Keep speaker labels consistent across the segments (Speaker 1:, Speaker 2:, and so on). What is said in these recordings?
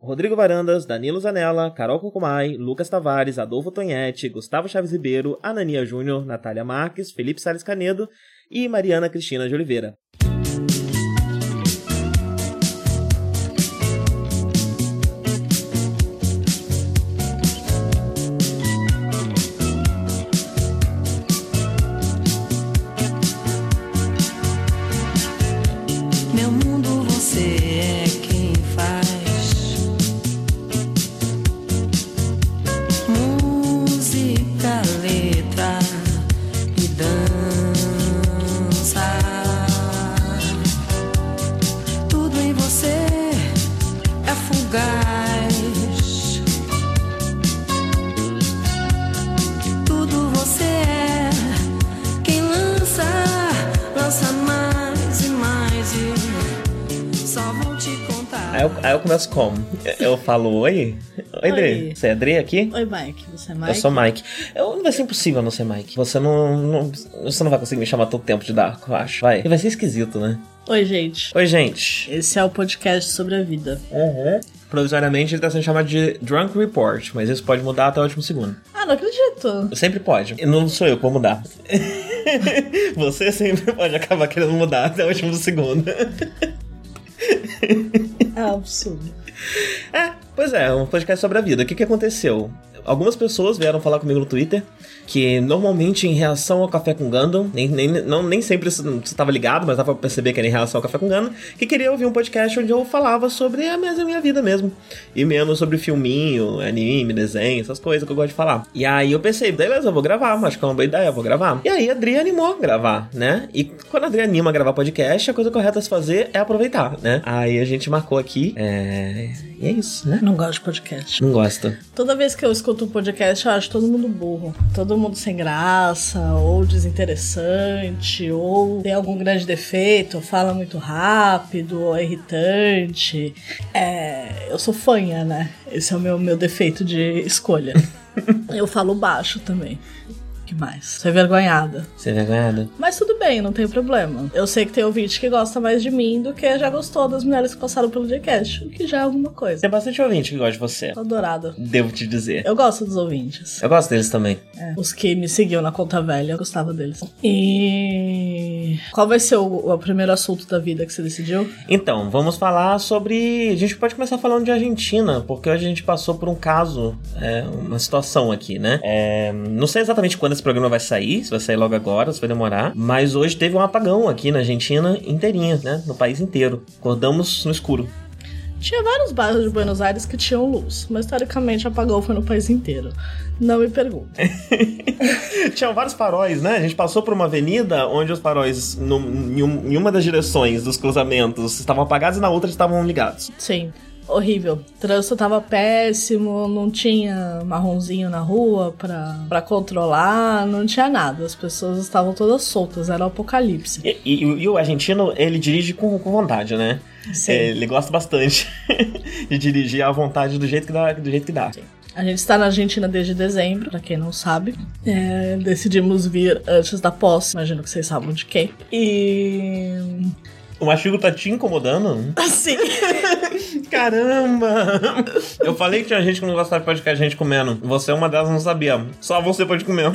Speaker 1: Rodrigo Varandas, Danilo Zanella, Carol Cocumai, Lucas Tavares, Adolfo Tonhete, Gustavo Chaves Ribeiro, Anania Júnior, Natália Marques, Felipe Salles Canedo e Mariana Cristina de Oliveira.
Speaker 2: Meu mundo você é quem faz música, letra e dança. Tudo em você é fugaz. Tudo você é quem lança, lança mais e mais e só vou te contar.
Speaker 1: Aí eu, aí eu começo como? Eu eu falo, oi? Oi,
Speaker 3: Oi.
Speaker 1: Dre. Você é Dre aqui?
Speaker 3: Oi, Mike. Você é Mike?
Speaker 1: Eu sou Mike. Eu, vai ser impossível não ser Mike. Você não, não- Você não vai conseguir me chamar todo tempo de Darko, eu acho. Vai. E vai ser esquisito, né?
Speaker 3: Oi, gente.
Speaker 1: Oi, gente.
Speaker 3: Esse é o podcast sobre a vida.
Speaker 1: Uhum. Provisoriamente ele tá sendo chamado de Drunk Report, mas isso pode mudar até o último segundo.
Speaker 3: Ah, não acredito.
Speaker 1: Sempre pode. E Não sou eu que vou mudar. Você sempre pode acabar querendo mudar até o último segundo.
Speaker 3: É um absurdo.
Speaker 1: É, pois é, um podcast sobre a vida. O que, que aconteceu? Algumas pessoas vieram falar comigo no Twitter que normalmente em reação ao café com Gundam, nem, nem, não, nem sempre isso estava ligado, mas dava pra perceber que era em reação ao café com Gundam, que queria ouvir um podcast onde eu falava sobre a minha, a minha vida mesmo. E menos sobre filminho, anime, desenho, essas coisas que eu gosto de falar. E aí eu pensei, beleza, eu vou gravar, acho que é uma boa ideia, eu vou gravar. E aí a Adri animou a gravar, né? E quando a Adri anima a gravar podcast, a coisa correta a se fazer é aproveitar, né? Aí a gente marcou aqui, é... E é isso, né?
Speaker 3: Não gosto de podcast.
Speaker 1: Não gosta.
Speaker 3: Toda vez que eu escuto um podcast, eu acho todo mundo burro. Todo mundo sem graça, ou desinteressante, ou tem algum grande defeito, ou fala muito rápido, ou é irritante. É. Eu sou fanha, né? Esse é o meu, meu defeito de escolha. eu falo baixo também. que mais? Sou envergonhada.
Speaker 1: Você é vergonhada?
Speaker 3: Mas tudo bem, não tem problema. Eu sei que tem ouvinte que gosta mais de mim do que já gostou das mulheres que passaram pelo podcast, o que já é alguma coisa.
Speaker 1: Tem bastante ouvinte que gosta de você.
Speaker 3: Tô adorada.
Speaker 1: Devo te dizer.
Speaker 3: Eu gosto dos ouvintes.
Speaker 1: Eu gosto deles também.
Speaker 3: É. Os que me seguiam na conta velha, eu gostava deles. E. Qual vai ser o, o primeiro assunto da vida que você decidiu?
Speaker 1: Então, vamos falar sobre. A gente pode começar falando de Argentina, porque hoje a gente passou por um caso, é, uma situação aqui, né? É, não sei exatamente quando esse programa vai sair, se vai sair logo agora, se vai demorar, mas hoje teve um apagão aqui na Argentina inteirinha, né? No país inteiro. Acordamos no escuro.
Speaker 3: Tinha vários bairros de Buenos Aires que tinham luz, mas historicamente apagou foi no país inteiro. Não me pergunta.
Speaker 1: Tinha vários faróis, né? A gente passou por uma avenida onde os faróis, no- em, um- em uma das direções dos cruzamentos, estavam apagados e na outra estavam ligados.
Speaker 3: Sim. Horrível. O trânsito tava péssimo, não tinha marronzinho na rua pra, pra controlar, não tinha nada. As pessoas estavam todas soltas, era o apocalipse.
Speaker 1: E, e- e o argentino, ele dirige com- com vontade, né? Ele gosta bastante de dirigir à vontade do jeito que dá. Do jeito que dá.
Speaker 3: A gente está na Argentina desde dezembro, pra quem não sabe. É, decidimos vir antes da posse, imagino que vocês sabem de quem. E.
Speaker 1: O Machigo tá te incomodando?
Speaker 3: Assim.
Speaker 1: Caramba! Eu falei que tinha gente que não gostava de podcast gente comendo. Você é uma delas, não sabia. Só você pode comer.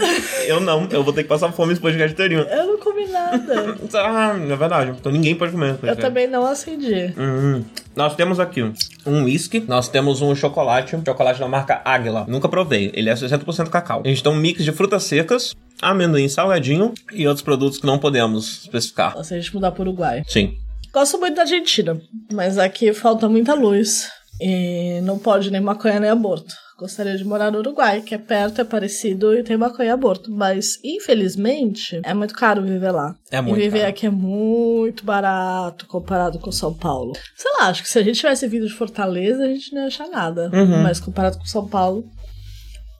Speaker 1: Eu não. Eu vou ter que passar fome esse podcast inteirinho.
Speaker 3: Eu não comi nada.
Speaker 1: Ah, é verdade. Então ninguém pode comer.
Speaker 3: Eu também não acendi.
Speaker 1: Hum, nós temos aqui um whisky, nós temos um chocolate, chocolate da marca Águila. Nunca provei, ele é 60% cacau. A gente tem um mix de frutas secas, amendoim salgadinho e outros produtos que não podemos especificar.
Speaker 3: Nossa, a gente mudar pro Uruguai.
Speaker 1: Sim.
Speaker 3: Gosto muito da Argentina, mas aqui falta muita luz. E não pode nem maconha nem aborto. Gostaria de morar no Uruguai, que é perto, é parecido e tem maconha e aborto. Mas, infelizmente, é muito caro viver lá.
Speaker 1: É muito
Speaker 3: E viver
Speaker 1: caro.
Speaker 3: aqui é muito barato comparado com São Paulo. Sei lá, acho que se a gente tivesse vindo de Fortaleza, a gente não ia achar nada.
Speaker 1: Uhum.
Speaker 3: Mas comparado com São Paulo.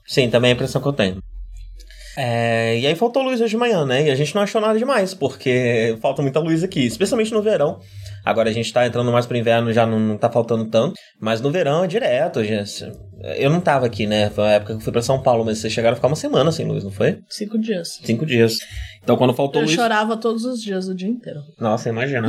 Speaker 1: Sim, também é a impressão que eu tenho. É, e aí faltou luz hoje de manhã, né? E a gente não achou nada demais, porque falta muita luz aqui, especialmente no verão. Agora a gente tá entrando mais pro inverno, já não, não tá faltando tanto. Mas no verão é direto, gente. Eu não tava aqui, né? Foi a época que eu fui pra São Paulo, mas vocês chegaram a ficar uma semana sem luz, não foi?
Speaker 3: Cinco dias.
Speaker 1: Cinco dias. Então quando faltou
Speaker 3: Eu
Speaker 1: luz.
Speaker 3: chorava todos os dias, o dia inteiro.
Speaker 1: Nossa, imagina.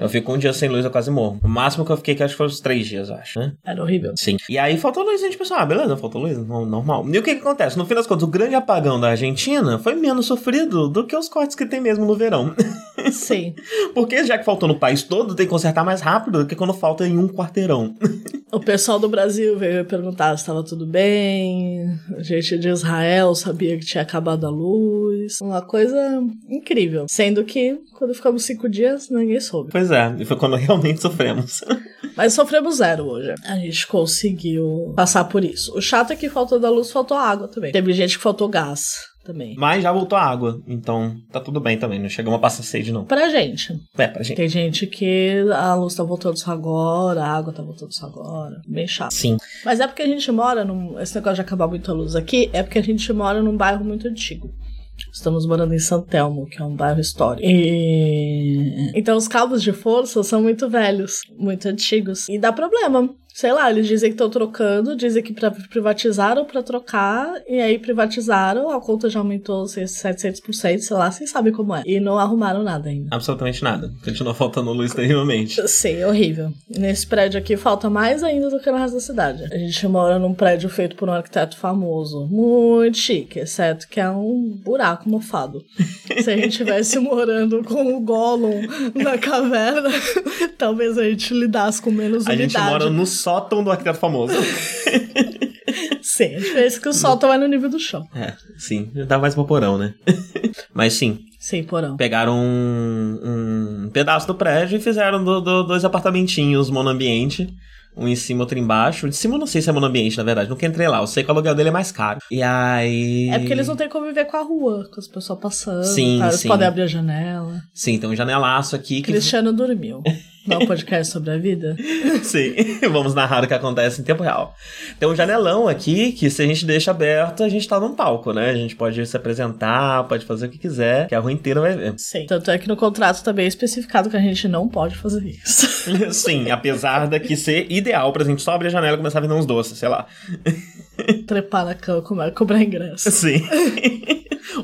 Speaker 1: eu fico um dia sem luz, eu quase morro. O máximo que eu fiquei, que acho que foi uns três dias, eu acho, né?
Speaker 3: Era horrível.
Speaker 1: Sim. E aí faltou luz, a gente pensou, ah, beleza, faltou luz, no- normal. E o que, que acontece? No fim das contas, o grande apagão da Argentina foi menos sofrido do que os cortes que tem mesmo no verão.
Speaker 3: Sim.
Speaker 1: Porque já que faltou no país todo, tem que consertar mais rápido do que quando falta em um quarteirão.
Speaker 3: O pessoal do Brasil veio perguntar se estava tudo bem. A gente de Israel sabia que tinha acabado a luz. Uma coisa incrível. Sendo que quando ficamos cinco dias, ninguém soube.
Speaker 1: Pois é, e foi quando realmente sofremos.
Speaker 3: Mas sofremos zero hoje. A gente conseguiu passar por isso. O chato é que faltou da luz, faltou água também. Teve gente que faltou gás também.
Speaker 1: Mas já voltou a água, então tá tudo bem também, não chegamos a passar sede não.
Speaker 3: Pra gente.
Speaker 1: É, pra gente.
Speaker 3: Tem gente que a luz tá voltando só agora, a água tá voltando só agora. Bem chato.
Speaker 1: Sim.
Speaker 3: Mas é porque a gente mora num. Esse negócio de acabar muito a luz aqui é porque a gente mora num bairro muito antigo. Estamos morando em Santelmo, que é um bairro histórico. E... Então os cabos de força são muito velhos, muito antigos. E dá problema. Sei lá, eles dizem que estão trocando, dizem que pra, privatizaram pra trocar, e aí privatizaram, a conta já aumentou 700%, sei lá, vocês sabem como é. E não arrumaram nada ainda.
Speaker 1: Absolutamente nada. Continua faltando luz terrivelmente.
Speaker 3: Sim, horrível. Nesse prédio aqui falta mais ainda do que no resto da cidade. A gente mora num prédio feito por um arquiteto famoso, muito chique, exceto que é um buraco mofado. Se a gente estivesse morando com o Gollum na caverna, talvez a gente lidasse com menos
Speaker 1: A gente
Speaker 3: umidade.
Speaker 1: mora no sótão do arquiteto famoso.
Speaker 3: Sim, a diferença é que o sótão é no nível do chão.
Speaker 1: é, sim. Dá mais pro porão, né? Mas sim,
Speaker 3: Sim, porão.
Speaker 1: pegaram um, um pedaço do prédio e fizeram do- do- dois apartamentinhos monoambiente. Um em cima, outro embaixo. De cima eu não sei se é monoambiente, na verdade. Nunca entrei lá. Eu sei que o aluguel dele é mais caro. E aí.
Speaker 3: É porque eles não têm como viver com a rua, com as pessoas passando.
Speaker 1: Sim,
Speaker 3: tá? Eles
Speaker 1: sim.
Speaker 3: podem abrir a janela.
Speaker 1: Sim, tem um janelaço aqui que.
Speaker 3: Cristiano dormiu. Não é um podcast sobre a vida?
Speaker 1: Sim, vamos narrar o que acontece em tempo real. Tem um janelão aqui que, se a gente deixa aberto, a gente tá num palco, né? A gente pode se apresentar, pode fazer o que quiser, que a rua inteira vai ver.
Speaker 3: Sim. Tanto é que no contrato também é especificado que a gente não pode fazer isso.
Speaker 1: Sim, apesar daqui ser ideal pra gente só abrir a janela e começar a vender uns doces, sei lá.
Speaker 3: Trepar na cama, como é, cobrar ingresso.
Speaker 1: Sim.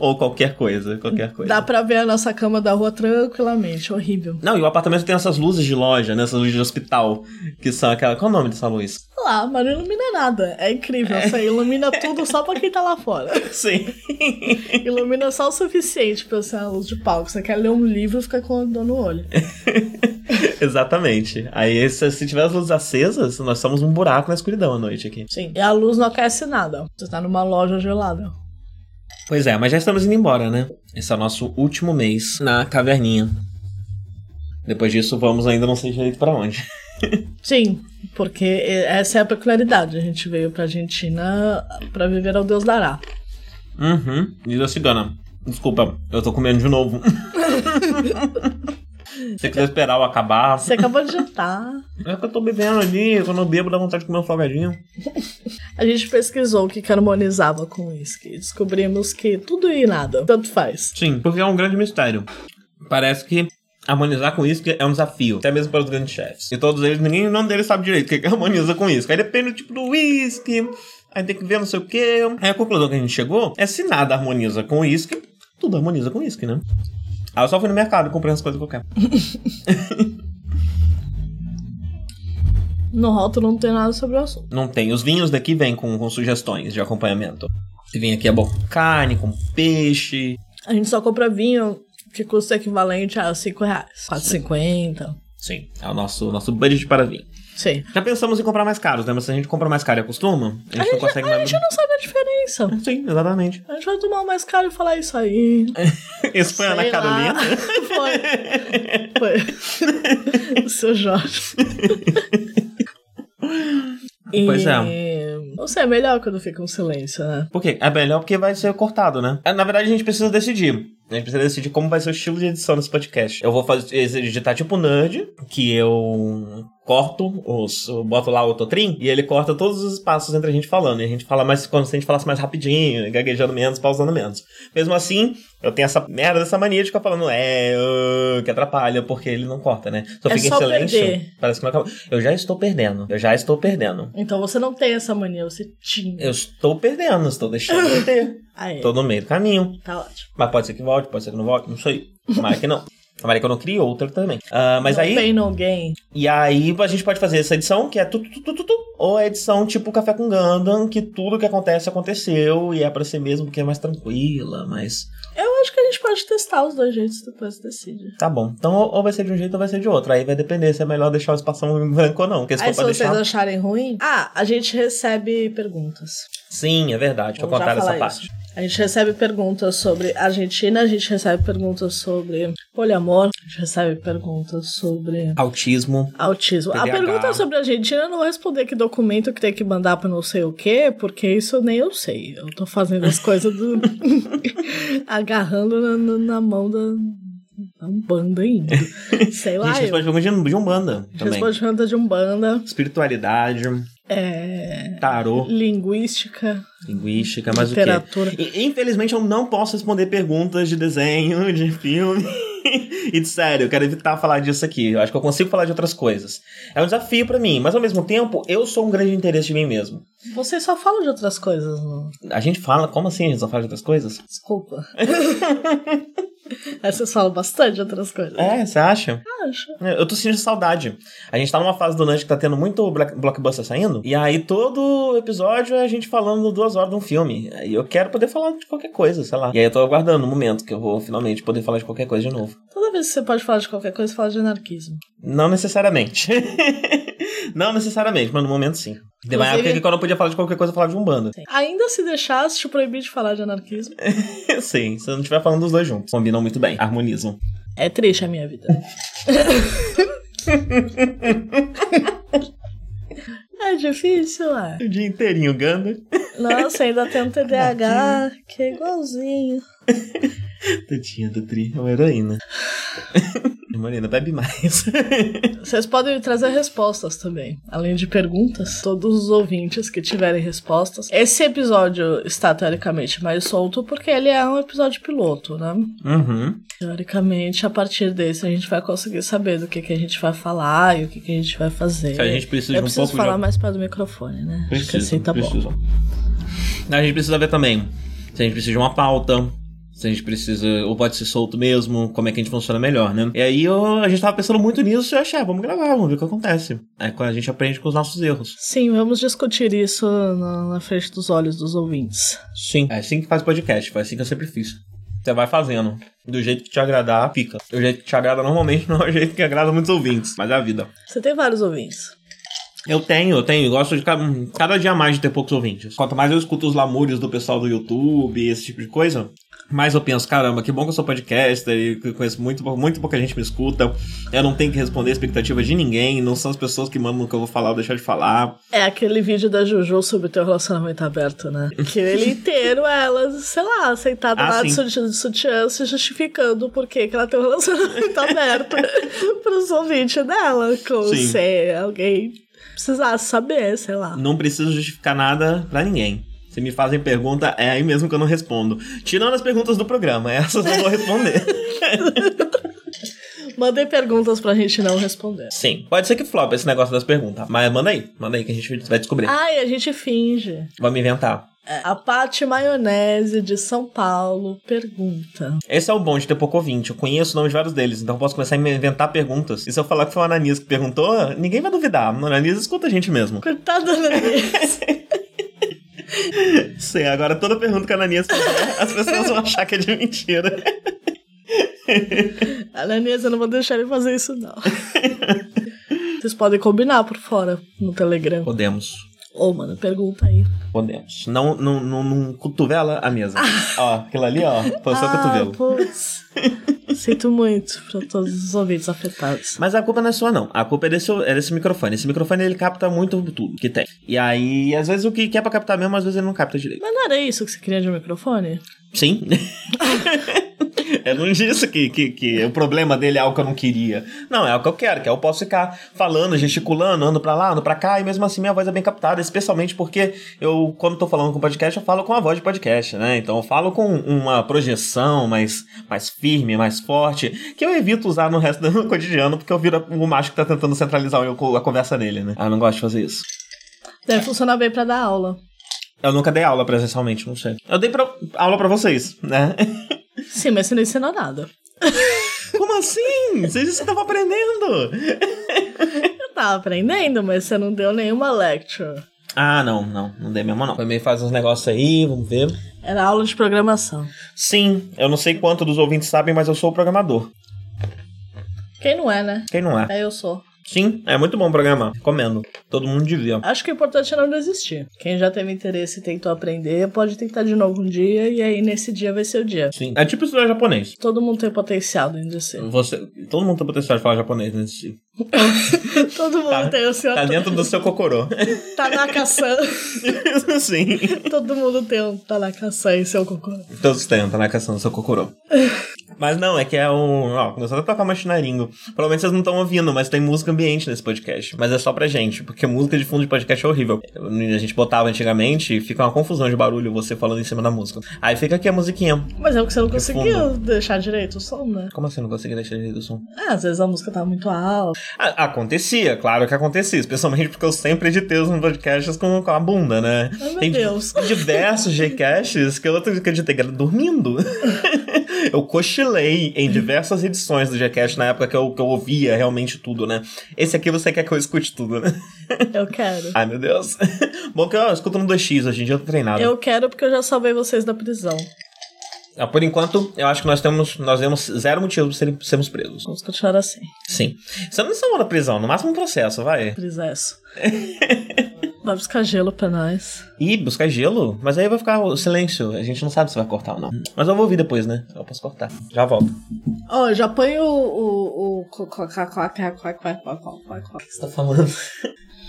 Speaker 1: Ou qualquer coisa, qualquer coisa.
Speaker 3: Dá pra ver a nossa cama da rua tranquilamente, horrível.
Speaker 1: Não, e o apartamento tem essas luzes de loja, né? Essas luzes de hospital, que são aquela... Qual é o nome dessa luz?
Speaker 3: Sei lá, mas não ilumina nada. É incrível, você ilumina tudo só pra quem tá lá fora.
Speaker 1: Sim.
Speaker 3: Ilumina só o suficiente pra ser uma luz de palco. Você quer ler um livro e fica com a dor no olho.
Speaker 1: Exatamente. Aí, se, se tiver as luzes acesas, nós somos um buraco na escuridão à noite aqui.
Speaker 3: Sim. E a luz não aquece nada. Você tá numa loja gelada.
Speaker 1: Pois é, mas já estamos indo embora, né? Esse é o nosso último mês na caverninha. Depois disso, vamos ainda não sei direito pra onde.
Speaker 3: Sim, porque essa é a peculiaridade. A gente veio pra Argentina pra viver ao Deus dará.
Speaker 1: Uhum. Diz a cigana. Desculpa, eu tô comendo de novo. Se quiser esperar eu acabar,
Speaker 3: Você acabou de jantar.
Speaker 1: É que eu tô bebendo ali, quando eu bebo dá vontade de comer um salgadinho.
Speaker 3: A gente pesquisou o que que harmonizava com uísque. Descobrimos que tudo e nada, tanto faz.
Speaker 1: Sim, porque é um grande mistério. Parece que harmonizar com isso é um desafio, até mesmo para os grandes chefs. E todos eles, ninguém, nenhum deles sabe direito o que que harmoniza com isso. Aí depende do tipo do whisky, aí tem que ver não sei o quê. Aí a conclusão que a gente chegou é se nada harmoniza com uísque, tudo harmoniza com uísque, né? Aí eu só fui no mercado e comprei as coisas que eu quero.
Speaker 3: No rótulo não tem nada sobre o assunto.
Speaker 1: Não tem. Os vinhos daqui vêm com, com sugestões de acompanhamento. Esse vinho aqui é bom com carne, com peixe,
Speaker 3: A gente só compra vinho que custa equivalente a 5 reais. 4,50.
Speaker 1: Sim, é o nosso, nosso budget para vinho.
Speaker 3: Sim.
Speaker 1: Já pensamos em comprar mais caros, né? Mas se a gente compra mais caro e acostuma, a gente não consegue
Speaker 3: A
Speaker 1: mais.
Speaker 3: gente não sabe a diferença.
Speaker 1: Sim, exatamente.
Speaker 3: A gente vai tomar o mais caro e falar isso aí.
Speaker 1: Esse foi a Ana
Speaker 3: sei lá.
Speaker 1: Carolina.
Speaker 3: Foi. Foi. o seu Jorge.
Speaker 1: Pois
Speaker 3: é. Não sei, é melhor quando fica um silêncio, né?
Speaker 1: Por quê? É melhor porque vai ser cortado, né? É, Na verdade, a gente precisa decidir A gente precisa decidir como vai ser o estilo de edição desse podcast. Eu vou fazer, editar tipo nerd, que eu corto, os, eu boto lá o Totrim, e ele corta todos os espaços entre a gente falando. E a gente fala mais, como se a gente falasse mais rapidinho, gaguejando menos, pausando menos. Mesmo assim, eu tenho essa merda, essa mania de ficar falando é, uh, que atrapalha, porque ele não corta, né? Só
Speaker 3: É
Speaker 1: fica
Speaker 3: só
Speaker 1: em silêncio.
Speaker 3: perder.
Speaker 1: Parece que não acabou. Eu já estou perdendo, eu já estou perdendo.
Speaker 3: Então você não tem essa mania, você tinha.
Speaker 1: Eu estou perdendo, estou deixando de ter.
Speaker 3: Ah, é.
Speaker 1: Estou no meio do caminho.
Speaker 3: Tá ótimo.
Speaker 1: Mas pode ser que volte, pode ser que não volte, não sei. Tomara que não. Tomara que eu não crie outra também. Ah, mas
Speaker 3: não
Speaker 1: aí.
Speaker 3: Pain, no gain.
Speaker 1: E aí a gente pode fazer essa edição que é tu, tu, tu, tu, tu, ou a edição tipo Café com Gundam, que tudo que acontece aconteceu e é pra ser mesmo porque é mais tranquila, mas.
Speaker 3: Eu acho que a gente pode testar os dois jeitos depois decide.
Speaker 1: Tá bom. Então ou ou vai ser de um jeito ou vai ser de outro. Aí vai depender se é melhor deixar o espaço em branco ou não. Porque se
Speaker 3: Aí
Speaker 1: for
Speaker 3: se
Speaker 1: pra
Speaker 3: vocês
Speaker 1: deixar.
Speaker 3: acharem ruim, ah, a gente recebe perguntas.
Speaker 1: Sim, é verdade. Deixa eu
Speaker 3: Vamos já
Speaker 1: contar essa
Speaker 3: falar
Speaker 1: parte.
Speaker 3: isso. A gente recebe perguntas sobre Argentina, a gente recebe perguntas sobre poliamor, a gente recebe perguntas sobre
Speaker 1: Autismo.
Speaker 3: autismo. A
Speaker 1: TDAH.
Speaker 3: pergunta sobre a Argentina eu não vou responder que documento que tem que mandar pra não sei o quê, porque isso nem eu sei. Eu tô fazendo as coisas do. agarrando na, na- na mão da. da Umbanda ainda. Sei
Speaker 1: a
Speaker 3: lá.
Speaker 1: gente
Speaker 3: eu.
Speaker 1: responde perguntas de, de Umbanda também.
Speaker 3: Responde pergunta de Umbanda,
Speaker 1: Espiritualidade,
Speaker 3: é,
Speaker 1: tarô,
Speaker 3: linguística,
Speaker 1: linguística, mais o quê?
Speaker 3: literatura.
Speaker 1: I- Infelizmente eu não posso responder perguntas de desenho, de filme e de série. Eu quero evitar falar disso aqui. Eu acho que eu consigo falar de outras coisas. É um desafio pra mim, mas ao mesmo tempo eu sou um grande interesse de mim mesmo.
Speaker 3: Vocês só falam de outras coisas, não?
Speaker 1: A gente fala, como assim a gente só fala de outras coisas?
Speaker 3: Desculpa. Aí vocês falam bastante de outras coisas.
Speaker 1: É, você acha?
Speaker 3: Acho.
Speaker 1: Eu tô sentindo saudade. A gente tá numa fase do Nudge que tá tendo muito bla- blockbuster saindo. E aí todo episódio é a gente falando duas horas de um filme. E eu quero poder falar de qualquer coisa, sei lá. E aí eu tô aguardando o momento que eu vou finalmente poder falar de qualquer coisa de novo.
Speaker 3: Toda vez que você pode falar de qualquer coisa, você fala de anarquismo.
Speaker 1: Não necessariamente. não necessariamente, mas no momento sim. Teve uma
Speaker 3: Inclusive-
Speaker 1: época que eu não podia falar de qualquer coisa, eu falava de Umbanda.
Speaker 3: Sim. Ainda se deixasse te proibir de falar de anarquismo.
Speaker 1: sim, se eu não estiver falando dos dois juntos. Combinam muito bem, harmonizam.
Speaker 3: É triste a minha vida. é difícil, é.
Speaker 1: O dia inteirinho, Ganda.
Speaker 3: Nossa, ainda tem um TDAH que é igualzinho.
Speaker 1: Tadinha do Tri, é uma heroína. Marina, bebe mais.
Speaker 3: Vocês podem me trazer respostas também, além de perguntas. Todos os ouvintes que tiverem respostas. Esse episódio está teoricamente mais solto porque ele é um episódio piloto, né?
Speaker 1: uhum.
Speaker 3: Teoricamente, a partir desse a gente vai conseguir saber do que, que a gente vai falar e o que, que a gente vai fazer.
Speaker 1: A gente precisa
Speaker 3: Eu
Speaker 1: de um
Speaker 3: preciso
Speaker 1: pouco
Speaker 3: falar
Speaker 1: de...
Speaker 3: mais perto do microfone, né? Acho que
Speaker 1: Precisa,
Speaker 3: assim tá
Speaker 1: precisa. A gente precisa ver também se a gente precisa de uma pauta, se a gente precisa, ou pode ser solto mesmo, como é que a gente funciona melhor, né? E aí eu- a gente tava pensando muito nisso e eu achei, ah, vamos gravar, vamos ver o que acontece. Aí a gente aprende com os nossos erros.
Speaker 3: Sim, vamos discutir isso na, na frente dos olhos dos ouvintes.
Speaker 1: Sim. É assim que faz podcast, foi assim que eu sempre fiz. Você vai fazendo. Do jeito que te agradar, fica. Do jeito que te agrada normalmente não é o jeito que agrada muitos ouvintes, mas é a vida.
Speaker 3: Você tem vários ouvintes.
Speaker 1: Eu tenho, eu tenho. Eu gosto de cada, hum, cada dia mais de ter poucos ouvintes. Quanto mais eu escuto os lamúrios do pessoal do YouTube, esse tipo de coisa, mais eu penso, caramba, que bom que eu sou podcaster e que eu conheço muito, pou- muito pouca gente me escuta. Eu não tenho que responder a expectativa de ninguém, não são as pessoas que mandam o que eu vou falar ou deixar de falar.
Speaker 3: É aquele vídeo da Juju sobre o teu relacionamento aberto, né? Que ele inteiro, ela, sei lá, sentada
Speaker 1: Ah,
Speaker 3: lá de
Speaker 1: sim.
Speaker 3: sutiã, de sutiã, se justificando por que que ela tem um relacionamento aberto pros ouvintes dela. Como
Speaker 1: Sim.
Speaker 3: se alguém precisasse saber, sei lá.
Speaker 1: Não preciso justificar nada pra ninguém. Se me fazem pergunta, é aí mesmo que eu não respondo. Tirando as perguntas do programa, essas eu vou responder.
Speaker 3: Mandei perguntas pra gente não responder.
Speaker 1: Sim, pode ser que flop esse negócio das perguntas, mas manda aí, manda aí que a gente vai descobrir.
Speaker 3: Ai, a gente finge. É,
Speaker 1: Vamos inventar.
Speaker 3: A Pati Maionese de São Paulo pergunta.
Speaker 1: Esse é o bom de ter pouco ouvinte. Eu conheço o nome de vários deles, então eu posso começar a me inventar perguntas. E se eu falar que foi o Ananias que perguntou, ninguém vai duvidar. O Ananias escuta a gente mesmo.
Speaker 3: Coitada da Ananias.
Speaker 1: Sim, agora toda pergunta que a Ananias fizer, as pessoas vão achar que é de mentira.
Speaker 3: Ananias, eu não vou deixar ele fazer isso, não. Vocês podem combinar por fora no Telegram.
Speaker 1: Podemos.
Speaker 3: Ô, mano, pergunta aí.
Speaker 1: Podemos. Não, não, não, não cotovela a mesa. ó, aquilo ali, ó, foi o seu
Speaker 3: Ah,
Speaker 1: cotovelo.
Speaker 3: Putz. Sinto muito pra todos os ouvintes afetados.
Speaker 1: Mas a culpa não é sua, não. A culpa é desse, é desse microfone. Esse microfone ele capta muito tudo que tem. E aí, às vezes o que é pra captar mesmo, às vezes ele não capta direito.
Speaker 3: Mas não era isso que você queria de um microfone?
Speaker 1: Sim. Eu não disse É que, que, que o problema dele é algo que eu não queria. Não, é algo que eu quero, que eu posso ficar falando, gesticulando, ando pra lá, ando pra cá, e mesmo assim minha voz é bem captada, especialmente porque eu, quando tô falando com podcast, eu falo com a voz de podcast, né? Então eu falo com uma projeção mais, mais firme, mais forte, que eu evito usar no resto do cotidiano, porque eu viro o macho que tá tentando centralizar o- a conversa nele, né? Ah, eu não gosto de fazer isso.
Speaker 3: Deve funcionar bem pra dar aula.
Speaker 1: Eu nunca dei aula presencialmente, não sei. Eu dei pra- aula pra vocês, né?
Speaker 3: Sim, mas você não ensina nada.
Speaker 1: Como assim? Vocês estavam aprendendo!
Speaker 3: Eu tava aprendendo, mas você não deu nenhuma lecture.
Speaker 1: Ah, não, não, não dei mesmo não. Foi meio faz uns negócios aí, vamos ver.
Speaker 3: Era aula de programação.
Speaker 1: Sim, eu não sei quanto dos ouvintes sabem, mas eu sou programador.
Speaker 3: Quem não é, né?
Speaker 1: Quem não é?
Speaker 3: É, eu sou.
Speaker 1: Sim, é muito bom programar. Recomendo. Todo mundo devia.
Speaker 3: Acho que o importante é não desistir. Quem já teve interesse e tentou aprender, pode tentar de novo um dia, e aí nesse dia vai ser o dia.
Speaker 1: Sim. É tipo estudar japonês.
Speaker 3: Todo mundo tem potencial dentro de si.
Speaker 1: Você, todo mundo tem potencial de falar japonês nesse tipo.
Speaker 3: Todo mundo
Speaker 1: Tá-
Speaker 3: tem o seu.
Speaker 1: Tá dentro do seu cocorô.
Speaker 3: Tanaka-san.
Speaker 1: Sim.
Speaker 3: Todo mundo tem um Tanaka-san em seu cocô.
Speaker 1: Todos têm, tá na caçando do seu cocorô. Mas não, é que é um. Ó, começando a tocar machinaringo. Provavelmente vocês não estão ouvindo, mas tem música ambiente nesse podcast. Mas é só pra gente, porque música de fundo de podcast é horrível. A gente botava antigamente e fica uma confusão de barulho você falando em cima da música. Aí fica aqui a musiquinha.
Speaker 3: Mas é porque você não
Speaker 1: fundo.
Speaker 3: conseguiu deixar direito o som, né?
Speaker 1: Como assim? Não consegui deixar ele do som?
Speaker 3: É, às vezes a música tá muito alta.
Speaker 1: A- acontecia, claro que acontecia. Especialmente porque eu sempre editei os meus podcasts com, com a bunda, né?
Speaker 3: Ai, meu
Speaker 1: Tem
Speaker 3: Deus.
Speaker 1: diversos Gcasts que eu outro dia que eu editei que era dormindo. eu cochilei em diversas edições do Gcast na época que eu, que eu ouvia realmente tudo, né? Esse aqui você quer que eu escute tudo, né?
Speaker 3: Eu quero.
Speaker 1: Ai, meu Deus. Bom que eu escuto no 2x hoje em dia, eu tô treinado.
Speaker 3: Eu quero porque eu já salvei vocês da prisão.
Speaker 1: Ah, Por enquanto, eu acho que nós temos, nós temos zero motivo pra serem- sermos presos.
Speaker 3: Vamos continuar assim.
Speaker 1: Sim. Você não salvou na prisão, no máximo um processo, vai.
Speaker 3: Prisesso. Vai buscar gelo pra nós.
Speaker 1: Ih, buscar gelo? Mas aí vai ficar o silêncio. A gente não sabe se vai cortar ou não. Mas eu vou ouvir depois, né? Eu posso cortar. Já volto.
Speaker 3: Ó, eu já põe o. o. o. co- co- co- co- co- co- co- co- co- co- co-
Speaker 1: que você tá falando?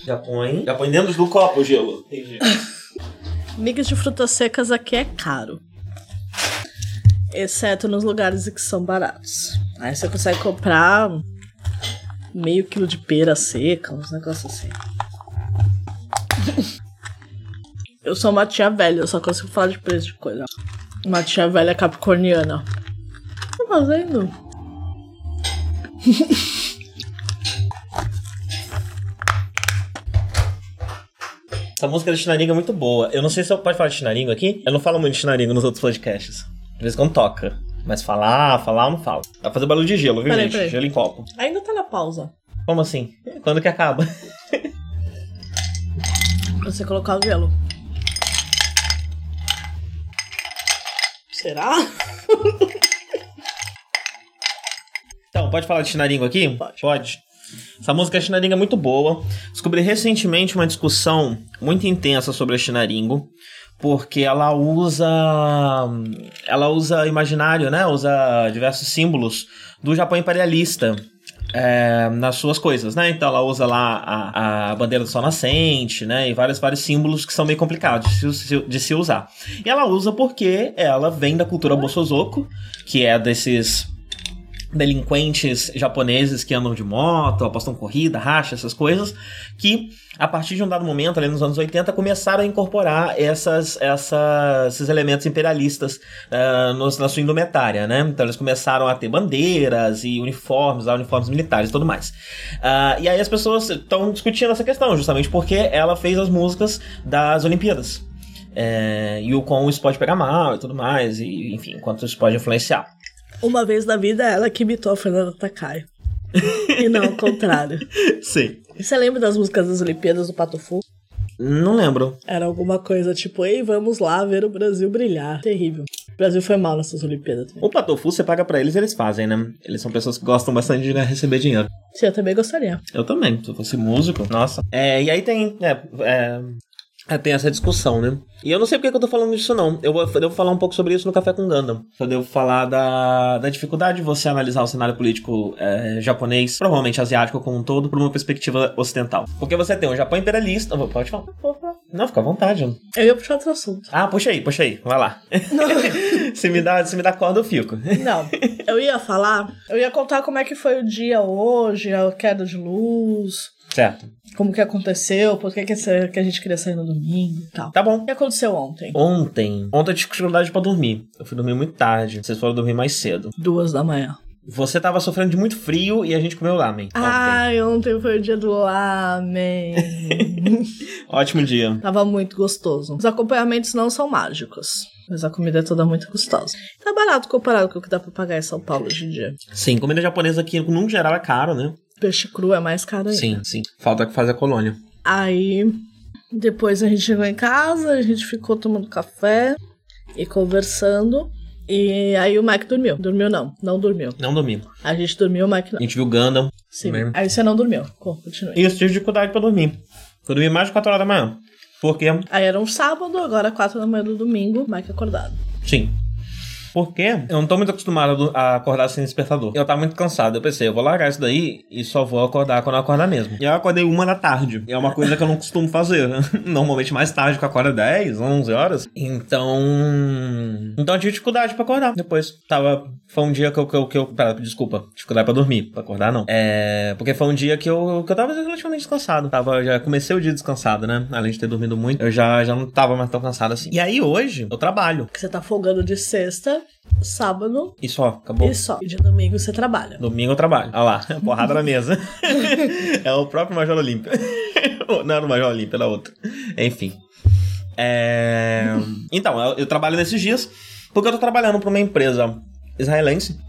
Speaker 1: Já põe. Já põe dentro do copo o gelo. Entendi.
Speaker 3: Migas de frutas secas aqui é caro. Exceto nos lugares em que são baratos. Aí você consegue comprar meio quilo de pera seca, uns negócios assim. Eu sou uma tia velha, eu só consigo falar de preço de coisa. Uma tia velha capricorniana. O que eu tô fazendo?
Speaker 1: Essa música de Chinaringa é muito boa. Eu não sei se eu pode falar de Chinaringa aqui. Eu não falo muito de Chinaringa nos outros podcasts. De vez em quando toca. Mas falar, falar, eu não falo. Vai fazer barulho de gelo, viu,
Speaker 3: Peraí,
Speaker 1: gente?
Speaker 3: peraí.
Speaker 1: Gelo em copo.
Speaker 3: Ainda tá na pausa.
Speaker 1: Como assim? Quando que acaba?
Speaker 3: Pra você colocar o gelo. Será?
Speaker 1: Então, pode falar de Chinaringo aqui?
Speaker 3: Pode.
Speaker 1: Essa música Chinaringo é muito boa. Descobri recentemente uma discussão muito intensa sobre a Chinaringo, porque ela usa ela usa imaginário, né? Usa diversos símbolos do Japão imperialista. é, nas suas coisas, né? Então ela usa lá a, a bandeira do sol nascente, né? E vários, vários símbolos que são meio complicados de se, de se usar. E ela usa porque ela vem da cultura Bossozoko, que é desses delinquentes japoneses que andam de moto, apostam corrida, racha, essas coisas, que a partir de um dado momento, ali nos anos 80, começaram a incorporar essas, essas- esses elementos imperialistas ah, nos- na sua indumentária, né? Então eles começaram a ter bandeiras e uniformes, ah, uniformes militares e tudo mais. Ah, e aí as pessoas estão discutindo essa questão, justamente porque ela fez as músicas das Olimpíadas. É, e o quão isso pode pegar mal e tudo mais, e enfim, quanto isso pode influenciar.
Speaker 3: Uma vez na vida, ela que imitou a Fernanda Takai. e não o contrário.
Speaker 1: Sim.
Speaker 3: Você lembra das músicas das Olimpíadas do Pato Fu?
Speaker 1: Não lembro.
Speaker 3: Era alguma coisa tipo, ei, vamos lá ver o Brasil brilhar. Terrível. O Brasil foi mal nessas Olimpíadas.
Speaker 1: O Patofu você paga pra eles, eles fazem, né? Eles são pessoas que gostam bastante de né, receber dinheiro.
Speaker 3: Sim, eu também gostaria.
Speaker 1: Eu também, se eu fosse músico, nossa. É, e aí tem. É, é, É, tem essa discussão, né? E eu não sei porque que eu tô falando disso, não. Eu vou, eu vou falar um pouco sobre isso no Café com Gundam. Eu devo falar da, da dificuldade de você analisar o cenário político é, japonês, provavelmente asiático como um todo, por uma perspectiva ocidental. Porque você tem o Japão imperialista. Pode falar? Não, fica à vontade.
Speaker 3: Eu ia puxar outro assunto.
Speaker 1: Ah, puxa aí, puxa aí. Vai lá. se, me dá, se me dá corda, eu fico.
Speaker 3: Não, eu ia falar, eu ia contar como é que foi o dia hoje, a queda de luz,
Speaker 1: Certo.
Speaker 3: como que aconteceu, por que, que essa- que a gente queria sair no domingo e tal.
Speaker 1: Tá bom.
Speaker 3: O que aconteceu ontem?
Speaker 1: Ontem. Ontem eu tive dificuldade pra dormir. Eu fui dormir muito tarde. Vocês foram dormir mais cedo.
Speaker 3: Duas da manhã.
Speaker 1: Você tava sofrendo de muito frio e a gente comeu lamen.
Speaker 3: Ai, ontem foi o dia do amém.
Speaker 1: Ontem. Ótimo dia.
Speaker 3: Tava muito gostoso. Os acompanhamentos não são mágicos. Mas a comida é toda muito gostosa. Tá barato comparado com o que dá pra pagar em São Paulo hoje em dia.
Speaker 1: Sim, comida japonesa aqui, no geral, é caro, né?
Speaker 3: Peixe cru é mais caro ainda.
Speaker 1: Sim, sim. Falta que faz a colônia.
Speaker 3: Aí depois a gente chegou em casa, a gente ficou tomando café e conversando. E aí o Mike dormiu. Dormiu não, não dormiu.
Speaker 1: Não dormi.
Speaker 3: A gente dormiu, o Mike
Speaker 1: A
Speaker 3: não.
Speaker 1: gente viu Gundam.
Speaker 3: Sim.
Speaker 1: mesmo.
Speaker 3: Aí você não dormiu. Co- Continue.
Speaker 1: Isso, tive dificuldade pra dormir. Eu dormi mais de 4 horas da manhã. Porque,
Speaker 3: Aí era um sábado, agora quatro da manhã do domingo, o Mike acordado.
Speaker 1: sim. Porque eu não tô muito acostumado a do- a acordar sem despertador. Eu tava muito cansado. Eu pensei, eu vou largar isso daí e só vou acordar quando eu acordar mesmo. E eu acordei uma da tarde. E é uma coisa que eu não costumo fazer. né? Normalmente mais tarde, que eu acordo 10, 11 horas. Então. Então eu tive dificuldade pra acordar depois. Tava. Foi um dia que eu. Que eu, que eu pera, desculpa. Dificuldade pra dormir. Pra acordar, não. É. Porque foi um dia que eu, que eu tava relativamente descansado. Tava, já comecei o dia descansado, né? Além de ter dormido muito, eu já, já não tava mais tão cansado assim. E aí hoje, eu trabalho.
Speaker 3: Que você tá folgando de sexta, sábado
Speaker 1: E só, acabou.
Speaker 3: e só. E de domingo você trabalha.
Speaker 1: Domingo eu trabalho. Olha lá, porrada na mesa. é o próprio Major Olímpia. Não era o Major Olímpia, era outro. Enfim. É, Então, eu, eu trabalho nesses dias porque eu tô trabalhando pra uma empresa israelense.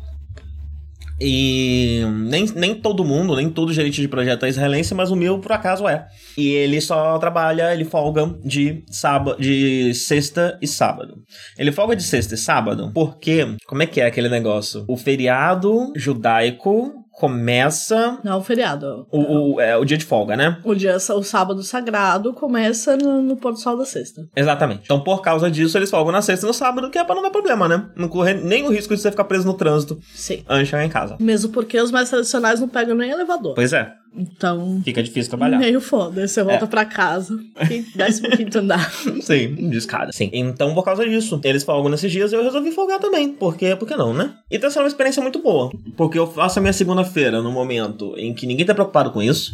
Speaker 1: E nem, nem todo mundo, nem todo gerente de projeto é israelense, mas o meu por acaso é. E ele só trabalha, ele folga de sábado, de sexta e sábado. Ele folga de sexta e sábado porque, como é que é aquele negócio? O feriado judaico começa
Speaker 3: Não, é feriado.
Speaker 1: o, o, é, o dia de folga, né?
Speaker 3: O dia, o sábado sagrado começa no, no pôr do sol da sexta.
Speaker 1: Exatamente. Então, por causa disso, eles folgam na sexta e no sábado, que é pra não dar problema, né? Não correr nem o risco de você ficar preso no trânsito
Speaker 3: Sim.
Speaker 1: antes de chegar em casa.
Speaker 3: Mesmo porque os mais tradicionais não pegam nem elevador.
Speaker 1: Pois é,
Speaker 3: Então,
Speaker 1: fica difícil trabalhar. É.
Speaker 3: meio foda. Você volta pra casa, e desce um quinto andar.
Speaker 1: Sim, descada. Sim. Então, por causa disso, eles folgam nesses dias e eu resolvi folgar também. Porque, por que não, né? E tá sendo uma experiência muito boa. Porque eu faço a minha segunda-feira num momento em que ninguém tá preocupado com isso.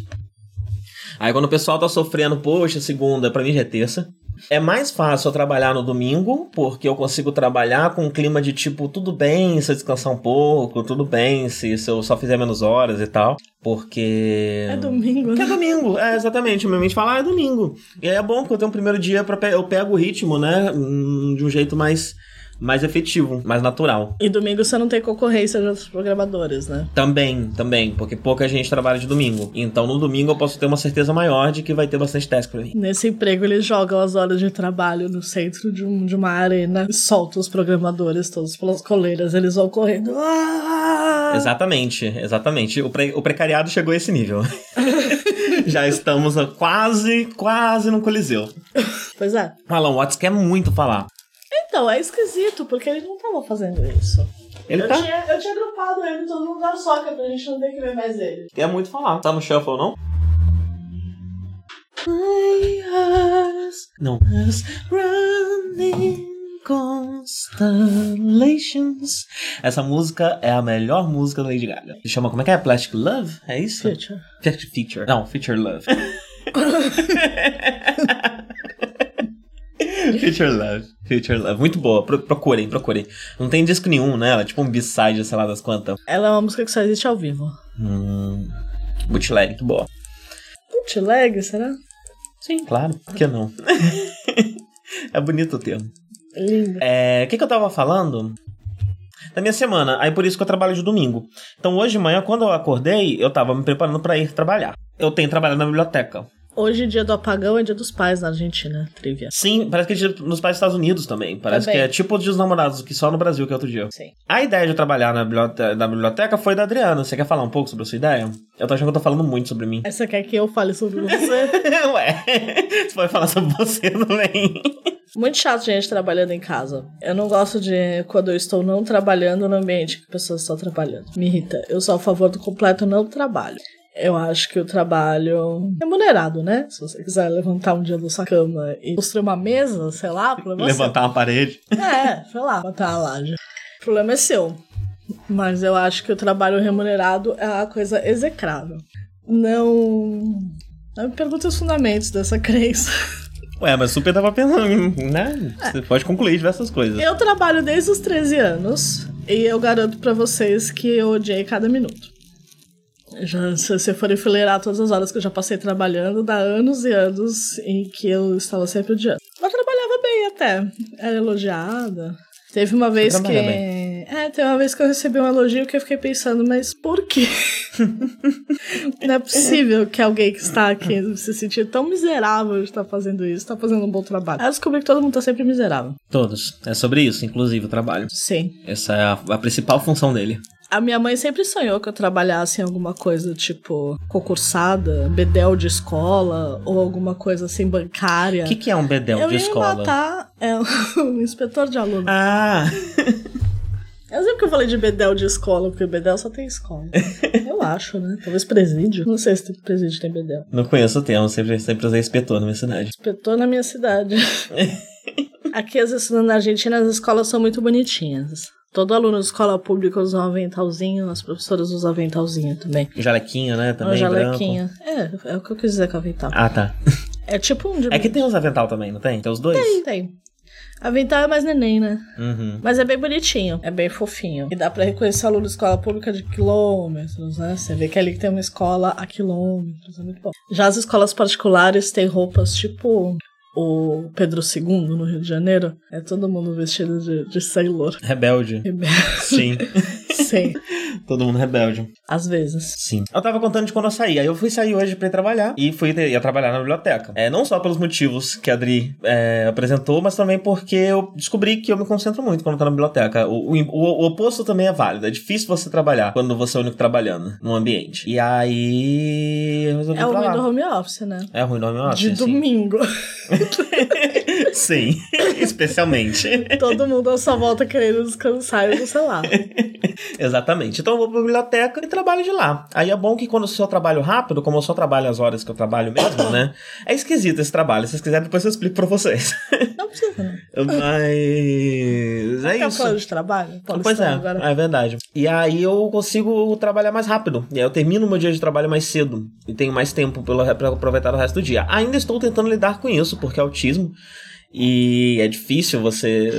Speaker 1: Aí quando o pessoal tá sofrendo, poxa, segunda, pra mim já é terça. É mais fácil eu trabalhar no domingo, porque eu consigo trabalhar com um clima de tipo, tudo bem se eu descansar um pouco, tudo bem se, se eu só fizer menos horas e tal. Porque.
Speaker 3: É domingo,
Speaker 1: Que
Speaker 3: né?
Speaker 1: é domingo, é, exatamente. Minha mente fala, ah, é domingo. E aí é bom porque eu tenho um primeiro dia para eu pego o ritmo, né? hum, De um jeito mais, mais efetivo, mais natural.
Speaker 3: E domingo você não tem concorrência de outros programadores, né?
Speaker 1: Também, também, porque pouca gente trabalha de domingo. Então no domingo eu posso ter uma certeza maior de que vai ter bastante task pra mim.
Speaker 3: Nesse emprego eles jogam as horas de trabalho no centro de, um- de uma arena, soltam os programadores todos pelas coleiras, eles vão correndo. Ah!
Speaker 1: Exatamente, exatamente. O, pre- o precariado chegou a esse nível. Já estamos a- quase, quase no Coliseu.
Speaker 3: Pois é.
Speaker 1: O Alan Watts quer muito falar.
Speaker 3: Então, é esquisito, porque eles não estavam fazendo isso.
Speaker 1: Ele tá.
Speaker 3: tinha, eu tinha agrupado ele todo mundo na soca pra gente não ter que ver mais ele.
Speaker 1: Quer muito falar. Tá no shuffle, não? Não. Constellations. Essa música é a melhor música da Lady Gaga. Se chama como é que é? Plastic Love? É isso?
Speaker 3: Future.
Speaker 1: Feature. Feature. Não, Feature Love. Feature Love. Feature Love. Muito boa. Pro- procurem, procurem. Não tem disco nenhum, né? Ela é tipo um B-side, sei lá das quantas.
Speaker 3: Ela é uma música que só existe ao vivo.
Speaker 1: Hum, bootleg, muito boa.
Speaker 3: Bootleg, será?
Speaker 1: Sim, claro. Por que não? é bonito o termo.
Speaker 3: Lindo.
Speaker 1: É, o que, que eu tava falando? Da minha semana, aí por isso que eu trabalho de domingo. Então hoje de manhã, quando eu acordei, eu tava me preparando pra ir trabalhar. Eu tenho trabalhado na biblioteca.
Speaker 3: Hoje, dia do apagão, é dia dos pais na Argentina. Trivia.
Speaker 1: Sim, parece que é dia nos países dos Estados Unidos também. Parece
Speaker 3: Também.
Speaker 1: que é tipo o dia dos namorados, que só no Brasil que é outro dia.
Speaker 3: Sim.
Speaker 1: A ideia de eu trabalhar na biblioteca, na biblioteca foi da Adriana. Você quer falar um pouco sobre a sua ideia? Eu tô achando que eu tô falando muito sobre mim.
Speaker 3: Aí você quer que eu fale sobre você?
Speaker 1: Ué, você pode falar sobre você também.
Speaker 3: Muito chato gente trabalhando em casa. Eu não gosto de quando eu estou não trabalhando no ambiente que pessoas estão trabalhando. Me irrita. Eu sou a favor do completo não trabalho. Eu acho que o trabalho é remunerado, né? Se você quiser levantar um dia da sua cama e construir uma mesa, sei lá, o problema é seu.
Speaker 1: Levantar uma parede.
Speaker 3: É, sei lá, botar a laje. O problema é seu. Mas eu acho que o trabalho remunerado é uma coisa execrável. Não. Não me pergunta os fundamentos dessa crença.
Speaker 1: Ué, mas super tava pensando, né? Você pode concluir diversas coisas.
Speaker 3: Eu trabalho desde os 13 anos e eu garanto pra vocês que eu odiei cada minuto. Já, se você for enfileirar todas as horas que eu já passei trabalhando, dá anos e anos em que eu estava sempre odiando. Mas trabalhava bem até, era elogiada. Teve uma vez que.
Speaker 1: trabalha
Speaker 3: É, teve uma vez que eu recebi um elogio que eu fiquei pensando, mas por quê? Não é possível que alguém que está aqui se sentir tão miserável de estar fazendo isso, está fazendo um bom trabalho. Aí eu descobri que todo mundo está sempre miserável.
Speaker 1: Todos. É sobre isso, inclusive, o trabalho.
Speaker 3: Sim.
Speaker 1: Essa é a, a principal função dele.
Speaker 3: A minha mãe sempre sonhou que eu trabalhasse em alguma coisa tipo concursada, bedel de escola ou alguma coisa assim bancária.
Speaker 1: O que, que é um bedel
Speaker 3: eu
Speaker 1: de
Speaker 3: ia
Speaker 1: escola?
Speaker 3: me matar, é um inspetor de aluno.
Speaker 1: Ah,
Speaker 3: Eu sempre que eu falei de bedel de escola, porque bedel só tem escola. eu acho, né? Talvez presídio. Não sei se tem- presídio tem bedel.
Speaker 1: não conheço o termo, sempre, sempre usei inspetor na minha cidade.
Speaker 3: Espetou na minha cidade. Aqui, as estudantes na Argentina, as escolas são muito bonitinhas. Todo aluno de escola pública usa um aventalzinho, as professoras usam um aventalzinho também.
Speaker 1: Jalequinho, né?
Speaker 3: Uma
Speaker 1: Também branco.
Speaker 3: jalequinha. É, é o que eu quis dizer com avental.
Speaker 1: Ah, tá.
Speaker 3: É tipo um de...
Speaker 1: É que tem uns avental também, não tem? Tem os dois?
Speaker 3: Tem, tem. Avental é mais neném, né?
Speaker 1: Uhum.
Speaker 3: Mas é bem bonitinho, é bem fofinho. E dá pra reconhecer o aluno de escola pública de quilômetros, né? Você vê que ali tem uma escola a quilômetros, é muito bom. Já as escolas particulares têm roupas tipo o Pedro II no Rio de Janeiro. É todo mundo vestido de, de Sailor.
Speaker 1: Rebelde. Sim.
Speaker 3: Sim,
Speaker 1: Todo mundo rebelde.
Speaker 3: às vezes.
Speaker 1: Sim. Eu tava contando de quando eu saí. Aí eu fui sair hoje pra ir trabalhar. E fui ter- ia trabalhar na biblioteca. É, não só pelos motivos que a Adri é, apresentou, mas também porque eu descobri que eu me concentro muito quando tô na biblioteca. O, o- o oposto também é válido. É difícil você trabalhar quando você é o único trabalhando num ambiente. E aí. Eu resolvi
Speaker 3: É
Speaker 1: ir
Speaker 3: o
Speaker 1: pra
Speaker 3: ruim
Speaker 1: lá.
Speaker 3: do home office, né?
Speaker 1: É ruim nome
Speaker 3: de domingo.
Speaker 1: Sim, especialmente.
Speaker 3: Todo mundo à sua volta querendo descansar e sei lá.
Speaker 1: Exatamente. Então eu vou pra biblioteca e trabalho de lá. Aí é bom que quando eu só trabalho rápido, como eu só trabalho as horas que eu trabalho mesmo, né? É esquisito esse trabalho. Se vocês quiserem, depois eu explico pra vocês.
Speaker 3: Não precisa, né?
Speaker 1: Mas. É
Speaker 3: Quer falar
Speaker 1: isso.
Speaker 3: de trabalho?
Speaker 1: Pois é,
Speaker 3: Paulistano, agora.
Speaker 1: é verdade. E aí eu consigo trabalhar mais rápido. E aí eu termino meu dia de trabalho mais cedo. E tenho mais tempo pelo- pra aproveitar o resto do dia. Ainda estou tentando lidar com isso, porque é autismo. E é difícil você.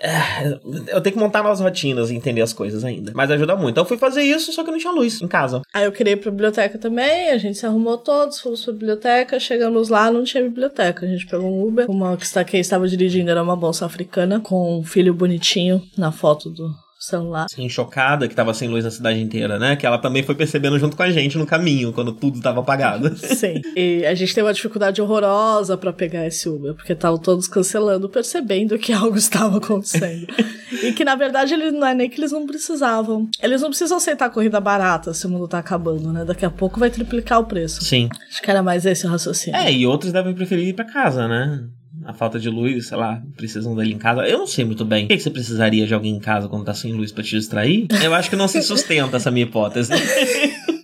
Speaker 1: É, Eu tenho que montar novas rotinas e entender as coisas ainda. Mas ajuda muito. Então eu fui fazer isso, só que não tinha luz em casa.
Speaker 3: Aí eu queria ir pra biblioteca também, a gente se arrumou todos, fomos pra biblioteca, chegamos lá, não tinha biblioteca. A gente pegou um Uber, uma que está- que estava dirigindo era uma bolsa africana, com um filho bonitinho na foto do celular.
Speaker 1: Assim, chocada que tava sem luz na cidade inteira, né? Que ela também foi percebendo junto com a gente no caminho, quando tudo tava apagado.
Speaker 3: Sim. E a gente teve uma dificuldade horrorosa pra pegar esse Uber, porque estavam todos cancelando, percebendo que algo estava acontecendo. e que, na verdade, ele não é nem que eles não precisavam. Eles não precisam aceitar a corrida barata se o mundo tá acabando, né? Daqui a pouco vai triplicar o preço.
Speaker 1: Sim.
Speaker 3: Acho que era mais esse o raciocínio.
Speaker 1: É, e outros devem preferir ir pra casa, né? A falta de luz, sei lá, precisam dele em casa. Eu não sei muito bem. Por que que você precisaria de alguém em casa quando tá sem luz pra te distrair? Eu acho que não se sustenta essa minha hipótese.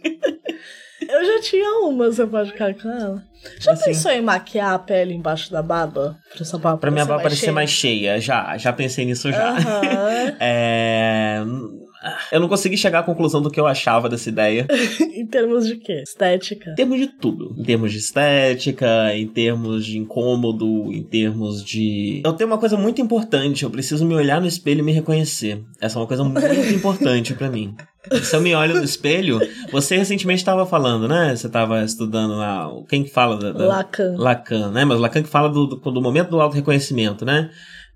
Speaker 3: Eu já tinha uma, você pode ficar com ela. Já
Speaker 1: Assim.
Speaker 3: pensou em maquiar a pele embaixo da barba? Pra, essa barba
Speaker 1: pra minha barba parecer
Speaker 3: parecer
Speaker 1: mais cheia, já. Já pensei nisso já.
Speaker 3: Ah. Aham.
Speaker 1: É. Eu não consegui chegar à conclusão do que eu achava dessa ideia.
Speaker 3: em termos de quê? Estética.
Speaker 1: Em termos de tudo. Em termos de estética, em termos de incômodo, em termos de. Eu tenho uma coisa muito importante. Eu preciso me olhar no espelho e me reconhecer. Essa é uma coisa muito importante pra mim. Se eu me olho no espelho, você recentemente estava falando, né? Você estava estudando lá. Quem que fala da. da...
Speaker 3: Lacan.
Speaker 1: Lacan, né? Mas Lacan que fala do, do, do momento do auto-reconhecimento, né?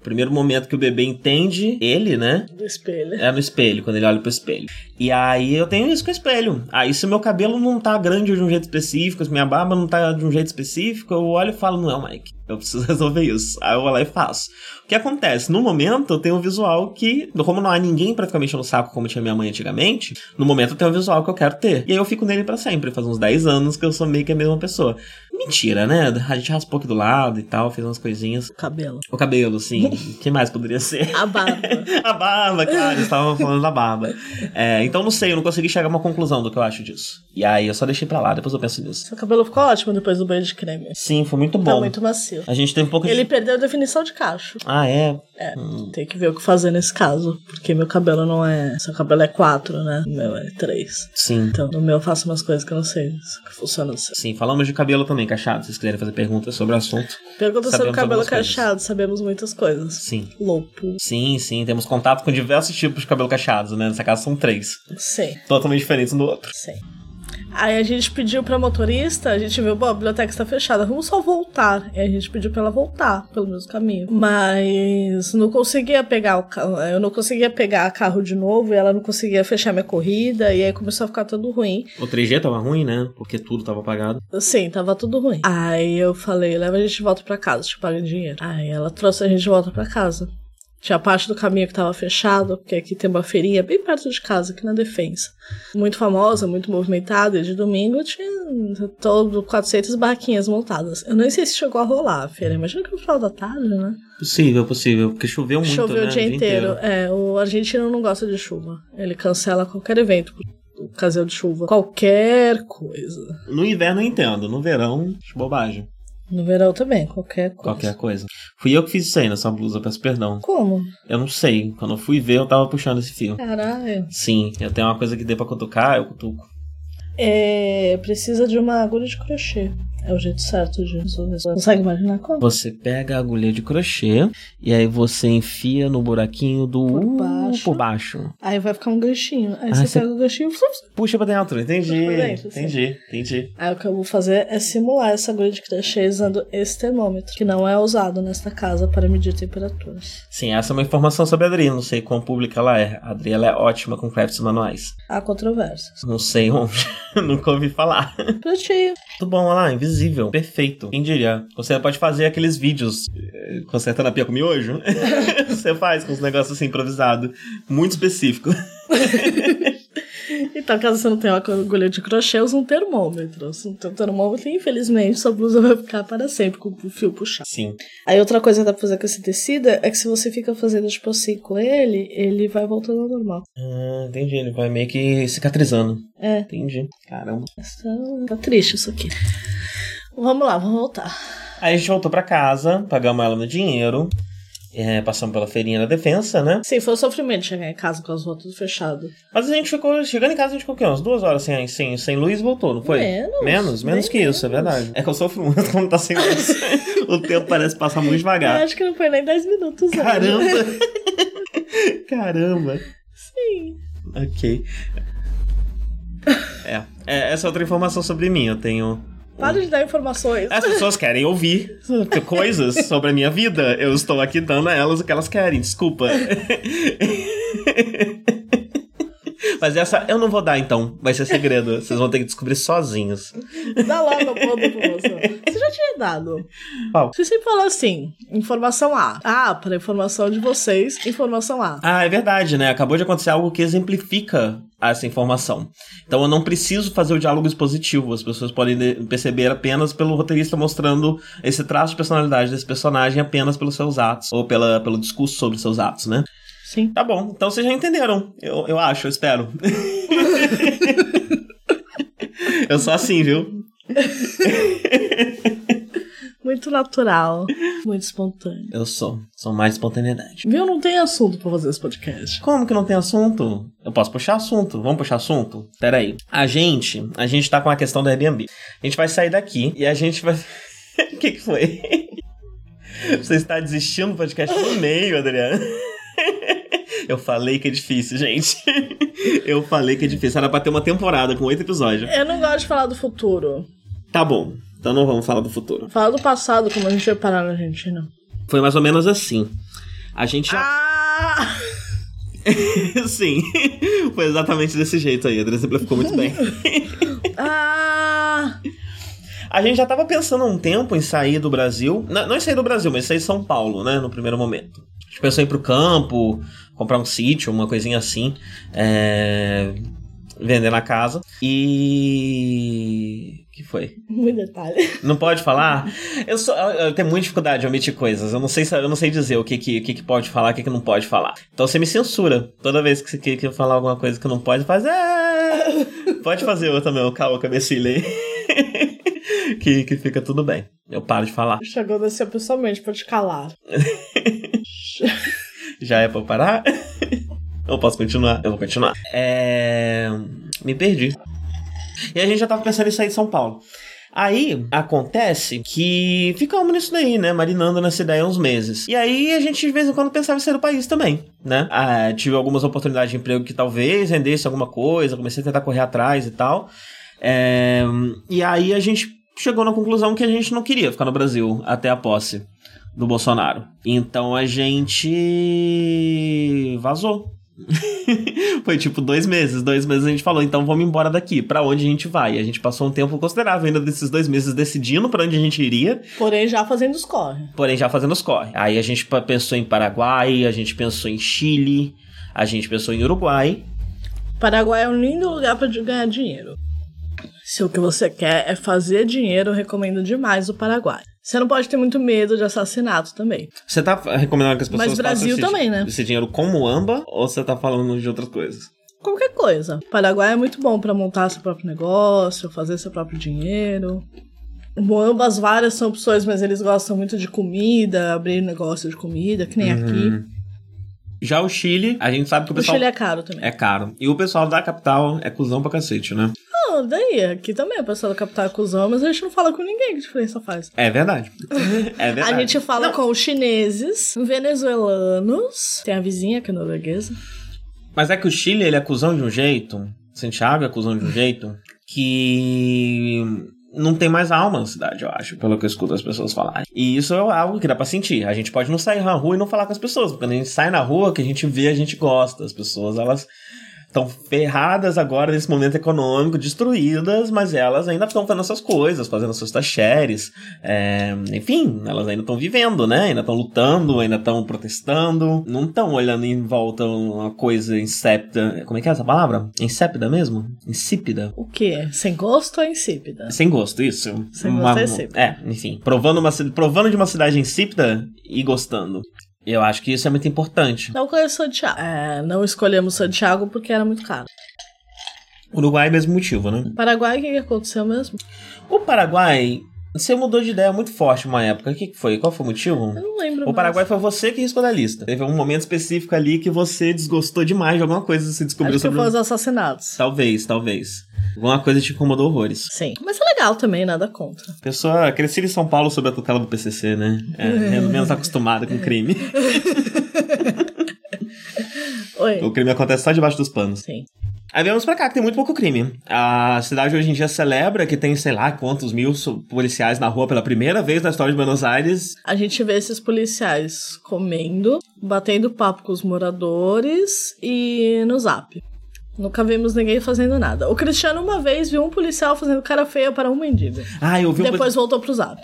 Speaker 1: primeiro momento que o bebê entende ele, né?
Speaker 3: Do espelho.
Speaker 1: É no espelho, quando ele olha pro espelho. E aí eu tenho isso com o espelho. Aí se o meu cabelo não tá grande de um jeito específico, se minha barba não tá de um jeito específico, eu olho e falo, não, Mike, eu preciso resolver isso. Aí eu vou lá e faço. O que acontece? No momento eu tenho um visual que, como não há ninguém praticamente no saco como tinha minha mãe antigamente, no momento eu tenho um visual que eu quero ter. E aí eu fico nele pra sempre. Faz uns 10 anos que eu sou meio que a mesma pessoa. Mentira, né? A gente raspou aqui do lado e tal, fez umas coisinhas.
Speaker 3: Cabelo.
Speaker 1: O cabelo, sim. O que mais poderia ser?
Speaker 3: A barba.
Speaker 1: A barba, claro, eles estavam falando da barba. É, então não sei, eu não consegui chegar a uma conclusão do que eu acho disso. E aí eu só deixei pra lá, depois eu penso nisso.
Speaker 3: Seu cabelo ficou ótimo depois do banho de creme.
Speaker 1: Sim, foi muito bom. É,
Speaker 3: Tá muito macio.
Speaker 1: A gente teve um pouco.
Speaker 3: Ele perdeu a definição de cacho.
Speaker 1: Ah, é?
Speaker 3: É, tem que ver o que fazer nesse caso. Porque meu cabelo não é. Seu cabelo é 4, né? O meu é 3.
Speaker 1: Sim.
Speaker 3: Então, no meu eu faço umas coisas que eu não sei se que funciona no seu.
Speaker 1: Sim, falamos de cabelo também, Cachado. Se vocês quiserem fazer perguntas sobre o assunto.
Speaker 3: Pergunta sobre o
Speaker 1: Sabemos
Speaker 3: cabelo
Speaker 1: algumas coisas.
Speaker 3: cacheado, sabemos muitas coisas.
Speaker 1: Sim.
Speaker 3: Loupo.
Speaker 1: Sim, sim. Temos contato com diversos tipos de cabelo cacheados, né? Nessa casa são três.
Speaker 3: Sei,
Speaker 1: Totalmente diferentes um do outro.
Speaker 3: sei. Aí a gente pediu pra motorista, a gente viu, bom, a biblioteca está fechada, vamos só voltar. E a gente pediu pra ela voltar pelo mesmo caminho. Mas não conseguia pegar o carro, eu não conseguia pegar carro de novo e ela não conseguia fechar minha corrida, e aí começou a ficar tudo ruim.
Speaker 1: O 3G tava ruim, né? Porque tudo tava apagado.
Speaker 3: Sim, tava tudo ruim. Aí eu falei, leva a gente de volta pra casa, te paga em dinheiro. Aí ela trouxe a gente de volta pra casa. Tinha parte do caminho que tava fechado, porque aqui tem uma feirinha bem perto de casa, aqui na Defensa. Muito famosa, muito movimentada, e de domingo tinha todo 400 barraquinhas montadas. Eu nem sei se chegou a rolar a feira, imagina que no final da tarde, né?
Speaker 1: Possível, possível. Porque choveu muito,
Speaker 3: Choveu
Speaker 1: né?
Speaker 3: o dia inteiro. É, o argentino não gosta de chuva. Ele cancela qualquer evento por ocasião de chuva. Qualquer coisa.
Speaker 1: No inverno eu entendo. No verão, acho bobagem.
Speaker 3: No verão também, qualquer coisa.
Speaker 1: Qualquer coisa. Fui eu que fiz isso aí nessa blusa, peço perdão.
Speaker 3: Como?
Speaker 1: Eu não sei. Quando eu fui ver, eu tava puxando esse fio.
Speaker 3: Caralho.
Speaker 1: Sim, eu tenho uma coisa que dê pra cutucar, eu cutuco.
Speaker 3: É, precisa de uma agulha de crochê. É o jeito certo de resolver. isso. Consegue imaginar como?
Speaker 1: Você pega a agulha de crochê e aí você enfia no buraquinho do
Speaker 3: Por
Speaker 1: U
Speaker 3: baixo.
Speaker 1: por baixo.
Speaker 3: Aí vai ficar um ganchinho. Aí
Speaker 1: Ah,
Speaker 3: você
Speaker 1: você-
Speaker 3: pega o ganchinho. fluf.
Speaker 1: Puxa pra dentro, entendi.
Speaker 3: Puxa pra dentro, sim.
Speaker 1: entendi, entendi.
Speaker 3: Aí o que eu vou fazer é simular essa agulha de crochê usando esse termômetro, que não é usado nesta casa para medir temperaturas.
Speaker 1: Sim, essa é uma informação sobre a Adri, não sei quão pública ela é. A Adri ela é ótima com crafts manuais.
Speaker 3: Há controvérsias.
Speaker 1: Não sei onde, nunca ouvi falar.
Speaker 3: Prontinho.
Speaker 1: Muito bom, olha lá, invisível, perfeito. Quem diria? Você pode fazer aqueles vídeos eh, consertando a pia com miojo. Você faz com uns negócios assim improvisado, muito específico.
Speaker 3: Então, caso você não tenha uma agulha de crochê, usa um termômetro. Se não tem um termômetro, infelizmente, sua blusa vai ficar para sempre com o fio puxado.
Speaker 1: Sim.
Speaker 3: Aí outra coisa que dá pra fazer com esse tecido é que se você fica fazendo tipo assim com ele, ele vai voltando ao normal.
Speaker 1: Ah, entendi, ele vai meio que cicatrizando.
Speaker 3: É.
Speaker 1: Entendi. Caramba.
Speaker 3: Tá- Tá triste isso aqui. Vamos lá, vamos voltar.
Speaker 1: Aí a gente voltou pra casa, pagamos ela no dinheiro. eh, passamos pela feirinha da defensa, né?
Speaker 3: Sim, foi um sofrimento chegar em casa com as roupas tudo fechado.
Speaker 1: Mas a gente ficou. Chegando em casa, a gente ficou o quê? Umas duas horas sem, sem, sem luz e voltou, não foi?
Speaker 3: Menos,
Speaker 1: Menos, menos
Speaker 3: bem
Speaker 1: que isso, é
Speaker 3: menos.
Speaker 1: verdade. É que eu sofro muito quando tá sem luz. o tempo parece passar muito
Speaker 3: Eu
Speaker 1: devagar.
Speaker 3: acho que não foi nem 10 minutos. né?
Speaker 1: Caramba! Caramba!
Speaker 3: Sim.
Speaker 1: Ok. É. é, Essa é outra informação sobre mim. Eu tenho.
Speaker 3: Para de dar informações.
Speaker 1: As pessoas querem ouvir coisas sobre a minha vida. Eu estou aqui dando a elas o que elas querem, desculpa. Mas essa eu não vou dar então, vai ser segredo. Vocês vão ter que descobrir sozinhos.
Speaker 3: Dá lá no ponto da informação. Você já tinha dado.
Speaker 1: Qual?
Speaker 3: Você sempre falou assim: informação A. Ah, para informação de vocês, informação A.
Speaker 1: Ah, é verdade, né? Acabou de acontecer algo que exemplifica essa informação. Então eu não preciso fazer o diálogo expositivo. As pessoas podem de- perceber apenas pelo roteirista mostrando esse traço de personalidade desse personagem apenas pelos seus atos, ou pela, pelo discurso sobre seus atos, né?
Speaker 3: Sim.
Speaker 1: Tá bom, então vocês já entenderam. Eu, eu acho, eu espero. eu sou assim, viu?
Speaker 3: Muito natural. Muito espontâneo.
Speaker 1: Eu sou. Sou mais espontaneidade.
Speaker 3: Viu? Não tem assunto pra fazer esse podcast.
Speaker 1: Como que não tem assunto? Eu posso puxar assunto. Vamos puxar assunto? Peraí. A gente, a gente tá com a questão do Airbnb. A gente vai sair daqui e a gente vai. O que, que foi? Você está desistindo do podcast no meio, Adriano. Eu falei que é difícil, gente. Eu falei que é difícil. Era pra ter uma temporada com oito episódios.
Speaker 3: Eu não gosto de falar do futuro.
Speaker 1: Tá bom. Então não vamos falar do futuro.
Speaker 3: Falar do passado, como a gente vai parar na Argentina.
Speaker 1: Foi mais ou menos assim. A gente já.
Speaker 3: Ah!
Speaker 1: Sim, foi exatamente desse jeito aí. A Andressa ficou muito bem.
Speaker 3: Ah!
Speaker 1: A gente já tava pensando há um tempo em sair do Brasil. Não, não em sair do Brasil, mas sair de São Paulo, né? No primeiro momento. A gente pensou em ir pro campo, comprar um sítio, uma coisinha assim. É... Vender na casa. E. que foi?
Speaker 3: Muito detalhe.
Speaker 1: Não pode falar? Eu, sou, eu, eu tenho muita dificuldade de omitir coisas. Eu não sei, sa- eu não sei dizer o que, que, o que, que pode falar, o que, que não pode falar. Então você me censura. Toda vez que você que, que eu falar alguma coisa que não pode, faz. "É". Pode fazer eu também, o caô cabecilha aí. que, que fica tudo bem. Eu paro de falar.
Speaker 3: Chegou desceu pessoalmente pra te calar.
Speaker 1: Já é pra eu parar? eu posso continuar? Eu vou continuar. É... Me perdi. E a gente já tava pensando em sair de São Paulo. Aí acontece que ficamos nisso daí, né? Marinando nessa ideia uns meses. E aí a gente de vez em quando pensava em sair do país também, né? Ah, tive algumas oportunidades de emprego que talvez rendesse alguma coisa, comecei a tentar correr atrás e tal. É, E aí a gente chegou na conclusão que a gente não queria ficar no Brasil até a posse do Bolsonaro. Então a gente vazou. Foi tipo dois meses, dois meses a gente falou, então vamos embora daqui, pra onde a gente vai? E a gente passou um tempo considerável ainda desses dois meses decidindo pra onde a gente iria,
Speaker 3: Porém, já fazendo os corre.
Speaker 1: porém já fazendo os corre. Aí a gente pa- pensou em Paraguai, a gente pensou em Chile, a gente pensou em Uruguai.
Speaker 3: Paraguai é um lindo lugar pra de- ganhar dinheiro. Se o que você quer é fazer dinheiro, eu recomendo demais o Paraguai. Você não pode ter muito medo de assassinato também.
Speaker 1: Você tá recomendando que as
Speaker 3: Mas
Speaker 1: pessoas
Speaker 3: Brasil
Speaker 1: façam esse-
Speaker 3: também, né?
Speaker 1: Esse dinheiro com muamba ou você tá falando de outras coisas?
Speaker 3: Qualquer coisa. Paraguai é muito bom pra montar seu próprio negócio, fazer seu próprio dinheiro. Moamba, as várias são opções, mas eles gostam muito de comida, abrir negócio de comida, que nem
Speaker 1: Uhum.
Speaker 3: aqui.
Speaker 1: Já o Chile, a gente sabe que o
Speaker 3: O
Speaker 1: pessoal
Speaker 3: Chile é caro também.
Speaker 1: É caro. E o pessoal da capital é cuzão pra cacete, né?
Speaker 3: Não, daí, aqui também a pessoa do capital é cuzão, mas a gente não fala com ninguém, que diferença faz?
Speaker 1: É verdade. É verdade.
Speaker 3: A gente fala com os chineses, venezuelanos, tem a vizinha que é norueguesa.
Speaker 1: Mas é que o Chile, ele é cuzão de um jeito, Santiago é cuzão de um jeito, que não tem mais alma na cidade, eu acho, pelo que eu escuto as pessoas falarem. E isso é algo que dá pra sentir. A gente pode não sair na rua e não falar com as pessoas, porque quando a gente sai na rua, o que a gente vê, a gente gosta. As pessoas, elas estão ferradas agora nesse momento econômico, destruídas, mas elas ainda estão fazendo essas coisas, fazendo suas taxeres, é, enfim, elas ainda estão vivendo, né? Ainda estão lutando, ainda estão protestando, não estão olhando em volta uma coisa incepta. Como é que é essa palavra? Insépida mesmo? Insípida?
Speaker 3: O quê? Sem gosto ou insípida?
Speaker 1: Sem gosto, isso.
Speaker 3: Sem gosto é insípido.
Speaker 1: É, enfim. Provando, uma, ci- provando de uma cidade insípida e gostando. Eu acho que isso é muito importante.
Speaker 3: Não conheço Santiago. É, não escolhemos Santiago porque era muito caro.
Speaker 1: Uruguai é o mesmo motivo, né?
Speaker 3: Paraguai, o que que aconteceu mesmo?
Speaker 1: O Paraguai, você mudou de ideia muito forte uma época. O que que foi? Qual foi o motivo?
Speaker 3: Eu não lembro.
Speaker 1: O
Speaker 3: mais.
Speaker 1: Paraguai foi você que riscou da lista. Teve um momento específico ali que você desgostou demais de alguma coisa que você descobriu
Speaker 3: Acho que assim.
Speaker 1: sobre. um-
Speaker 3: foi os assassinatos.
Speaker 1: Talvez, talvez. Alguma coisa te incomodou horrores.
Speaker 3: Sim. Mas é legal também, nada contra.
Speaker 1: Pessoa crescida em São Paulo sob a tutela do PCC, né? É, menos- menos acostumada
Speaker 3: É.
Speaker 1: com crime.
Speaker 3: Oi.
Speaker 1: O crime acontece só debaixo dos panos.
Speaker 3: Sim.
Speaker 1: Aí viemos pra cá, que tem muito pouco crime. A cidade hoje em dia celebra que tem, sei lá, quantos mil so- policiais na rua pela primeira vez na história de Buenos Aires.
Speaker 3: A gente vê esses policiais comendo, batendo papo com os moradores e no zap. Nunca vimos ninguém fazendo nada. O Cristiano uma vez viu um policial fazendo cara feia para um mendigo.
Speaker 1: Ah, eu vi um
Speaker 3: Depois voltou pro zap.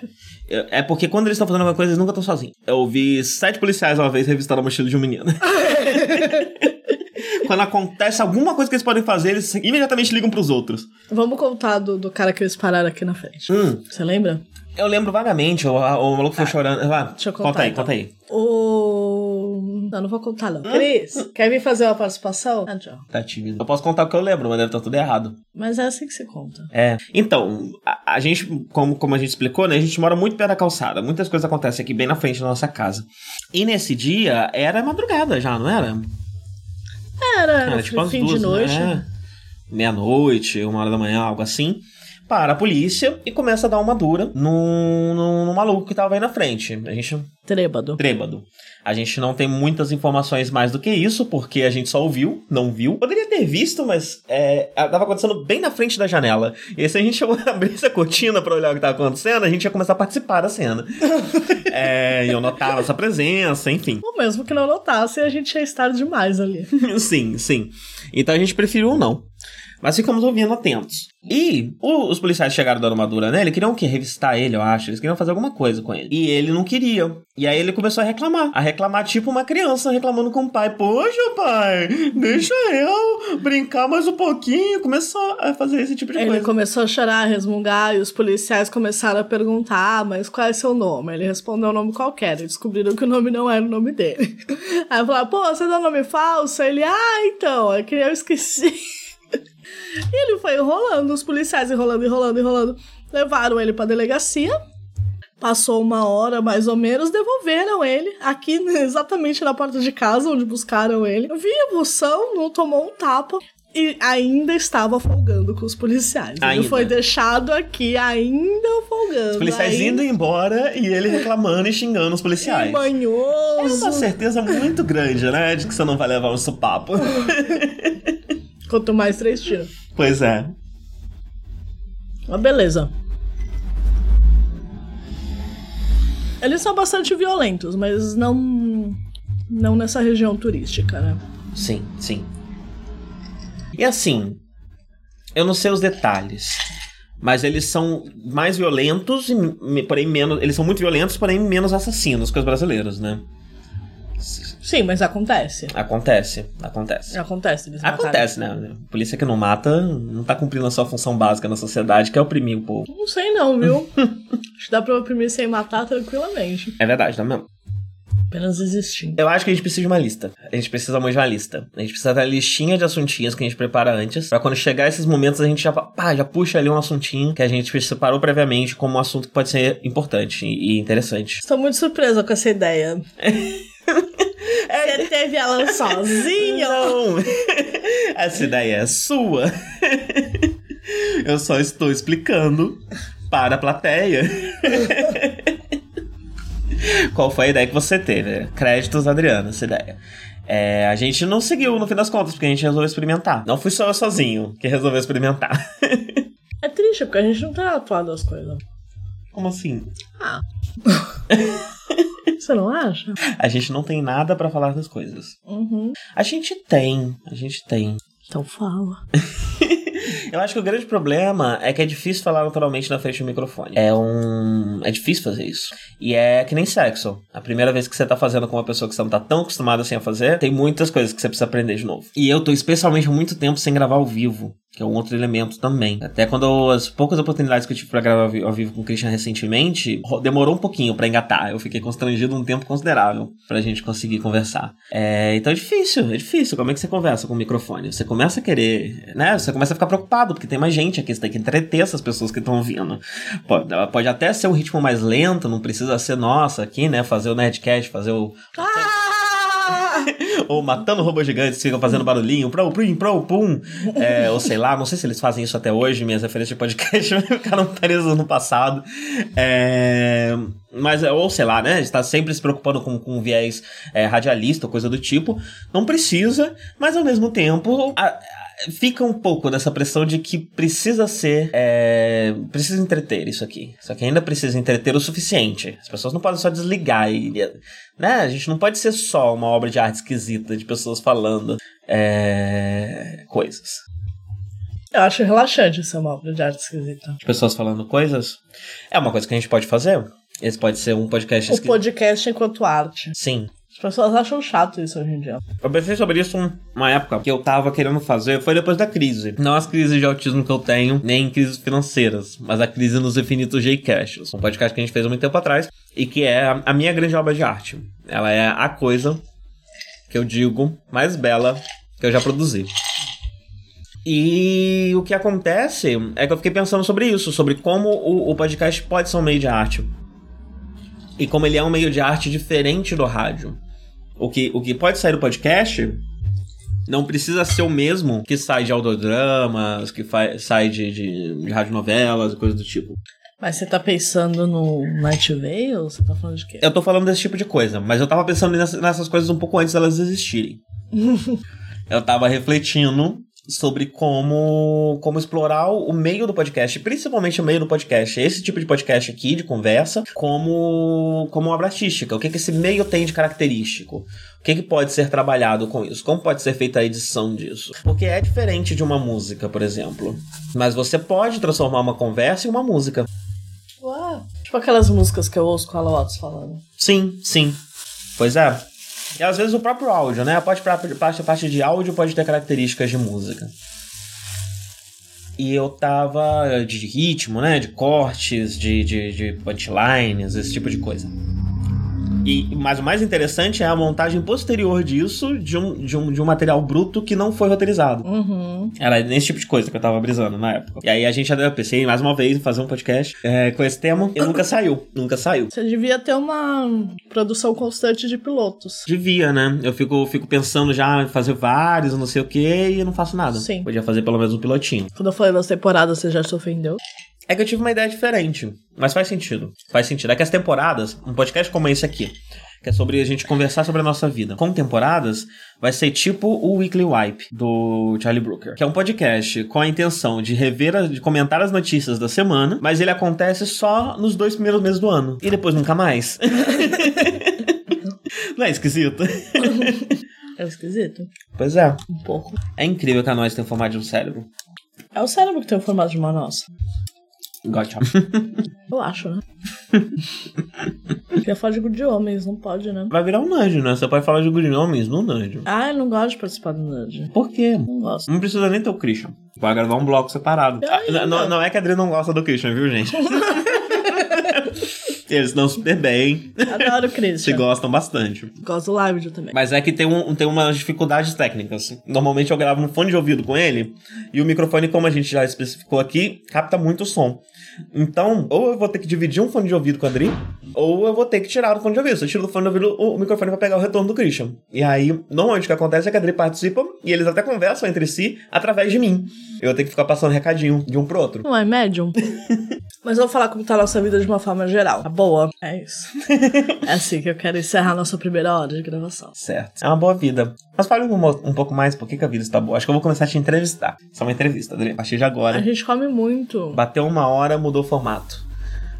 Speaker 1: É é porque quando eles estão fazendo alguma coisa, eles nunca estão sozinhos. Eu ouvi sete policiais uma vez revistando a mochila de um menino. quando acontece alguma coisa que eles podem fazer, eles imediatamente ligam pros outros.
Speaker 3: Vamos contar do, do cara que eles pararam aqui na frente.
Speaker 1: Hum.
Speaker 3: Você lembra?
Speaker 1: Eu lembro vagamente, o, o maluco foi chorando. Ah,
Speaker 3: deixa eu
Speaker 1: Conta
Speaker 3: contar,
Speaker 1: aí,
Speaker 3: então.
Speaker 1: conta aí.
Speaker 3: O. Não, não vou contar, não. Cris, quer vir fazer uma participação? Ah, tchau.
Speaker 1: Tá tímido. Eu posso contar o que eu lembro, mas deve estar tudo errado.
Speaker 3: Mas é assim que se conta.
Speaker 1: É. Então, a, a gente, como, como a gente explicou, né? A gente mora muito perto da calçada. Muitas coisas acontecem aqui bem na frente da nossa casa. E nesse dia, era madrugada já, não era?
Speaker 3: Era, era
Speaker 1: Era tipo às
Speaker 3: fim de
Speaker 1: duas,
Speaker 3: noite.
Speaker 1: né? Meia-noite, uma hora da manhã, algo assim. Para a polícia e começa a dar uma dura num, num, num maluco que tava aí na frente. A gente
Speaker 3: Trêbado.
Speaker 1: Trêbado. A gente não tem muitas informações mais do que isso, porque a gente só ouviu, não viu. Poderia ter visto, mas é, a- tava acontecendo bem na frente da janela. E aí, se a gente chegou a abrir essa cortina pra olhar o que tava acontecendo, a gente ia começar a participar da cena. é, e eu notava essa presença, enfim.
Speaker 3: Ou mesmo que não notasse, a gente ia estar demais ali.
Speaker 1: sim, sim. Então a gente preferiu não. Mas ficamos ouvindo atentos. E o- os policiais chegaram da armadura nele, queriam o quê? Revistar ele, eu acho. Eles queriam fazer alguma coisa com ele. E ele não queria. E aí ele começou a reclamar. A reclamar tipo uma criança reclamando com o pai. Poxa, pai, deixa eu brincar mais um pouquinho. Começou a fazer esse tipo de
Speaker 3: Ele
Speaker 1: coisa.
Speaker 3: começou a chorar, a resmungar, e os policiais começaram a perguntar, "Ah, mas qual é seu nome? Ele respondeu um nome qualquer, e descobriram que o nome não era o nome dele. Aí falaram, pô, você dá um nome falso? Ele, ah, então, é que eu esqueci. E ele foi enrolando, os policiais enrolando, enrolando, enrolando. Levaram ele pra delegacia. Passou uma hora, mais ou menos, devolveram ele aqui, exatamente na porta de casa, onde buscaram ele. Vivo, são, não tomou um tapa. E ainda estava folgando com os policiais.
Speaker 1: Ainda.
Speaker 3: Ele foi deixado aqui, ainda folgando.
Speaker 1: Os policiais indo
Speaker 3: ainda
Speaker 1: embora e ele reclamando e xingando os policiais. É
Speaker 3: manhoso.
Speaker 1: uma certeza muito grande, né? De que você não vai levar um supapo.
Speaker 3: Quanto mais três tiros.
Speaker 1: pois é.
Speaker 3: Mas beleza. Eles são bastante violentos, mas não. Não nessa região turística, né?
Speaker 1: Sim, sim. E assim, eu não sei os detalhes, mas eles são mais violentos e me- porém menos, eles são muito violentos, porém menos assassinos que os brasileiros, né?
Speaker 3: Sim, mas acontece.
Speaker 1: Acontece, acontece.
Speaker 3: Acontece, eles mataram.
Speaker 1: Acontece, né? Polícia que não mata não tá cumprindo a sua função básica na sociedade, que é oprimir o povo.
Speaker 3: Não sei não, viu? Acho que dá pra oprimir sem matar tranquilamente.
Speaker 1: É verdade, não é mesmo?
Speaker 3: Apenas existindo.
Speaker 1: Eu acho que a gente precisa de uma lista. A gente precisa muito de uma lista. A gente precisa da listinha de assuntinhos que a gente prepara antes. Pra quando chegar esses momentos, a gente já, fa- pá, já puxa ali um assuntinho que a gente separou previamente como um assunto que pode ser importante e e interessante.
Speaker 3: Estou muito surpresa com essa ideia. Você teve ela sozinha?
Speaker 1: Não! Essa ideia é sua. Eu só estou explicando para a plateia. Qual foi a ideia que você teve? Créditos, Adriana, essa ideia. É, a gente não seguiu no fim das contas, porque a gente resolveu experimentar. Não fui só eu sozinho que resolveu experimentar.
Speaker 3: É triste, porque a gente não tá atuado as coisas.
Speaker 1: Como assim?
Speaker 3: Ah. Você não acha?
Speaker 1: A gente não tem nada pra falar das coisas.
Speaker 3: Uhum.
Speaker 1: A gente tem, a gente tem.
Speaker 3: Então fala.
Speaker 1: Eu acho que o grande problema é que é difícil falar naturalmente na frente do microfone. É um. É difícil fazer isso. E é que nem sexo. A primeira vez que você tá fazendo com uma pessoa que você não tá tão acostumado assim a fazer, tem muitas coisas que você precisa aprender de novo. E eu tô especialmente há muito tempo sem gravar ao vivo. Que é um outro elemento também. Até quando eu- as poucas oportunidades que eu tive pra gravar ao vi- ao vivo com o Christian recentemente, ro- demorou um pouquinho pra engatar. Eu fiquei constrangido um tempo considerável pra gente conseguir conversar. É, então é difícil, é difícil. Como é que você conversa com o microfone? Você começa a querer, né? Você começa a ficar preocupado, porque tem mais gente aqui, você tem que entreter essas pessoas que estão ouvindo. Pode, ela pode até ser um ritmo mais lento, não precisa ser nossa aqui, né? Fazer o Nerdcast, fazer o.
Speaker 3: Ah!
Speaker 1: Ou matando robôs gigantes, ficam fazendo barulhinho, pro, prim, pro, pum. É, ou sei lá, não sei se eles fazem isso até hoje, minhas referências de podcast ficaram presas no passado. É, mas, é, ou sei lá, né? Está sempre se preocupando com, com viés é, radialista ou coisa do tipo. Não precisa, mas ao mesmo tempo. a- a- Fica um pouco dessa pressão de que precisa ser. é, precisa entreter isso aqui. Só que ainda precisa entreter o suficiente. As pessoas não podem só desligar e. Né? A gente não pode ser só uma obra de arte esquisita de pessoas falando é, coisas.
Speaker 3: Eu acho relaxante ser uma obra de arte esquisita.
Speaker 1: De pessoas falando coisas. É uma coisa que a gente pode fazer. Esse pode ser um podcast
Speaker 3: O
Speaker 1: esquisito.
Speaker 3: podcast enquanto arte.
Speaker 1: Sim.
Speaker 3: As pessoas acham chato isso hoje em dia.
Speaker 1: Eu pensei sobre isso um- uma época que eu tava querendo fazer, foi depois da crise. Não as crises de autismo que eu tenho, nem crises financeiras, mas a crise nos infinitos J-Casts. Um podcast que a gente fez há muito tempo atrás e que é a a minha grande obra de arte. Ela é a coisa que eu digo mais bela que eu já produzi. E o que acontece é que eu fiquei pensando sobre isso, sobre como o, o podcast pode ser um meio de arte. E como ele é um meio de arte diferente do rádio. O que, o que pode sair do podcast não precisa ser o mesmo que sai de audiodramas, que fa- sai de, de, de radionovelas e coisa do tipo.
Speaker 3: Mas você tá pensando no Night Vale? Ou Você tá falando de quê?
Speaker 1: Eu tô falando desse tipo de coisa, mas eu tava pensando nessas, nessas coisas um pouco antes delas existirem. eu tava refletindo sobre como, como explorar o meio do podcast, principalmente o meio do podcast, esse tipo de podcast aqui, de conversa, como, como obra artística. O que, que esse meio tem de característico? O que, que pode ser trabalhado com isso? Como pode ser feita a edição disso? Porque é diferente de uma música, por exemplo. Mas você pode transformar uma conversa em uma música.
Speaker 3: Uau. Tipo aquelas músicas que eu ouço com a Lotus falando.
Speaker 1: Sim, sim. Pois é. E às vezes o próprio áudio, né? A parte, pra- parte, a parte de áudio pode ter características de música. E eu tava de ritmo, né? De cortes, de, de, de punchlines, esse tipo de coisa. E, mas o mais interessante é a montagem posterior disso de um, de um, de um material bruto que não foi roteirizado.
Speaker 3: Uhum.
Speaker 1: Era nesse tipo de coisa que eu tava brisando na época. E aí a gente, eu pensei mais uma vez em fazer um podcast é, com esse tema e nunca saiu. Nunca saiu.
Speaker 3: Você devia ter uma produção constante de pilotos.
Speaker 1: Devia, né? Eu fico, fico pensando já em fazer vários, não sei o quê, e eu não faço nada.
Speaker 3: Sim.
Speaker 1: Podia fazer pelo menos um pilotinho.
Speaker 3: Quando eu falei das temporadas, você já se ofendeu?
Speaker 1: É que eu tive uma ideia diferente, mas faz sentido. Faz sentido. É que as temporadas, um podcast como esse aqui, que é sobre a gente conversar sobre a nossa vida, com temporadas, vai ser tipo o Weekly Wipe do Charlie Brooker, que é um podcast com a intenção de rever, as- de comentar as notícias da semana, mas ele acontece só nos dois primeiros meses do ano e depois nunca mais. não é esquisito?
Speaker 3: É esquisito?
Speaker 1: Pois é.
Speaker 3: Um pouco.
Speaker 1: É incrível que a nós tem o formato de um cérebro.
Speaker 3: É o cérebro que tem o formato de uma nossa.
Speaker 1: Gotcha.
Speaker 3: Eu acho, né? Porque é código de homens, não pode, né?
Speaker 1: Vai virar um nudge, né? Você pode falar de homens no nudge.
Speaker 3: Ah, eu não gosto de participar do Nudge.
Speaker 1: Por quê?
Speaker 3: Não gosto.
Speaker 1: Não precisa nem ter o Christian. Vai gravar um bloco separado.
Speaker 3: Eu ainda.
Speaker 1: Ah, Não, não é que a Adri não gosta do Christian, viu, gente? Eles não super bem,
Speaker 3: Adoro o
Speaker 1: se
Speaker 3: Christian.
Speaker 1: gostam bastante.
Speaker 3: Gosto do live também.
Speaker 1: Mas é que tem, um, tem umas dificuldades técnicas. Normalmente eu gravo no fone de ouvido com ele, e o microfone, como a gente já especificou aqui, capta muito o som. Então, ou eu vou ter que dividir um fone de ouvido com a Adri, ou eu vou ter que tirar o fone de ouvido. Se eu tiro do fone de ouvido, o, o microfone vai pegar o retorno do Christian. E aí, normalmente o que acontece é que a Adri participa, e eles até conversam entre si através de mim. Eu vou ter que ficar passando recadinho de um pro outro.
Speaker 3: Não é médium? Mas vou falar como tá a nossa vida de uma forma geral. Tá boa. É isso. é assim que eu quero encerrar a nossa primeira hora de gravação.
Speaker 1: Certo. É uma boa vida. Mas fale um, um pouco mais por que, que a vida está boa. Acho que eu vou começar a te entrevistar. Só uma entrevista, Adri. A partir de agora.
Speaker 3: A gente come muito.
Speaker 1: Bateu uma hora, mudou o formato.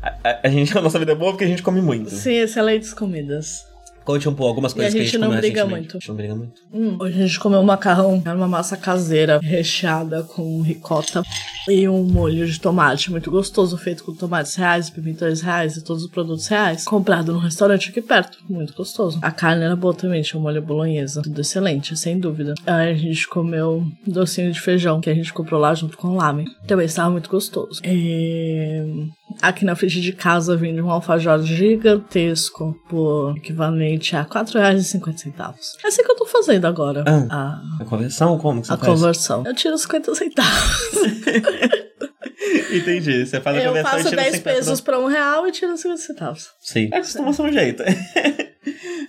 Speaker 1: A, a- a gente, a nossa vida é boa porque a gente come muito.
Speaker 3: Sim, excelentes comidas.
Speaker 1: Conte um pouco algumas
Speaker 3: E
Speaker 1: coisas
Speaker 3: a
Speaker 1: que a
Speaker 3: gente
Speaker 1: gente
Speaker 3: não
Speaker 1: comeu
Speaker 3: briga
Speaker 1: recentemente.
Speaker 3: muito.
Speaker 1: A gente não briga muito.
Speaker 3: Hum, hoje a gente comeu um macarrão, era uma massa caseira recheada com ricota e um molho de tomate muito gostoso, feito com tomates reais, pimentões reais e todos os produtos reais, comprado num restaurante aqui perto, muito gostoso. A carne era boa também, tinha um molho bolonhesa, tudo excelente, sem dúvida. Aí a gente comeu um docinho de feijão que a gente comprou lá junto com o lamen, também estava muito gostoso. E... Aqui na frente de casa vende um alfajor gigantesco por equivalente a R$ 4,50. É assim que eu tô fazendo agora.
Speaker 1: Ah.
Speaker 3: A...
Speaker 1: A conversão, como que você
Speaker 3: A
Speaker 1: faz?
Speaker 3: conversão. Eu tiro os 50 centavos.
Speaker 1: Entendi. Você faz a
Speaker 3: Eu
Speaker 1: conversão e
Speaker 3: faço
Speaker 1: é tira
Speaker 3: 10
Speaker 1: 50
Speaker 3: pesos pra um real e tiro os 50 centavos.
Speaker 1: Sim. É, costuma ser um jeito.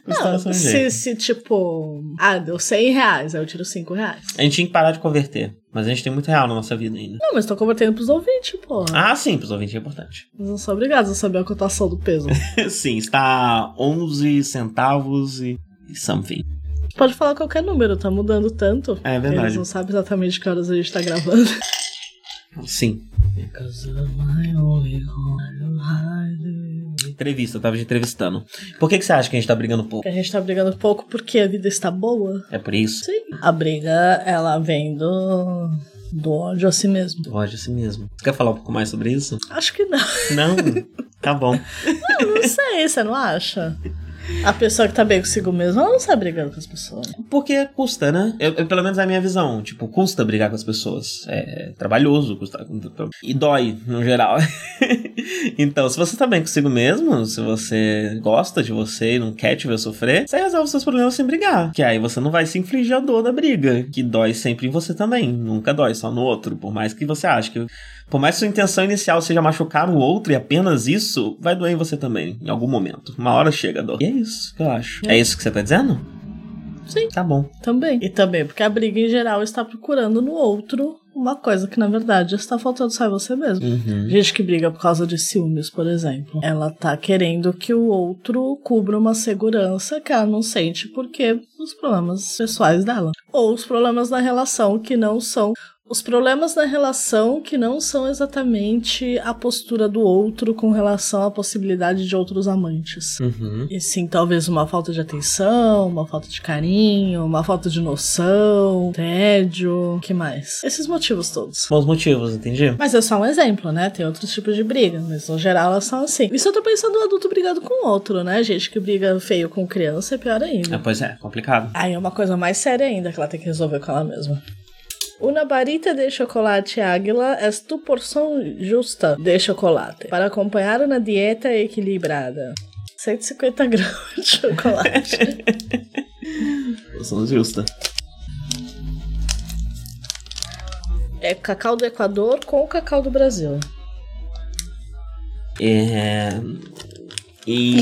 Speaker 1: costuma
Speaker 3: Não,
Speaker 1: ser um
Speaker 3: se,
Speaker 1: jeito.
Speaker 3: se tipo, ah, deu 100 reais, aí eu tiro 5 reais.
Speaker 1: A gente tinha que parar de converter. Mas a gente tem muito real na nossa vida ainda.
Speaker 3: Não, mas tô convertendo pros ouvintes, porra.
Speaker 1: Ah, sim, pros ouvintes é importante.
Speaker 3: Mas não sou obrigado a saber a cotação do peso.
Speaker 1: sim, está 11 centavos e e something.
Speaker 3: Pode falar qualquer número, tá mudando tanto.
Speaker 1: É verdade.
Speaker 3: Eles não sabem exatamente que horas a gente tá gravando.
Speaker 1: Sim. Entrevista, eu tava te entrevistando. Por que, que você acha que a gente tá brigando pouco?
Speaker 3: A gente tá brigando pouco porque a vida está boa.
Speaker 1: É por isso?
Speaker 3: Sim. A briga, ela vem do, do ódio a si mesmo.
Speaker 1: Pode, assim mesmo. Você quer falar um pouco mais sobre isso?
Speaker 3: Acho que não.
Speaker 1: Não. tá bom.
Speaker 3: Eu não sei, você não acha? A pessoa que tá bem consigo mesma, ela não sai brigando com as pessoas.
Speaker 1: Porque custa, né? Eu, eu- pelo menos é a minha visão. Tipo, custa brigar com as pessoas. É, trabalhoso, custa. E dói, no geral. então, se você tá bem consigo mesmo, se você gosta de você e não quer te ver sofrer, você resolve seus problemas sem brigar. Que aí você não vai se infligir a dor da briga, que dói sempre em você também. Nunca dói só no outro. Por mais que você ache que. Por mais que sua intenção inicial seja machucar o outro e apenas isso, vai doer em você também, em algum momento. Uma hora chega a dor. E é isso que eu acho. É, isso que você tá dizendo?
Speaker 3: Sim.
Speaker 1: Tá bom.
Speaker 3: Também. E também porque a briga em geral está procurando no outro o uma coisa que, na verdade, está faltando só é você mesmo.
Speaker 1: Uhum.
Speaker 3: Gente que briga por causa de ciúmes, por exemplo. Ela tá querendo que o outro cubra uma segurança que ela não sente porque os problemas pessoais dela. Ou os problemas da relação que não são. Os problemas da relação que não são exatamente a postura do outro com relação à possibilidade de outros amantes.
Speaker 1: Uhum.
Speaker 3: E sim, talvez uma falta de atenção, uma falta de carinho, uma falta de noção, tédio, que mais? Esses motivos todos.
Speaker 1: Bons motivos, entendi?
Speaker 3: Mas é só um exemplo, né? Tem outros tipos de briga, mas no geral elas são assim. Isso eu tô pensando no adulto brigado com outro, né? Gente que briga feio com criança é pior ainda.
Speaker 1: Ah, pois é, complicado.
Speaker 3: Aí é uma coisa mais séria ainda que ela tem que resolver com ela mesma. Una barita de chocolate águila es tu porção justa de chocolate para acompanhar uma dieta equilibrada. 150 gramas de chocolate.
Speaker 1: Posição justa.
Speaker 3: É cacau do Equador com cacau do Brasil.
Speaker 1: É. E.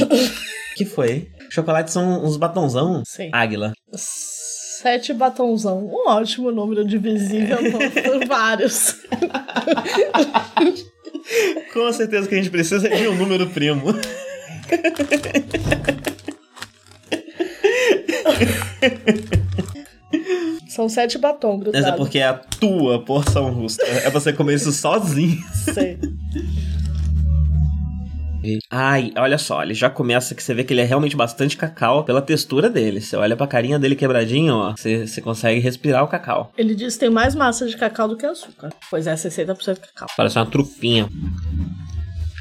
Speaker 1: que foi? Chocolates são uns batonzão?
Speaker 3: Sim.
Speaker 1: Águila.
Speaker 3: Sete batonzão. Um ótimo número divisível por, por vários.
Speaker 1: Com certeza que a gente precisa de um número primo.
Speaker 3: São sete batom
Speaker 1: Mas
Speaker 3: grudados.
Speaker 1: é porque é a tua porção justa. É você comer isso sozinho.
Speaker 3: Sei.
Speaker 1: Ai, olha só, ele já começa que você vê que ele é realmente bastante cacau pela textura dele. Você olha pra carinha dele quebradinho, ó. Você, você consegue respirar o cacau.
Speaker 3: Ele diz que tem mais massa de cacau do que açúcar. Pois é, 60% cacau.
Speaker 1: Parece uma trupinha.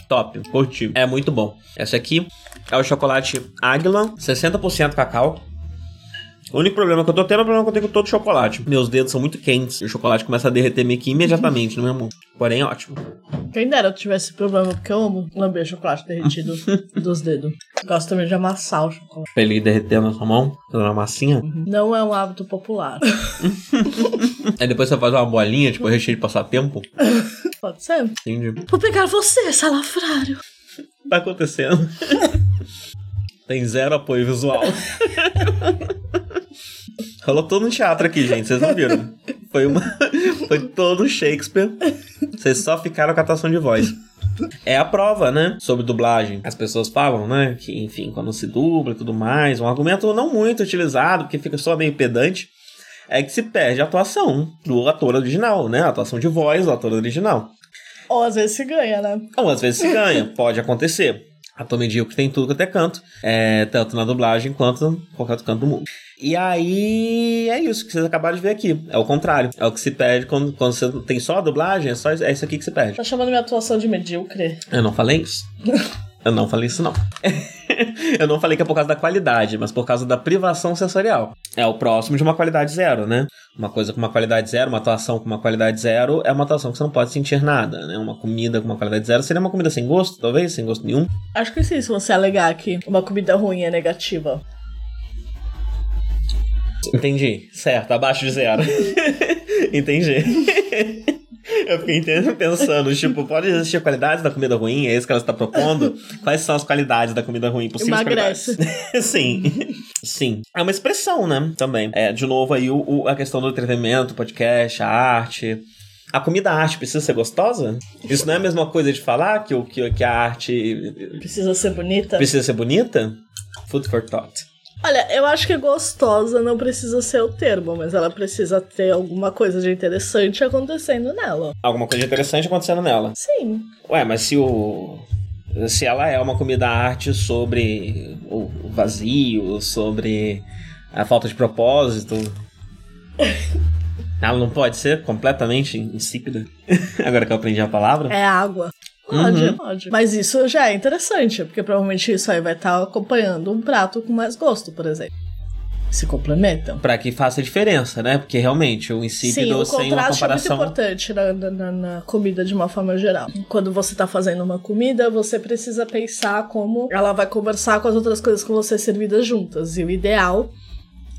Speaker 1: Top, curti. É muito bom. Essa aqui é o chocolate Águila, 60% cacau. O único problema que eu tô tendo é o problema que eu tenho com todo chocolate. Meus dedos são muito quentes e o chocolate começa a derreter meio que imediatamente no meu mão. Porém, é ótimo.
Speaker 3: Quem dera eu tivesse problema, porque eu amo lamber chocolate derretido dos dedos. Gosto também de amassar o chocolate.
Speaker 1: Pra ele derreter na sua mão, na massinha.
Speaker 3: Não é um hábito popular.
Speaker 1: Aí depois você faz uma bolinha, tipo recheio de passatempo.
Speaker 3: Pode ser?
Speaker 1: Entendi.
Speaker 3: Vou pegar você, salafrário.
Speaker 1: tá acontecendo? Tem zero apoio visual. Rolou todo um teatro aqui, gente. Vocês não viram? Foi, uma... Foi todo um Shakespeare. Vocês só ficaram com a atuação de voz. É a prova, né? Sobre dublagem. As pessoas falam, né? Que, enfim, quando se dubla e tudo mais. Um argumento não muito utilizado, porque fica só meio pedante. É que se perde a atuação do ator original, né? A atuação de voz do ator original.
Speaker 3: Ou às vezes se ganha, né?
Speaker 1: Ou Então, às vezes se ganha, pode acontecer. A Tom Medíocre tem tudo quanto é canto, é, tanto na dublagem quanto em qualquer outro canto do mundo. E aí é isso que vocês acabaram de ver aqui. É o contrário. É o que se perde quando, quando você tem só a dublagem, é, só, isso- é isso aqui que se perde.
Speaker 3: Tá chamando minha atuação de medíocre.
Speaker 1: Eu não falei isso. Eu não falei isso, não. Eu não falei que é por causa da qualidade, mas por causa da privação sensorial. É o próximo de uma qualidade zero, né? Uma coisa com uma qualidade zero, uma atuação com uma qualidade zero, é uma atuação que você não pode sentir nada, né? Uma comida com uma qualidade zero seria uma comida sem gosto, talvez, sem gosto nenhum.
Speaker 3: Acho que sim, se você alegar que uma comida ruim é negativa.
Speaker 1: Entendi. Certo, abaixo de zero. Entendi. Eu fiquei entendendo, pensando, tipo, pode existir qualidades da comida ruim? É isso que ela está propondo? Quais são as qualidades da comida ruim? Possíveis
Speaker 3: Emagrece.
Speaker 1: qualidades? Sim. Sim. É uma expressão, né? Também. É, de novo aí o- o- a questão do entretenimento, podcast, a arte. A comida a arte precisa ser gostosa? Isso não é a mesma coisa de falar que, o- que, que a arte
Speaker 3: Precisa ser bonita.
Speaker 1: precisa ser bonita? Food for thought.
Speaker 3: Olha, eu acho que gostosa não precisa ser o termo, mas ela precisa ter alguma coisa de interessante acontecendo nela.
Speaker 1: Alguma coisa interessante acontecendo nela.
Speaker 3: Sim.
Speaker 1: Ué, mas se o. Se ela é uma comida arte sobre o o vazio, sobre a falta de propósito. Ela não pode ser completamente insípida. Agora que eu aprendi a palavra.
Speaker 3: É água. Pode, pode. Mas isso já é interessante, porque provavelmente isso aí vai estar acompanhando um prato com mais gosto, por exemplo. Se complementam.
Speaker 1: Pra que faça diferença, né? Porque realmente o insípido
Speaker 3: Sim, o
Speaker 1: sem uma
Speaker 3: contraste é muito
Speaker 1: comparação.
Speaker 3: importante na, na- na- na comida de uma forma geral. Quando você tá fazendo uma comida, você precisa pensar como ela vai conversar com as outras coisas que vão ser servidas juntas. E o ideal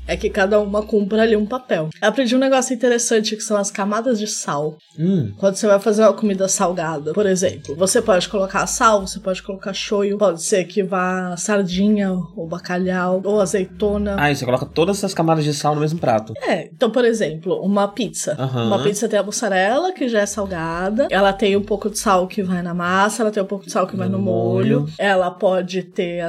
Speaker 3: É que cada uma cumpra ali um papel. Eu aprendi um negócio interessante que são as camadas de sal.
Speaker 1: Hum,
Speaker 3: Quando você vai fazer uma comida salgada, por exemplo, você pode colocar sal, você pode colocar shoyu, pode ser que vá sardinha, ou bacalhau, ou azeitona.
Speaker 1: Ah, e você coloca todas essas camadas de sal no mesmo prato.
Speaker 3: É, então, por exemplo, uma pizza.
Speaker 1: Aham.
Speaker 3: Uma pizza tem a mussarela, que já é salgada. Ela tem um pouco de sal que vai na massa, ela tem um pouco de sal que vai no
Speaker 1: No molho.
Speaker 3: molho. Ela pode ter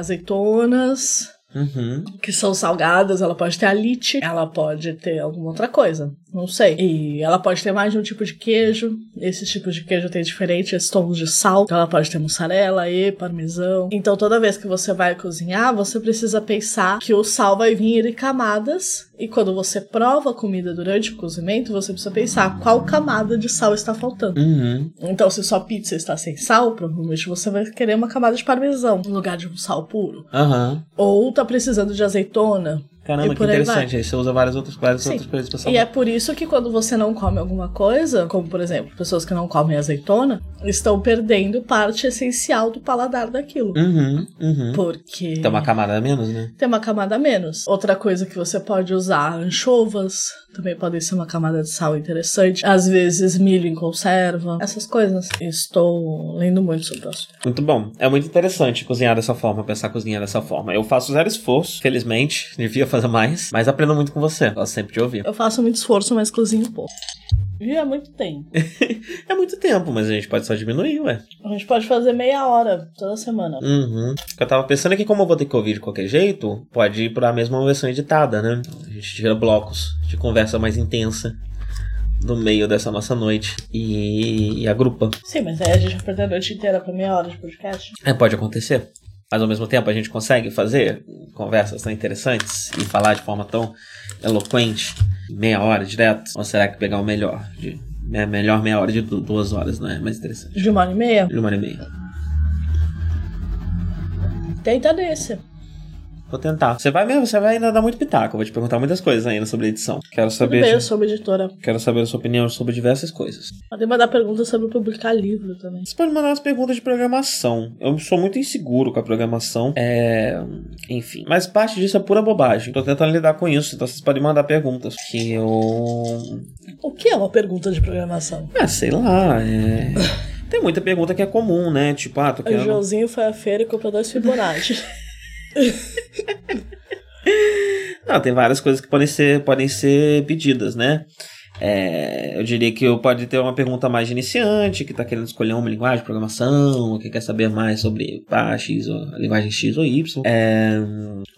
Speaker 3: azeitonas,
Speaker 1: Uhum.
Speaker 3: que são salgadas, ela pode ter alite, ela pode ter alguma outra coisa, não sei. E ela pode ter mais de um tipo de queijo, esses tipos de queijo tem diferentes tons de sal, então ela pode ter mussarela e parmesão. Então toda vez que você vai cozinhar, você precisa pensar que o sal vai vir em camadas, e quando você prova a comida durante o cozimento, você precisa pensar qual camada de sal está faltando.
Speaker 1: Uhum.
Speaker 3: Então, se sua pizza está sem sal, provavelmente você vai querer uma camada de parmesão no lugar de um sal puro.
Speaker 1: Aham.
Speaker 3: Ou tá precisando de azeitona.
Speaker 1: Caramba,
Speaker 3: E
Speaker 1: que
Speaker 3: por aí
Speaker 1: interessante. Aí, você usa várias outras, várias
Speaker 3: Sim.
Speaker 1: outras coisas pra
Speaker 3: E é
Speaker 1: salvar.
Speaker 3: por isso que quando você não come alguma coisa, como por exemplo, pessoas que não comem azeitona, estão perdendo parte essencial do paladar daquilo.
Speaker 1: Uhum, uhum.
Speaker 3: Porque
Speaker 1: Tem uma camada a menos, né?
Speaker 3: tem uma camada a menos. Outra coisa que você pode usar, anchovas, também podem ser uma camada de sal interessante. Às vezes milho em conserva, essas coisas. Estou lendo muito sobre o assunto.
Speaker 1: Muito bom. É muito interessante cozinhar dessa forma, pensar cozinhar dessa forma. Eu faço zero esforço, felizmente. Devia fazer mais, mas aprendo muito com você. Gosto sempre de ouvir.
Speaker 3: Eu faço muito esforço, mas cozinho pouco. E há muito tempo.
Speaker 1: É muito tempo, mas a gente pode só diminuir, ué.
Speaker 3: A gente pode fazer meia hora toda semana.
Speaker 1: Uhum. Eu tava pensando que, como eu vou ter que ouvir de qualquer jeito, pode ir pra mesma versão editada, né? A gente tira blocos de conversa mais intensa do meio dessa nossa noite e, e agrupa.
Speaker 3: Sim, mas aí a gente vai perder a noite inteira pra meia hora de podcast.
Speaker 1: É, pode acontecer. Mas ao mesmo tempo a gente consegue fazer conversas tão interessantes e falar de forma tão eloquente, meia hora direto? Ou será que pegar o melhor? De, é melhor meia hora de du- duas horas, não é mais interessante?
Speaker 3: De uma hora e meia?
Speaker 1: De uma hora e meia.
Speaker 3: Tenta nesse.
Speaker 1: Vou tentar. Você vai mesmo, você vai ainda dar muito pitaco. Eu vou te perguntar muitas coisas ainda sobre edição. Quero
Speaker 3: Tudo
Speaker 1: saber.
Speaker 3: bem, eu
Speaker 1: de-
Speaker 3: sou uma editora.
Speaker 1: Quero saber a sua opinião sobre diversas coisas.
Speaker 3: Podem mandar perguntas sobre publicar livro também.
Speaker 1: Você pode mandar as perguntas de programação. Eu sou muito inseguro com a programação. É. Enfim. Mas parte disso é pura bobagem. Tô tentando lidar com isso, então vocês podem mandar perguntas. Que eu.
Speaker 3: O que é uma pergunta de programação?
Speaker 1: Ah, sei lá. É... Tem muita pergunta que é comum, né? Tipo, ah, tô
Speaker 3: O
Speaker 1: querendo.
Speaker 3: Joãozinho foi à feira e comprou dois Fibonacci.
Speaker 1: Não, tem várias coisas que podem ser, podem ser pedidas, né? É, eu diria que eu pode ter uma pergunta mais de iniciante, que está querendo escolher uma linguagem de programação, que quer saber mais sobre pá, X, ou, a linguagem X ou Y. É,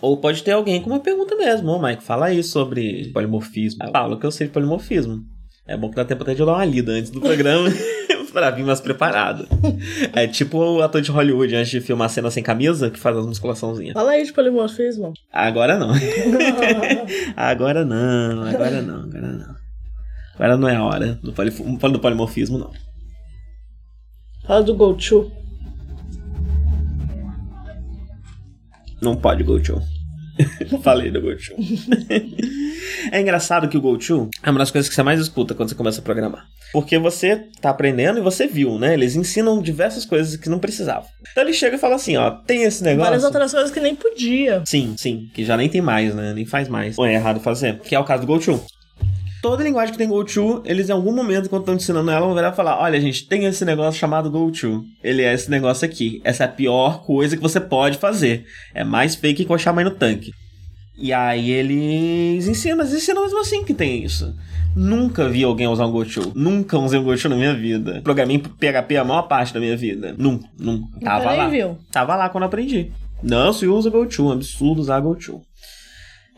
Speaker 1: ou pode ter alguém com uma pergunta mesmo. Ô, Mike, fala aí sobre polimorfismo. Ah, Paulo, que eu sei de polimorfismo. É bom que dá tempo até de eu dar uma lida antes do programa. Pra vir mais preparado. É tipo o ator de Hollywood antes de filmar a cena sem camisa, que faz as musculaçãozinhas.
Speaker 3: Fala aí de polimorfismo.
Speaker 1: Agora não. Agora não, agora não, agora não. Agora não é a hora do, polif- do polimorfismo, não.
Speaker 3: Fala do Golchu.
Speaker 1: Não pode Gochu. Falei do Gochu. é engraçado que o Gochu é uma das coisas que você mais escuta quando você começa a programar. Porque você tá aprendendo e você viu, né? Eles ensinam diversas coisas que não precisava. Então ele chega e fala assim, ó, tem esse negócio.
Speaker 3: Várias outras coisas que nem podia.
Speaker 1: Sim, sim, que já nem tem mais, né? Nem faz mais. Ou é errado fazer. Que é o caso do GoTo. Toda linguagem que tem GoTo, eles em algum momento, quando estão ensinando ela, vão virar e falar: olha, gente, tem esse negócio chamado GoTo. Ele é esse negócio aqui. Essa é a pior coisa que você pode fazer. É mais fake que coxar a mãe no tanque. E aí eles ensinam, mas ensinam mesmo assim que tem isso. Nunca vi alguém usar um GoTo. Nunca usei um GoTo na minha vida. Programei PHP é a maior parte da minha vida. Nunca, nunca. Tava
Speaker 3: Nunca
Speaker 1: Ah, lá.
Speaker 3: nem viu.
Speaker 1: Tava lá quando eu aprendi. Não se usa GoTo, é um absurdo usar GoTo.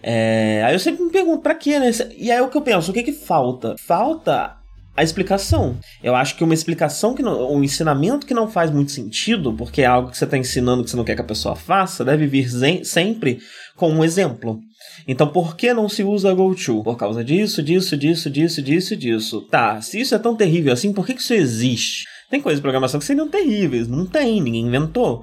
Speaker 1: É, aí eu sempre me pergunto, pra quê, né? E aí é o que eu penso, o que que falta? Falta a explicação. Eu acho que uma explicação, que não, um ensinamento que não faz muito sentido, porque é algo que você tá ensinando que você não quer que a pessoa faça, deve vir zen- sempre com um exemplo. Então, por que não se usa GoTo? Por causa disso, disso, disso, disso, disso, disso. Tá, se isso é tão terrível assim, por que que isso existe? Tem coisas de programação que seriam terríveis, não tem, ninguém inventou.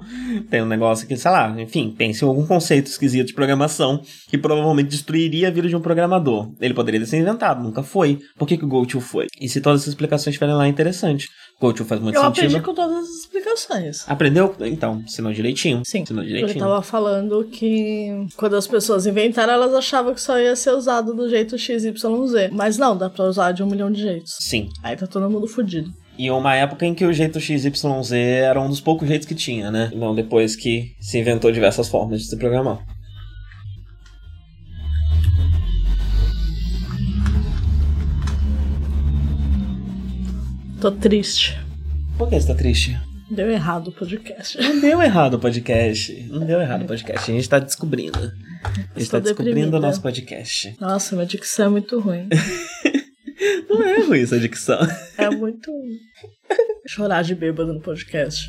Speaker 1: Tem um negócio que, sei lá, enfim, pense em algum conceito esquisito de programação que provavelmente destruiria a vida de um programador. Ele poderia ter sido inventado, nunca foi. Por que, que o GoTo foi? E se todas essas explicações estiverem lá, é interessante. GoTo faz muito
Speaker 3: Eu
Speaker 1: sentido.
Speaker 3: aprendi com todas as explicações.
Speaker 1: Aprendeu? Então, ensinou direitinho.
Speaker 3: Sim.
Speaker 1: Ensinou
Speaker 3: Ele
Speaker 1: direitinho.
Speaker 3: tava falando que quando as pessoas inventaram, elas achavam que só ia ser usado do jeito XYZ. Mas não, dá pra usar de um milhão de jeitos.
Speaker 1: Sim.
Speaker 3: Aí tá todo mundo fudido.
Speaker 1: E uma época em que o jeito XYZ era um dos poucos jeitos que tinha, né? Não depois que se inventou diversas formas de se programar.
Speaker 3: Tô triste.
Speaker 1: Por que você tá triste?
Speaker 3: Deu errado o podcast.
Speaker 1: Não deu errado o podcast. Não deu errado o podcast. A gente tá descobrindo. A gente
Speaker 3: Estou
Speaker 1: tá descobrindo
Speaker 3: deprimida.
Speaker 1: o nosso podcast.
Speaker 3: Nossa, minha dicção é muito ruim.
Speaker 1: Não é ruim essa dicção.
Speaker 3: É muito. Chorar de bêbado no podcast.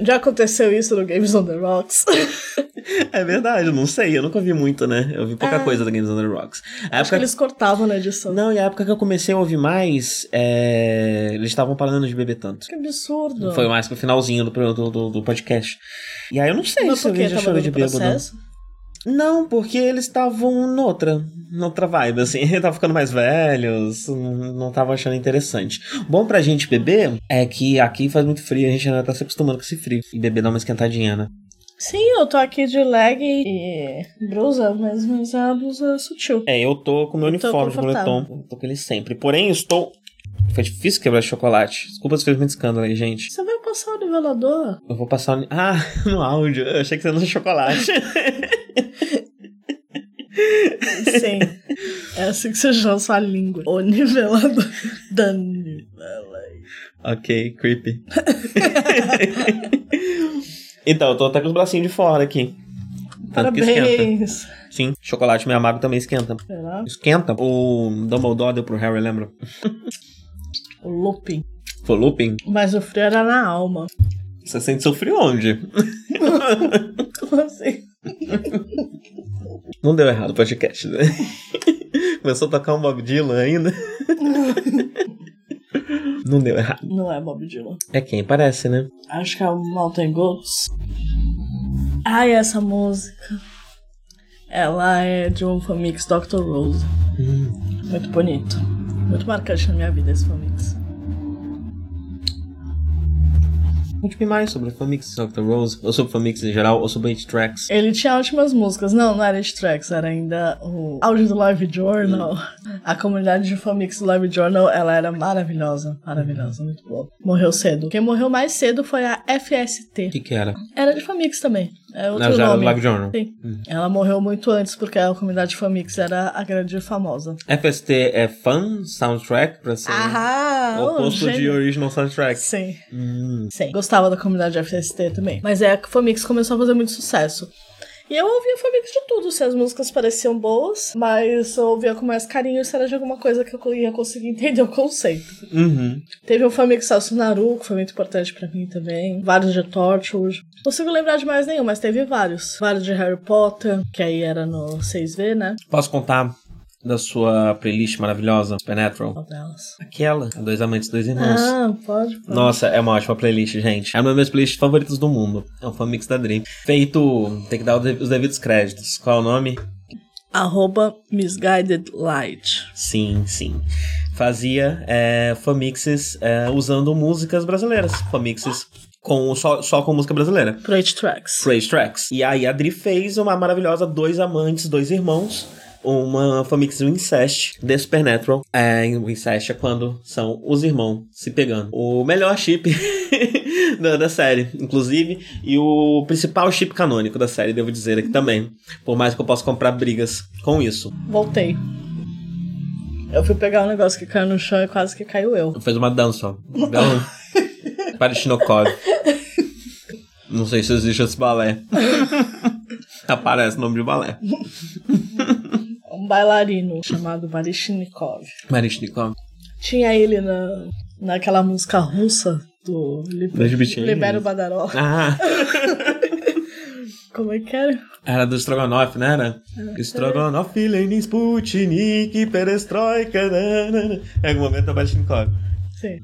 Speaker 3: Já aconteceu isso no Games on the Rocks?
Speaker 1: É verdade, eu não sei. Eu nunca vi muito, né? Eu vi pouca
Speaker 3: Ah.
Speaker 1: coisa da Games on the Rocks. A
Speaker 3: Acho que
Speaker 1: época
Speaker 3: eles cortavam na edição.
Speaker 1: Não, e a época que eu comecei a ouvir mais, é, eles estavam parando de beber tanto.
Speaker 3: Que é absurdo.
Speaker 1: Foi mais pro finalzinho do, pro- do, do- do podcast. E aí eu não sei
Speaker 3: Mas
Speaker 1: se
Speaker 3: por
Speaker 1: eu
Speaker 3: que
Speaker 1: já
Speaker 3: tava
Speaker 1: chorei de
Speaker 3: dando
Speaker 1: bêbado.
Speaker 3: processo?
Speaker 1: Não, porque eles estavam noutra, noutra vibe, assim, estavam ficando mais velhos, não não tava achando interessante. Bom pra gente beber é que aqui faz muito frio, a gente ainda tá se acostumando com esse frio. E beber dá uma esquentadinha, né?
Speaker 3: Sim, eu tô aqui de leg e blusa, mas, mas é uma blusa sutil.
Speaker 1: É, eu tô com meu
Speaker 3: Eu tô
Speaker 1: uniforme de
Speaker 3: confortável.
Speaker 1: moletom, eu tô com ele sempre. Porém, eu estou. Foi difícil quebrar esse chocolate. Desculpa se fez muito escândalo aí, gente.
Speaker 3: Você vai passar o nivelador?
Speaker 1: Eu vou passar. o- Ah, no áudio. Eu achei que você era no chocolate.
Speaker 3: Sim. É assim que você lança a língua. O nivelador. da nivela.
Speaker 1: ok, creepy. então, eu tô até com os bracinhos de fora aqui. Tanto que esquenta.
Speaker 3: Parabéis.
Speaker 1: Sim, chocolate meio amargo também esquenta.
Speaker 3: Será?
Speaker 1: Esquenta. O Dumbledore deu pro Harry, lembra?
Speaker 3: O looping.
Speaker 1: Foi looping?
Speaker 3: Mas o frio era na alma.
Speaker 1: Você sente seu frio onde?
Speaker 3: Como assim?
Speaker 1: Não deu errado o podcast, né? Começou a tocar um Bob Dylan ainda. Não deu errado.
Speaker 3: Não é Bob Dylan.
Speaker 1: É quem parece, né?
Speaker 3: Acho que é o Mountain Goats. Ai, essa música. Ela é de um famix Dr. Rose. Muito bonito. Muito marcante na minha vida esse famix.
Speaker 1: Conte-me mais sobre o Famix Dr. Rose, ou sobre o Famix em geral, ou sobre 8 Tracks.
Speaker 3: Ele tinha ótimas músicas. Não, não era de tracks, era ainda o áudio do Live Journal. A comunidade de fanmix do Live Journal, ela era maravilhosa. Maravilhosa, muito boa. Morreu cedo. Quem morreu mais cedo foi a FST.
Speaker 1: O que que era?
Speaker 3: Era de fanmix também. É outro
Speaker 1: já era
Speaker 3: nome.
Speaker 1: Live Journal. Hum.
Speaker 3: Sim. Ela morreu muito antes, porque a comunidade fanmix era a grande e famosa.
Speaker 1: FST é Fan Soundtrack, pra ser
Speaker 3: Ah,
Speaker 1: o oposto de Original Soundtrack.
Speaker 3: Sim.
Speaker 1: Hum,
Speaker 3: Sim. Gostava da comunidade FST também. Mas é que a Famix começou a fazer muito sucesso. E eu ouvia a Famix de tudo, se as músicas pareciam boas, mas eu ouvia com mais carinho se era de alguma coisa que eu ia conseguir entender o conceito.
Speaker 1: uhum.
Speaker 3: Teve o Famix Salso Naru, que foi muito importante pra mim também. Vários de Torture. Não consigo lembrar de mais nenhum, mas teve vários. Vários de Harry Potter, que aí era no 6V, né?
Speaker 1: Posso contar da sua playlist maravilhosa, Supernatural?
Speaker 3: Qual delas?
Speaker 1: Aquela, Dois Amantes, Dois Irmãos.
Speaker 3: Ah, pode, pode.
Speaker 1: Nossa, é uma ótima playlist, gente. É uma das minhas playlists favoritas do mundo. É um fanmix da Dream. Feito. Tem que dar os devidos créditos. Qual é o nome?
Speaker 3: Arroba Misguided Light.
Speaker 1: Sim, sim. Fazia é, fanmixes é, usando músicas brasileiras. Fanmixes com, só, só com música brasileira.
Speaker 3: Pro 8 Tracks.
Speaker 1: Phrase Tracks. E aí a Dri fez uma maravilhosa Dois Amantes, Dois Irmãos. Uma fanmix do Incest, The Supernatural. É, o Incest é quando são os irmãos se pegando. O melhor chip da, da série, inclusive. E o principal chip canônico da série, devo dizer aqui também. Por mais que eu possa comprar brigas com isso.
Speaker 3: Voltei. Eu fui pegar um negócio que caiu no chão e quase que caiu eu.
Speaker 1: Fez uma dança. ó. Belo. Parishnokov. Não sei se existe esse balé. Aparece o nome de balé.
Speaker 3: Um bailarino chamado Barishnikov.
Speaker 1: Marishnikov.
Speaker 3: Tinha ele na, naquela música russa do Liber,
Speaker 1: Das bichinhas.
Speaker 3: Libero Badaró.
Speaker 1: Ah,
Speaker 3: Como é que era?
Speaker 1: era do Strogonoff, não era? Strogonoff, Lenin, né, Sputnik, Perestroika, nanana. Em algum momento é Baryshnikov.
Speaker 3: Sim.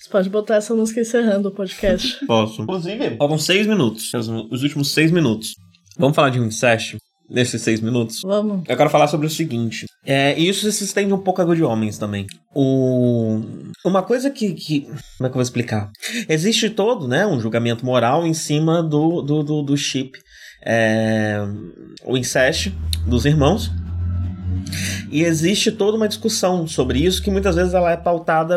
Speaker 3: Você pode botar essa música encerrando o podcast.
Speaker 1: Posso. Inclusive, faltam seis minutos. Os, os últimos seis minutos. Vamos falar de Incest nesses seis minutos?
Speaker 3: Vamos.
Speaker 1: Eu quero falar sobre o seguinte. É, e isso se estende um pouco a de homens também. O... Uma coisa que, que- Como é que eu vou explicar? Existe todo, né? Um julgamento moral em cima do, do, do, do chip. é, O incesto dos irmãos. E existe toda uma discussão sobre isso que muitas vezes ela é pautada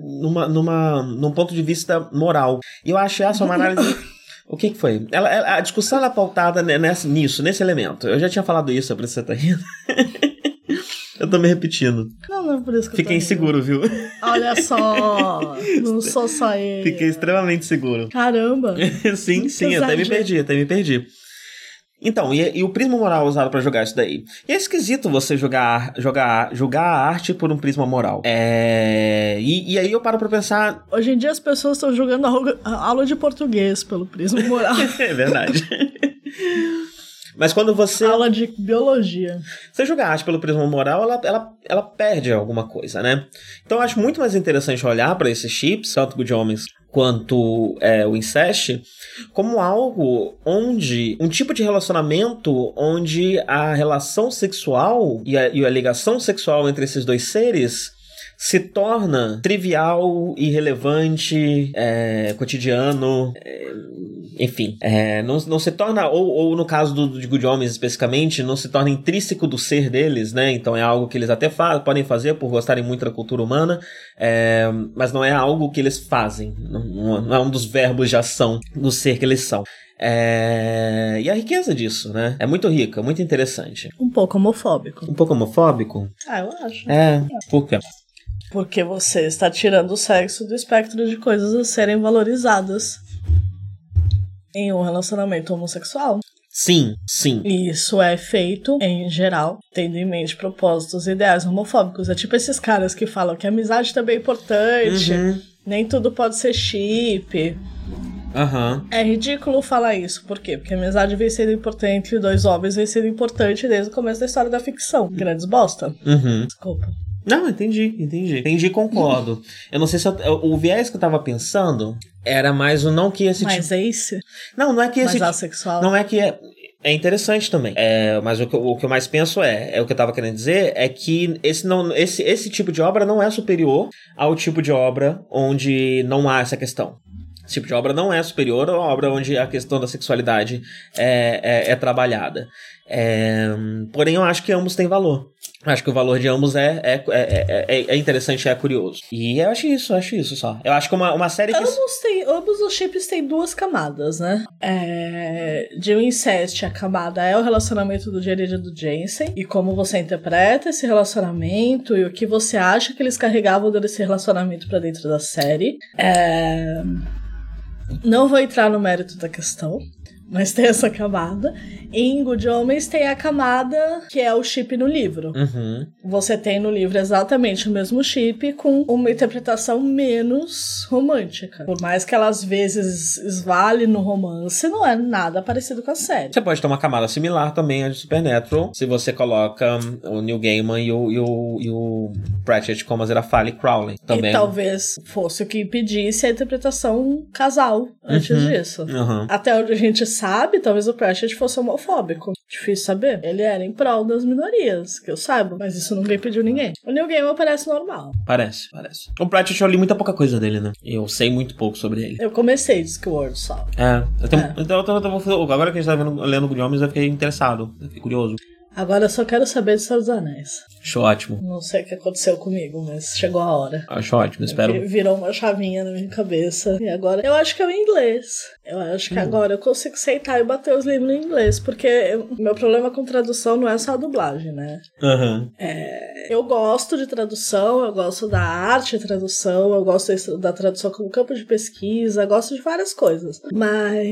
Speaker 1: numa, numa, num ponto de vista moral. E eu acho essa uma análise. O que, que foi? Ela, ela- a discussão ela é pautada ne- nessa, nisso, nesse elemento. Eu já tinha falado isso, por isso você tá rindo. eu tô me repetindo.
Speaker 3: Não, não é por isso que eu tô
Speaker 1: Fiquei
Speaker 3: rindo. É.
Speaker 1: inseguro, viu?
Speaker 3: Olha só. Não sou só ele.
Speaker 1: Fiquei extremamente seguro.
Speaker 3: Caramba.
Speaker 1: sim, sim, até me
Speaker 3: Exagero.
Speaker 1: perdi, até me perdi. Então, e, e o prisma moral usado pra jogar isso daí? E é esquisito você jogar, jogar, jogar a arte por um prisma moral. É. E, e aí eu paro pra pensar.
Speaker 3: Hoje em dia as pessoas estão jogando aula- aula de português pelo prisma moral.
Speaker 1: É verdade. Mas quando você.
Speaker 3: aula de biologia.
Speaker 1: Você jogar arte pelo prisma moral, ela, ela, ela perde alguma coisa, né? Então eu acho muito mais interessante olhar para esses chips, tanto o de homens quanto é, o incest, como algo onde. um tipo de relacionamento onde a relação sexual e a, e a ligação sexual entre esses dois seres. Se torna trivial, irrelevante, é, cotidiano, é, enfim. É, não, não se torna, ou, ou no caso do, de Good Homens especificamente, não se torna intrínseco do ser deles, né? Então é algo que eles até fa podem fazer por gostarem muito da cultura humana, é, mas não é algo que eles fazem. Não, não é um dos verbos de ação do ser que eles são. É, e a riqueza disso, né? É muito rica, muito interessante.
Speaker 3: Um pouco homofóbico.
Speaker 1: Um pouco homofóbico?
Speaker 3: Ah, eu acho.
Speaker 1: É, por quê?
Speaker 3: Porque você está tirando o sexo do espectro de coisas a serem valorizadas em um relacionamento homossexual.
Speaker 1: Sim, sim.
Speaker 3: E isso é feito, em geral, tendo em mente propósitos e ideais homofóbicos. É tipo esses caras que falam que a amizade também é importante,
Speaker 1: Uhum,
Speaker 3: nem tudo pode ser chip.
Speaker 1: Aham.
Speaker 3: É ridículo falar isso, por quê? Porque a amizade vem sendo importante, dois homens vem sendo importante desde o começo da história da ficção. Grandes bosta.
Speaker 1: Uhum.
Speaker 3: Desculpa.
Speaker 1: Não, entendi, entendi. Entendi, concordo. eu não sei se eu- eu- o viés que eu tava pensando era mais o não que esse tipo.
Speaker 3: Mas é ace?
Speaker 1: Não, não é que esse
Speaker 3: Mas
Speaker 1: tipo.
Speaker 3: assexual?
Speaker 1: Não é que é. É interessante também. É, mas o que, eu- o que eu mais penso é, é o que eu tava querendo dizer, é que esse, não, esse, esse tipo de obra não é superior ao tipo de obra onde não há essa questão. Esse tipo de obra não é superior à obra onde a questão da sexualidade é, é, é trabalhada. É, porém, eu acho que ambos têm valor. Acho que o valor de ambos é, é, é, é, é interessante e é curioso. E eu acho isso, eu acho isso só. Eu acho que uma, uma série que.
Speaker 3: Ambos, têm, ambos os chips têm duas camadas, né? É, de um incest, a camada é o relacionamento do Jared e do Jensen, e como você interpreta esse relacionamento e o que você acha que eles carregavam desse relacionamento pra dentro da série. É, não vou entrar no mérito da questão. Mas tem essa camada. Em Good Homens tem a camada que é o chip no livro.
Speaker 1: Uhum,
Speaker 3: Você tem no livro exatamente o mesmo chip, com uma interpretação menos romântica. Por mais que ela às vezes esvale no romance, não é nada parecido com a série.
Speaker 1: Você pode ter uma camada similar também à de Supernatural, se você coloca hum, o Neil Gaiman e o, e o, e o Pratchett como a Zerafale e Crowley também.
Speaker 3: E talvez fosse o que impedisse a interpretação casal antes
Speaker 1: Uhum.
Speaker 3: disso.
Speaker 1: Aham.
Speaker 3: Até onde a gente sabe, talvez o Pratchett fosse homofóbico. Difícil saber. Ele era em prol das minorias, que eu saiba, mas isso nunca impediu ninguém. O Neil Gaiman parece normal.
Speaker 1: Parece, parece. O Pratchett eu li muita pouca coisa dele, né? Eu sei muito pouco sobre ele.
Speaker 3: Eu comecei Discworld só.
Speaker 1: É, eu tenho,
Speaker 3: É.
Speaker 1: Então, eu tô- eu tô- agora que a gente tá vendo, lendo Good Homens, eu fiquei interessado, eu fiquei curioso.
Speaker 3: Agora eu só quero saber de Senhor dos Anéis.
Speaker 1: Acho ótimo,
Speaker 3: Não sei o que aconteceu comigo, mas chegou a hora.
Speaker 1: acho ótimo, espero.
Speaker 3: Vi- Virou uma chavinha na minha cabeça. E agora. Eu acho que é o inglês. Eu acho que agora eu consigo sentar e bater os livros em inglês. Porque eu- meu problema com tradução não é só a dublagem, né?
Speaker 1: Aham.
Speaker 3: Eu gosto de tradução, eu gosto da arte de tradução, eu gosto desse- da tradução como campo de pesquisa, eu gosto de várias coisas.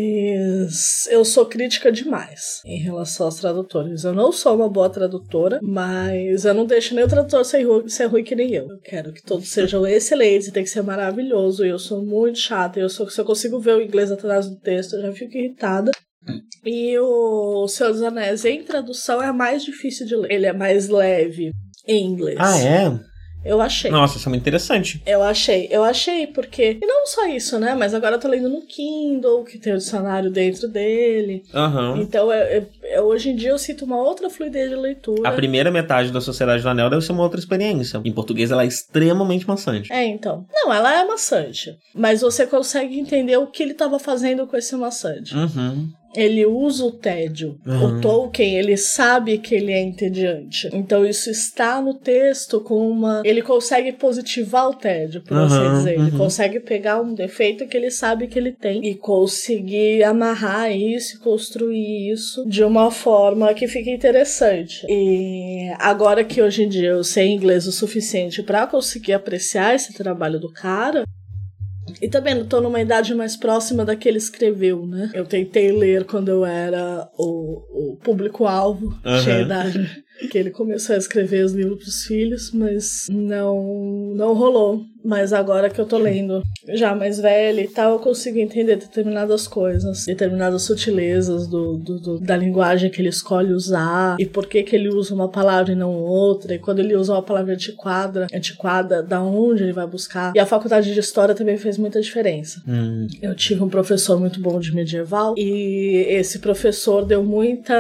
Speaker 3: Mas eu sou crítica demais em relação aos tradutores. Eu não sou uma boa tradutora, mas eu não deixo nem o tradutor ser ruim, ser ruim que nem eu. Eu quero que todos sejam excelentes, e tem que ser maravilhoso. E eu sou muito chata, e eu sou, se eu consigo ver o inglês atrás do texto, eu já fico irritada. E o Senhor dos Anéis, em tradução, é mais difícil de ler. Ele é mais leve em inglês.
Speaker 1: Ah, é?
Speaker 3: Eu achei.
Speaker 1: Nossa, isso é muito interessante.
Speaker 3: Eu achei, eu achei, porque. E não só isso, né? Mas agora eu tô lendo no Kindle, que tem o dicionário dentro dele.
Speaker 1: Aham.
Speaker 3: Então, é- é- é- hoje em dia eu sinto uma outra fluidez de leitura.
Speaker 1: A primeira metade da Sociedade do Anel deve ser uma outra experiência. Em português, ela é extremamente maçante.
Speaker 3: É, então. Não, ela é maçante. Mas você consegue entender o que ele tava fazendo com esse maçante.
Speaker 1: Uhum.
Speaker 3: Ele usa o tédio.
Speaker 1: Uhum.
Speaker 3: O Tolkien, ele sabe que ele é entediante. Então isso está no texto com uma. Ele consegue positivar o tédio, por assim
Speaker 1: Uhum,
Speaker 3: dizer. Ele
Speaker 1: uhum.
Speaker 3: consegue pegar um defeito que ele sabe que ele tem e conseguir amarrar isso, e construir isso de uma forma que fique interessante. E agora que hoje em dia eu sei inglês o suficiente para conseguir apreciar esse trabalho do cara, e também eu tô numa idade mais próxima da que ele escreveu, né? Eu tentei ler quando eu era o, o público-alvo,
Speaker 1: Aham.
Speaker 3: cheia idade. Que ele começou a escrever os livros pros filhos, mas não, não rolou. Mas agora que eu tô lendo, já mais velha e tal, eu consigo entender determinadas coisas, determinadas sutilezas do, do- do- da linguagem que ele escolhe usar e por que, que ele usa uma palavra e não outra. E quando ele usa uma palavra antiquada, antiquada, da onde ele vai buscar. E a faculdade de história também fez muita diferença.
Speaker 1: Hum.
Speaker 3: Eu tive um professor muito bom de medieval e esse professor deu muita.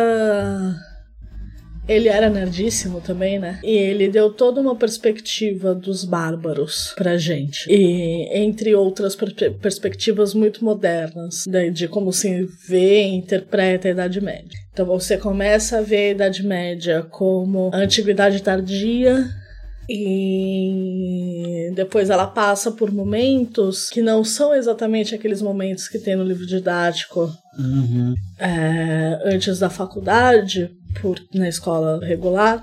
Speaker 3: Ele era nerdíssimo também, né? E ele deu toda uma perspectiva dos bárbaros pra gente. E entre outras per- perspectivas muito modernas, né? de, de como se vê e interpreta a Idade Média. Então você começa a ver a Idade Média como a antiguidade tardia, e depois ela passa por momentos que não são exatamente aqueles momentos que tem no livro didático
Speaker 1: Uhum.
Speaker 3: é, antes da faculdade, por- na escola regular,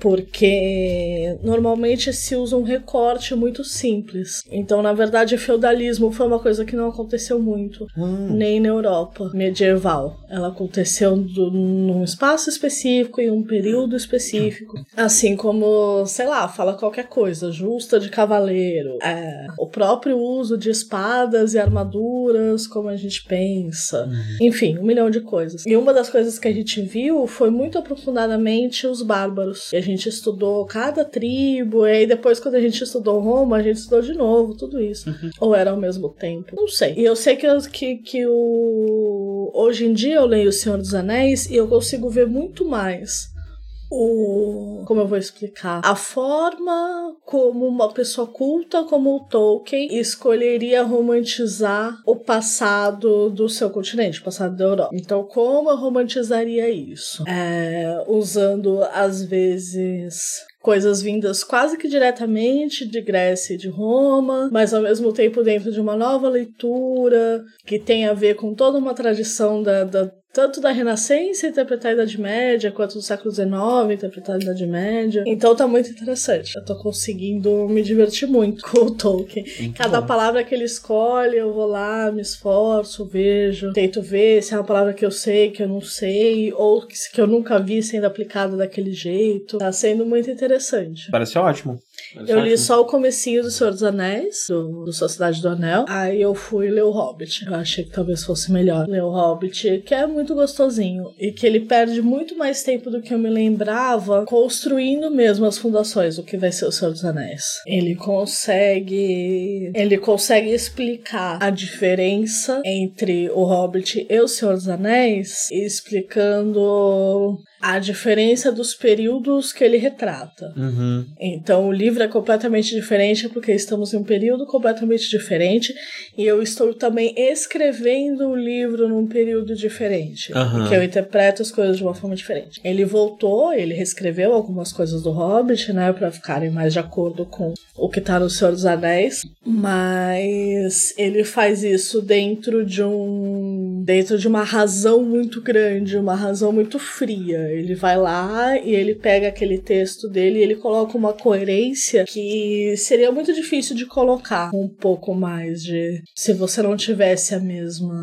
Speaker 3: porque normalmente se usa um recorte muito simples. Então, na verdade, o feudalismo foi uma coisa que não aconteceu muito
Speaker 1: Hum.
Speaker 3: nem na Europa medieval. Ela aconteceu do- num espaço específico, em um período específico. Assim como, sei lá, fala qualquer coisa, justa de cavaleiro, é, o próprio uso de espadas e armaduras, como a gente pensa. Enfim, um milhão de coisas. E uma das coisas que a gente viu foi muito aprofundadamente os bárbaros. E a gente estudou cada tribo, e aí depois, quando a gente estudou Roma, a gente estudou de novo tudo isso. Ou era ao mesmo tempo? Não sei. E eu sei que, eu- que, que o. Hoje em dia eu leio O Senhor dos Anéis e eu consigo ver muito mais. O, como eu vou explicar? A forma como uma pessoa culta como o Tolkien escolheria romantizar o passado do seu continente, o passado da Europa. Então, como eu romantizaria isso? É, usando, às vezes, coisas vindas quase que diretamente de Grécia e de Roma, mas ao mesmo tempo dentro de uma nova leitura que tem a ver com toda uma tradição da, da- tanto da Renascença interpretar a Idade Média, quanto do século XIX interpretar a Idade Média. Então tá muito interessante. Eu tô conseguindo me divertir muito com o Tolkien.
Speaker 1: Muito
Speaker 3: Cada
Speaker 1: bom.
Speaker 3: palavra que ele escolhe, eu vou lá, me esforço, vejo, tento ver se é uma palavra que eu sei, que eu não sei, ou que, que eu nunca vi sendo aplicada daquele jeito. Tá sendo muito interessante.
Speaker 1: Parece ótimo. Parece
Speaker 3: Eu li
Speaker 1: ótimo.
Speaker 3: só o comecinho do Senhor dos Anéis, do, do Sociedade do Anel. Aí eu fui ler o Hobbit. Eu achei que talvez fosse melhor ler o Hobbit, que é muito gostosinho. E que ele perde muito mais tempo do que eu me lembrava construindo mesmo as fundações, do que vai ser o Senhor dos Anéis. Ele consegue. Ele consegue explicar a diferença entre o Hobbit e o Senhor dos Anéis, explicando. A diferença dos períodos que ele retrata.
Speaker 1: Uhum.
Speaker 3: Então o livro é completamente diferente porque estamos em um período completamente diferente e eu estou também escrevendo o livro num período diferente,
Speaker 1: Aham.
Speaker 3: porque eu interpreto as coisas de uma forma diferente. Ele voltou, ele reescreveu algumas coisas do Hobbit, né, Pra ficarem mais de acordo com o que tá no Senhor dos Anéis, mas ele faz isso dentro de um dentro de uma razão muito grande, uma razão muito fria. Ele vai lá e ele pega aquele texto dele e ele coloca uma coerência que seria muito difícil de colocar um pouco mais de se você não tivesse a mesma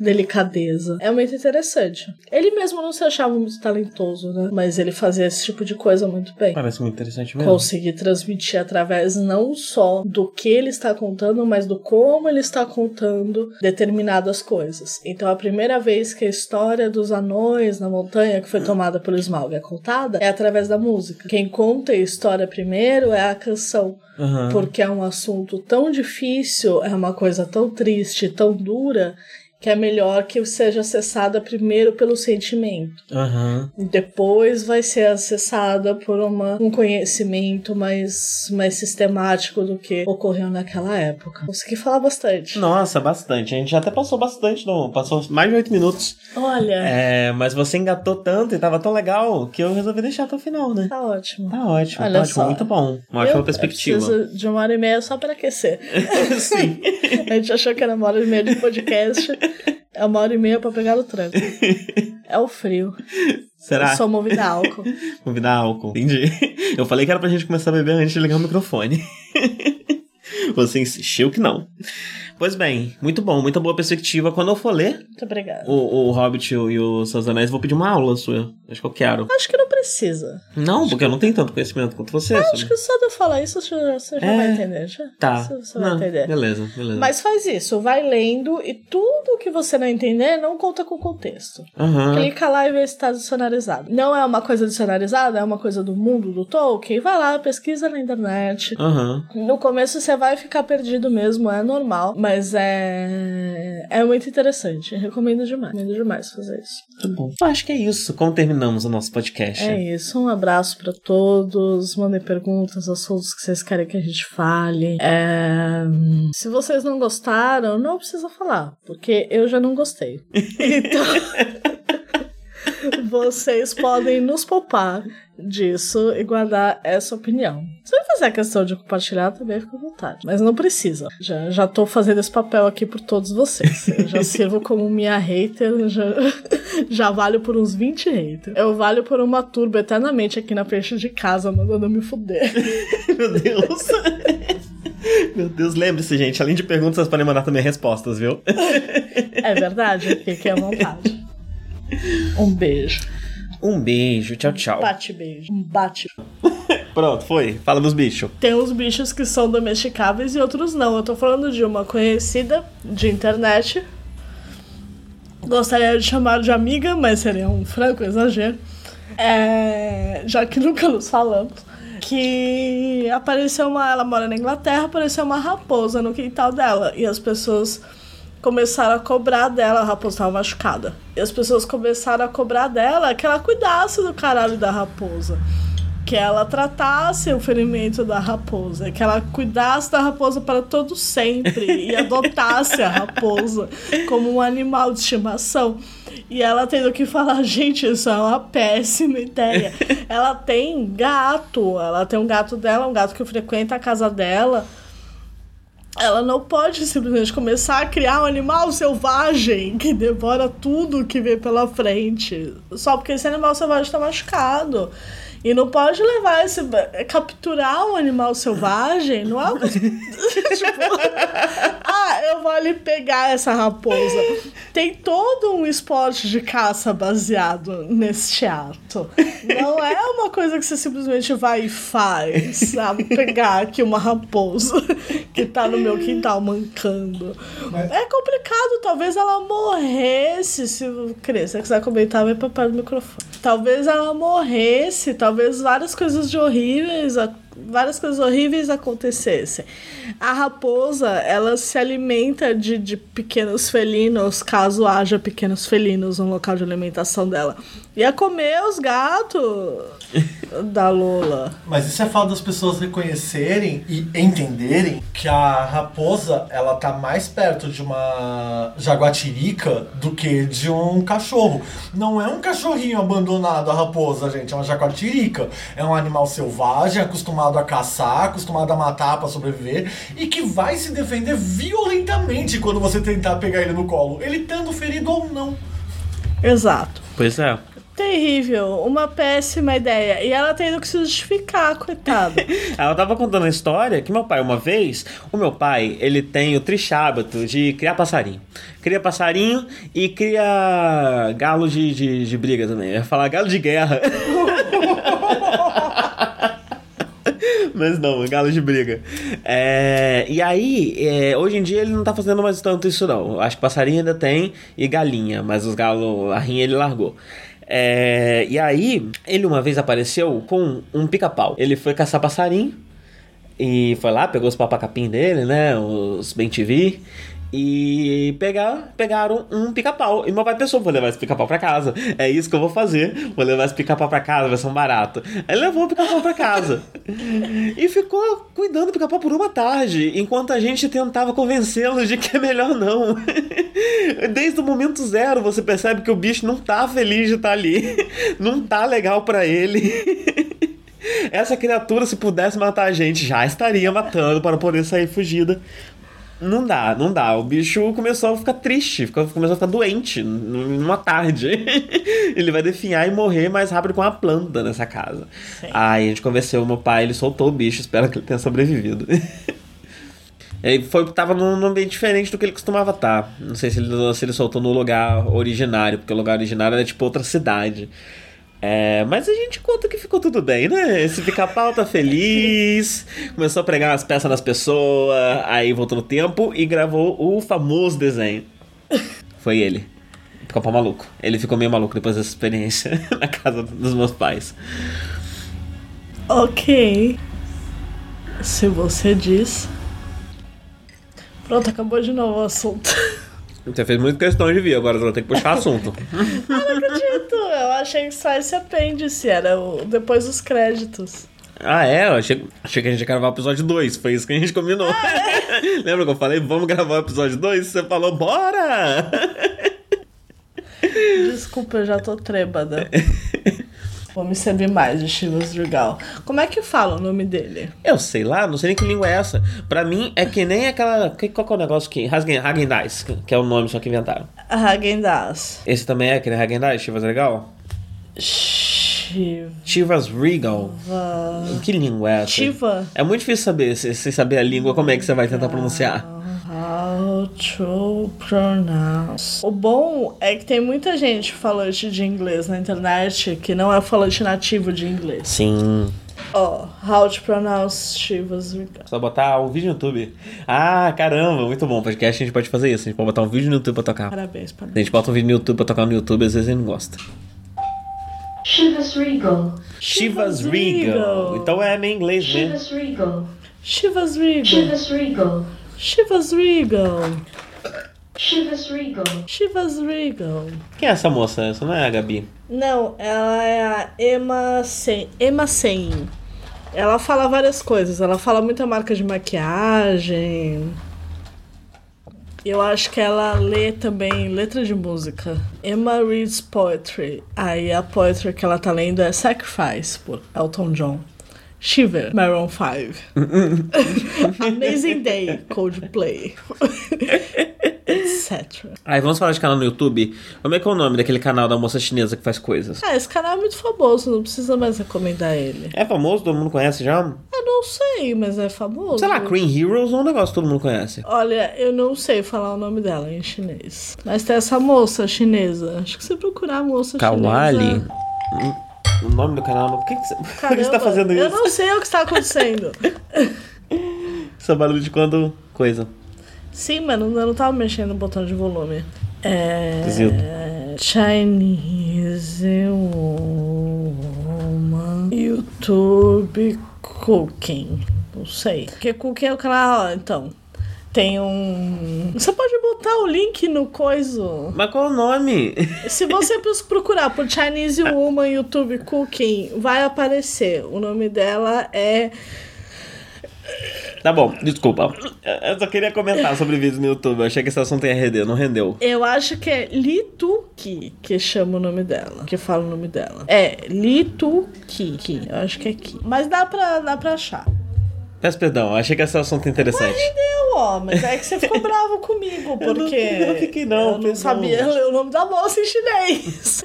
Speaker 3: delicadeza. É muito interessante. Ele mesmo não se achava muito talentoso, né? Mas ele fazia esse tipo de coisa muito bem.
Speaker 4: Parece muito interessante
Speaker 1: É.
Speaker 4: mesmo.
Speaker 3: Conseguir transmitir através não só do que ele está contando, mas do como ele está contando determinadas coisas. Então, a primeira vez que a história dos anões na montanha que foi tomada pelo Smaug é contada é através da música. Quem conta a história primeiro é a canção.
Speaker 1: Ah.
Speaker 4: Aham.
Speaker 3: Porque é um assunto tão difícil, é uma coisa tão triste, tão dura, que é melhor que seja acessada primeiro pelo sentimento.
Speaker 4: Aham.
Speaker 3: E Depois vai ser acessada por uma, um conhecimento mais, mais sistemático do que ocorreu naquela época. Consegui falar bastante.
Speaker 4: Nossa, bastante. A gente já até passou bastante, não? Passou mais de oito minutos.
Speaker 3: Olha,
Speaker 4: É, mas você engatou tanto e tava tão legal que eu resolvi deixar até o final, né?
Speaker 3: tá ótimo.
Speaker 4: Tá ótimo,
Speaker 3: Olha
Speaker 4: tá ótimo.
Speaker 3: só.
Speaker 4: Muito bom. Uma
Speaker 3: Eu-
Speaker 4: ótima
Speaker 3: eu
Speaker 4: perspectiva.
Speaker 3: preciso de uma hora e meia só para aquecer.
Speaker 4: Sim.
Speaker 3: A gente achou que era uma hora e meia de podcast. É uma hora e meia pra pegar o tranco. É o frio.
Speaker 4: Será?
Speaker 3: Eu sou movida a álcool.
Speaker 4: Convidar álcool. Entendi. Eu falei que era pra gente começar a beber antes de ligar o microfone. Você insistiu que não. Pois bem, muito bom, muito boa perspectiva. Quando eu for ler
Speaker 3: Muito obrigada.
Speaker 4: o, o Hobbit e o- e os Seus Anéis, eu vou pedir uma aula sua. Acho que eu quero.
Speaker 3: Acho que não precisa.
Speaker 4: Não, porque eu não tenho tanto conhecimento quanto você.
Speaker 3: Acho
Speaker 4: sobre-
Speaker 3: que só de eu falar isso você já, você já
Speaker 4: É.
Speaker 3: vai entender. Já,
Speaker 4: Tá.
Speaker 3: Você, você vai
Speaker 4: Não,
Speaker 3: entender.
Speaker 4: beleza, beleza.
Speaker 3: Mas faz isso, vai lendo e tudo que você não entender não conta com o contexto.
Speaker 1: É.
Speaker 4: Aham.
Speaker 3: Clica lá e vê se está dicionarizado. Não é uma coisa dicionarizada, é uma coisa do mundo do Tolkien. Vai lá, pesquisa na internet.
Speaker 4: Aham.
Speaker 3: No começo você vai ficar perdido mesmo, é normal, mas é é muito interessante. Recomendo demais, recomendo demais fazer isso.
Speaker 4: Tá bom. Eu acho que é isso. Como terminamos o nosso podcast?
Speaker 3: É isso, um abraço pra todos, mandem perguntas, assuntos que vocês querem que a gente fale. É, Se vocês não gostaram, não precisa falar, porque eu já não gostei. Então, vocês podem nos poupar disso e guardar essa opinião. Se vai fazer a questão de compartilhar, também fica à vontade. Mas não precisa. Já, já tô fazendo esse papel aqui por todos vocês. Eu já sirvo como minha hater, já, já valho por uns 20 haters. Eu valho por uma turba eternamente aqui na frente de casa, mandando me fuder.
Speaker 4: Meu Deus. Meu Deus, lembre-se, gente. Além de perguntas, vocês podem mandar também respostas, viu?
Speaker 3: É verdade? Fiquem à vontade. Um beijo.
Speaker 4: Um beijo, tchau, tchau.
Speaker 3: Bate beijo. Um bate.
Speaker 4: Pronto, foi. Fala dos bichos.
Speaker 3: Tem uns bichos que são domesticáveis e outros não. Eu tô falando de uma conhecida de internet. Gostaria de chamar de amiga, mas seria um franco exagero. É, já que nunca nos falamos. Que apareceu uma. Ela mora na Inglaterra, apareceu uma raposa no quintal dela. E as pessoas começaram a cobrar dela. A raposa tava machucada. E as pessoas começaram a cobrar dela que ela cuidasse do caralho da raposa que ela tratasse o ferimento da raposa, que ela cuidasse da raposa para todo sempre e adotasse a raposa como um animal de estimação. E ela tendo que falar, gente, isso é uma péssima ideia. Ela tem gato, ela tem um gato dela, um gato que frequenta a casa dela. Ela não pode simplesmente começar a criar um animal selvagem que devora tudo que vê pela frente. Só porque esse animal selvagem está machucado. E não pode levar esse. capturar um animal selvagem não é uma coisa. tipo, ah, eu vou ali pegar essa raposa. Tem todo um esporte de caça baseado neste ato. Não é uma coisa que você simplesmente vai e faz, sabe? Pegar aqui uma raposa que tá no meu quintal mancando. É complicado, talvez ela morresse se crescer. Se quiser comentar, vai pra perto do microfone. Talvez ela morresse, talvez várias coisas de horríveis a- várias coisas horríveis acontecessem. A raposa, ela se alimenta de, de pequenos felinos, caso haja pequenos felinos no local de alimentação dela. Ia comer os gatos da Lola.
Speaker 5: Mas isso é fato das pessoas reconhecerem e entenderem que a raposa, ela tá mais perto de uma jaguatirica do que de um cachorro. Não é um cachorrinho abandonado a raposa, gente, é uma jaguatirica. É um animal selvagem, acostumado a caçar, acostumado a matar pra sobreviver e que vai se defender violentamente quando você tentar pegar ele no colo, ele estando ferido ou não.
Speaker 3: Exato.
Speaker 4: Pois é.
Speaker 3: Terrível, uma péssima ideia. E ela tendo que se justificar, coitada.
Speaker 1: Ela tava contando a história que meu pai, uma vez, o meu pai, ele tem o triste hábito de criar passarinho. Cria passarinho e cria galo de, de, de briga também. Eu ia falar galo de guerra. Mas não, galo de briga. É, e aí, é, hoje em dia ele não tá fazendo mais tanto isso, não. Acho que passarinho ainda tem e galinha, mas os galos, a rinha ele largou. É, e aí, ele uma vez apareceu com um pica-pau. Ele foi caçar passarinho e foi lá, pegou os papacapim dele, né? Os bem TV. E pegar, pegaram um pica-pau. E meu pai pensou: vou levar esse pica-pau pra casa. É isso que eu vou fazer. Vou levar esse pica-pau pra casa, vai ser um barato. Aí levou o pica-pau pra casa. e ficou cuidando do pica-pau por uma tarde, enquanto a gente tentava convencê-lo de que é melhor não. Desde o momento zero você percebe que o bicho não tá feliz de estar ali. Não tá legal pra ele. Essa criatura, se pudesse matar a gente, já estaria matando para poder sair fugida. Não dá, não dá. O bicho começou a ficar triste, ficou- começou a ficar doente n- numa tarde. ele vai definhar e morrer mais rápido com uma planta nessa casa. Aí a gente convenceu o meu pai, ele soltou o bicho, espero que ele tenha sobrevivido. Ele foi, tava num num ambiente diferente do que ele costumava estar. Não sei se ele, se ele soltou no lugar originário, porque o lugar originário era tipo outra cidade. É, mas a gente conta que ficou tudo bem, né? Esse pica-pau tá feliz, começou a pregar umas peças nas pessoas, aí voltou no tempo e gravou o famoso desenho. Foi ele. Pica-pau maluco. Ele ficou meio maluco depois dessa experiência na casa dos meus pais.
Speaker 3: ok. Se você diz. Pronto, acabou de novo o assunto.
Speaker 1: Você fez muita questão de vir, agora eu vou ter que puxar assunto.
Speaker 3: Acredito, eu achei que só esse apêndice era o, depois dos créditos.
Speaker 1: Ah, é? Eu achei, achei que a gente ia gravar o episódio 2. Foi isso que a gente combinou. Lembra que eu falei, vamos gravar o episódio 2? Você falou, bora!
Speaker 3: Desculpa, eu já tô trêbada. Vou me servir mais de Chivas Drugal. Como é que fala o nome dele?
Speaker 1: eu sei lá, não sei nem que língua é essa. Pra mim, é que nem aquela... que- Qual que é o negócio que... Hagen, Hagen Dazs, que é o nome só que inventaram.
Speaker 3: Hagen Dazs.
Speaker 1: Esse também é aquele Hagen Dazs, Chivas Regal?
Speaker 3: Chiva.
Speaker 1: Chivas Regal. Que língua é essa?
Speaker 3: Chiva.
Speaker 1: É muito difícil saber, se- sem saber a língua, como é que você vai tentar pronunciar.
Speaker 3: How to pronounce. O bom é que tem muita gente falante de inglês na internet que não é falante nativo de inglês.
Speaker 1: Sim.
Speaker 3: Ó, how to pronounce Chivas Regal.
Speaker 1: Só botar um vídeo no YouTube. Ah, caramba, muito bom. Podcast a gente pode fazer isso. A gente pode botar um vídeo no YouTube pra tocar.
Speaker 3: Parabéns,
Speaker 1: A
Speaker 3: parabéns.
Speaker 1: gente bota um vídeo no YouTube pra tocar no YouTube, às vezes ele não gosta.
Speaker 6: Chivas Regal.
Speaker 1: Chivas Regal. Então é meio inglês, né?
Speaker 6: Chivas Regal.
Speaker 3: Chivas Regal.
Speaker 6: Chivas Regal.
Speaker 3: Chivas Regal.
Speaker 6: Chivas Regal.
Speaker 3: Chivas Regal.
Speaker 1: Quem é essa moça? Essa não é a Gabi.
Speaker 3: Não, ela é a Emma Sen. Emma Sen. Ela fala várias coisas. Ela fala muita marca de maquiagem. Eu acho que ela lê também letra de música. Emma reads poetry. Aí a poetry que ela tá lendo é Sacrifice, por Elton John. Shiver, Maroon 5. Amazing Day, Coldplay. Etc.
Speaker 1: Aí vamos falar de canal no YouTube. Como é que é o nome daquele canal da moça chinesa que faz coisas?
Speaker 3: Ah, esse canal é muito famoso, não precisa mais recomendar ele.
Speaker 1: É famoso, todo mundo conhece já?
Speaker 3: Eu não sei, mas é famoso.
Speaker 1: Sei lá, Cream Heroes é um negócio que todo mundo conhece.
Speaker 3: Olha, eu não sei falar o nome dela em chinês. Mas tem essa moça chinesa. Acho que se procurar a moça
Speaker 1: Kawali.
Speaker 3: chinesa.
Speaker 1: Hum, O nome do canal, mas por que, que, você, por que você tá
Speaker 3: Caramba,
Speaker 1: fazendo
Speaker 3: Eu
Speaker 1: isso?
Speaker 3: não sei o que está acontecendo.
Speaker 1: Isso é barulho de quando. coisa.
Speaker 3: Sim, mano, eu não tava mexendo no botão de volume. É.
Speaker 1: Zildo.
Speaker 3: Chinese Woman YouTube Cooking. Não sei. Porque cooking é o canal, ó, então. Tem um. Você pode botar o link no coiso.
Speaker 1: Mas qual o nome?
Speaker 3: Se você procurar por Chinese Woman YouTube Cooking, vai aparecer. O nome dela é.
Speaker 1: Tá bom, desculpa. Eu só queria comentar sobre vídeos no YouTube. Eu achei que esse assunto ia render, não rendeu.
Speaker 3: Eu acho que é Lituki que chama o nome dela. Que fala o nome dela. É, Lituki. Ki, Eu acho que é Ki. Mas dá pra, dá pra achar.
Speaker 1: Peço perdão, eu achei que esse assunto é interessante.
Speaker 3: Entendeu, ó? Mas é que você ficou bravo comigo,
Speaker 1: Eu não-
Speaker 3: porque.
Speaker 1: eu não fiquei, não,
Speaker 3: Eu não
Speaker 1: perdão.
Speaker 3: sabia ler o nome da moça em chinês.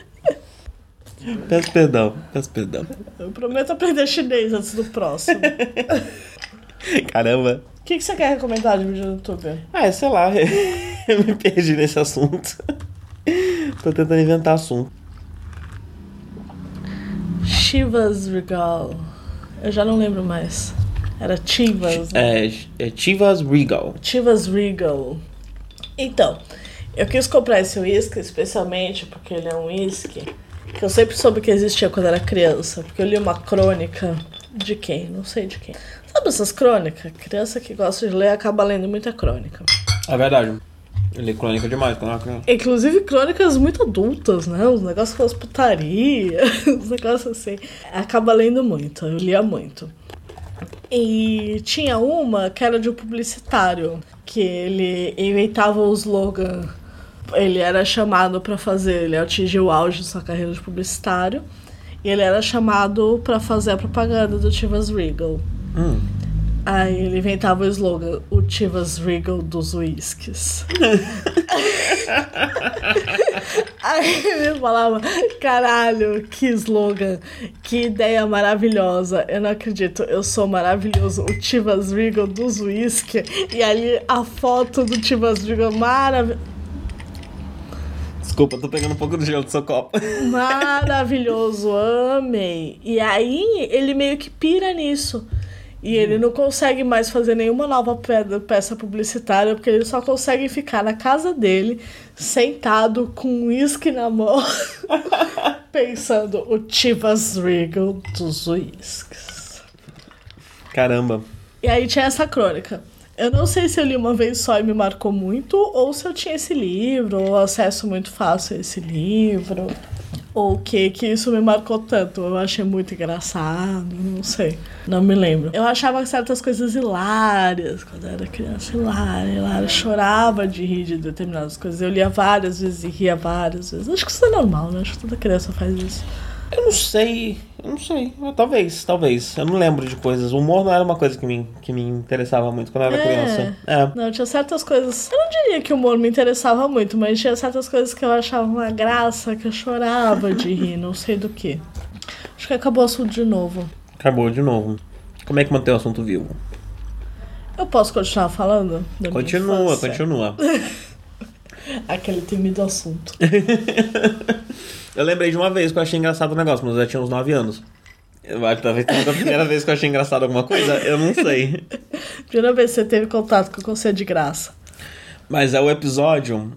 Speaker 1: Peço perdão, peço perdão.
Speaker 3: Eu prometo aprender chinês antes do próximo. O
Speaker 1: Caramba.
Speaker 3: que, que você quer recomendar de vídeo no YouTube?
Speaker 1: Ah, sei lá, eu me perdi nesse assunto. Tô tentando inventar assunto.
Speaker 3: Chivas Regal. Eu já não lembro mais. Era Chivas. né?
Speaker 1: É, é Chivas Regal.
Speaker 3: Chivas Regal. Então, eu quis comprar esse uísque especialmente porque ele é um uísque que eu sempre soube que existia quando era criança. Porque eu li uma crônica de quem? Não sei de quem. Sabe essas crônicas? Criança que gosta de ler acaba lendo muita crônica.
Speaker 1: É verdade. Ele é crônica demais, quando era criança.
Speaker 3: Inclusive crônicas muito adultas, né? Uns negócios com as putaria, uns negócios assim. Acaba lendo muito, eu lia muito. E tinha uma que era de um publicitário, que ele inventava o slogan. Ele era chamado pra fazer, ele atingiu o auge da sua carreira de publicitário. E ele era chamado pra fazer a propaganda do Chivas Regal. Aí ele inventava o slogan, o Chivas Regal dos uísques. Aí ele falava, caralho, que slogan, que ideia maravilhosa, eu não acredito, eu sou maravilhoso, o Chivas Regal dos uísque. E ali a foto do Chivas Regal maravilhosa.
Speaker 1: Desculpa, tô pegando um pouco do gelo do seu copo.
Speaker 3: Maravilhoso, amei. E aí ele meio que pira nisso. E ele não consegue mais fazer nenhuma nova pe- peça publicitária, porque ele só consegue ficar na casa dele, sentado com um uísque na mão, pensando o Chivas Regal dos uísques.
Speaker 1: Caramba.
Speaker 3: E aí tinha essa crônica. Eu não sei se eu li uma vez só e me marcou muito, ou se eu tinha esse livro, ou acesso muito fácil a esse livro, ou o que, que isso me marcou tanto. Eu achei muito engraçado, não sei. Não me lembro. Eu achava certas coisas hilárias quando eu era criança. Hilária, hilária. Eu chorava de rir de determinadas coisas. Eu lia várias vezes e ria várias vezes. Acho que isso é normal, né? Acho que toda criança faz isso.
Speaker 1: Eu não sei, eu não sei. Ah, Talvez, talvez. Eu não lembro de coisas. O humor não era uma coisa que me, que me interessava muito quando eu era
Speaker 3: É.
Speaker 1: criança. É.
Speaker 3: Não, tinha certas coisas. Eu não diria que o humor me interessava muito, mas tinha certas coisas que eu achava uma graça, que eu chorava de rir, não sei do que. Acho que acabou o assunto de novo.
Speaker 1: Acabou de novo. Como é que mantém o assunto vivo?
Speaker 3: Eu posso continuar falando? da minha
Speaker 1: Continua,
Speaker 3: infância?
Speaker 1: continua.
Speaker 3: Aquele temido assunto.
Speaker 1: Eu lembrei de uma vez que eu achei engraçado o negócio, mas eu já tinha uns 9 anos. Eu acho que talvez tenha sido a primeira vez que eu achei engraçado alguma coisa, eu não sei.
Speaker 3: Primeira vez que você teve contato com o conselho de graça.
Speaker 1: Mas é o episódio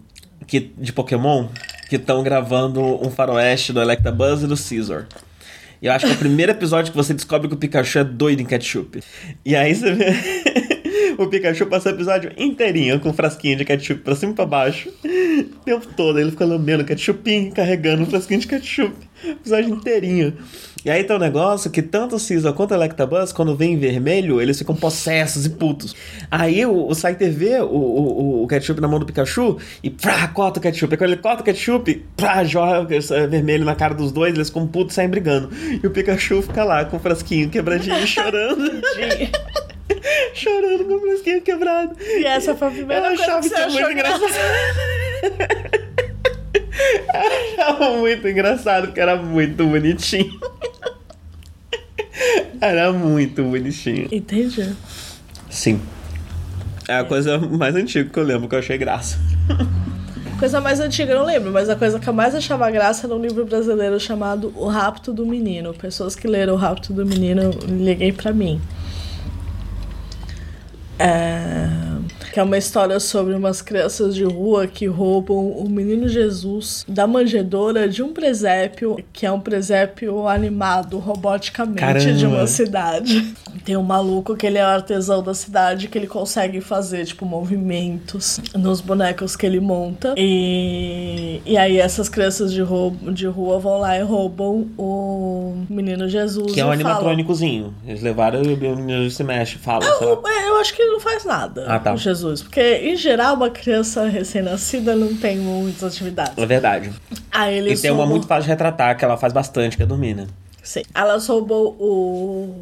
Speaker 1: que, de Pokémon que estão gravando um faroeste do Electabuzz e do Scizor. E eu acho que é o primeiro episódio que você descobre que o Pikachu é doido em ketchup. E aí você vê o Pikachu passa o episódio inteirinho com um frasquinho de ketchup pra cima e pra baixo. O tempo todo ele fica lambendo ketchupinho, carregando um frasquinho de ketchup. O episódio inteirinho. E aí tem um negócio que tanto o Scizor quanto o Electabuzz, quando vem em vermelho, eles ficam possuídos e putos. Aí o, o Scyther vê o, o, o ketchup na mão do Pikachu e prá, corta o ketchup. Aí quando ele corta o ketchup, prá, jorra eh, vermelho na cara dos dois, eles ficam putos e saem brigando. E o Pikachu fica lá com o frasquinho quebradinho, chorando. chorando com o frasquinho quebrado.
Speaker 3: E essa foi a primeira
Speaker 1: Eu
Speaker 3: coisa
Speaker 1: achava
Speaker 3: que você
Speaker 1: isso
Speaker 3: achou
Speaker 1: muito
Speaker 3: engraçado.
Speaker 1: Era muito engraçado, porque era muito bonitinho. Era muito bonitinho.
Speaker 3: Entendi.
Speaker 1: Sim. É a coisa mais antiga que eu lembro, que eu achei graça.
Speaker 3: Coisa mais antiga eu não lembro, mas a coisa que eu mais achava graça era um livro brasileiro chamado O Rapto do Menino. Pessoas que leram O Rapto do Menino, liguei pra mim. É... Que é uma história sobre umas crianças de rua que roubam o menino Jesus da manjedoura de um presépio, que é um presépio animado roboticamente de
Speaker 1: Caramba.
Speaker 3: uma cidade. Tem um maluco que ele é o artesão da cidade, que ele consegue fazer, tipo, movimentos nos bonecos que ele monta. E, e aí essas crianças de, roubo, de rua vão lá e roubam o menino Jesus.
Speaker 1: Que é um
Speaker 3: e falam-
Speaker 1: animatrônicozinho. Eles levaram e o menino se mexe, fala. sei lá.
Speaker 3: Não, é, eu acho que ele não faz nada
Speaker 1: Ah, tá.
Speaker 3: com Jesus. Porque, em geral, uma criança recém-nascida não tem muitas atividades.
Speaker 1: É verdade.
Speaker 3: Aí ele
Speaker 1: E tem uma
Speaker 3: soube-
Speaker 1: muito fácil de retratar, que ela faz bastante, que é dormir, né?
Speaker 3: Sim. Elas roubou o.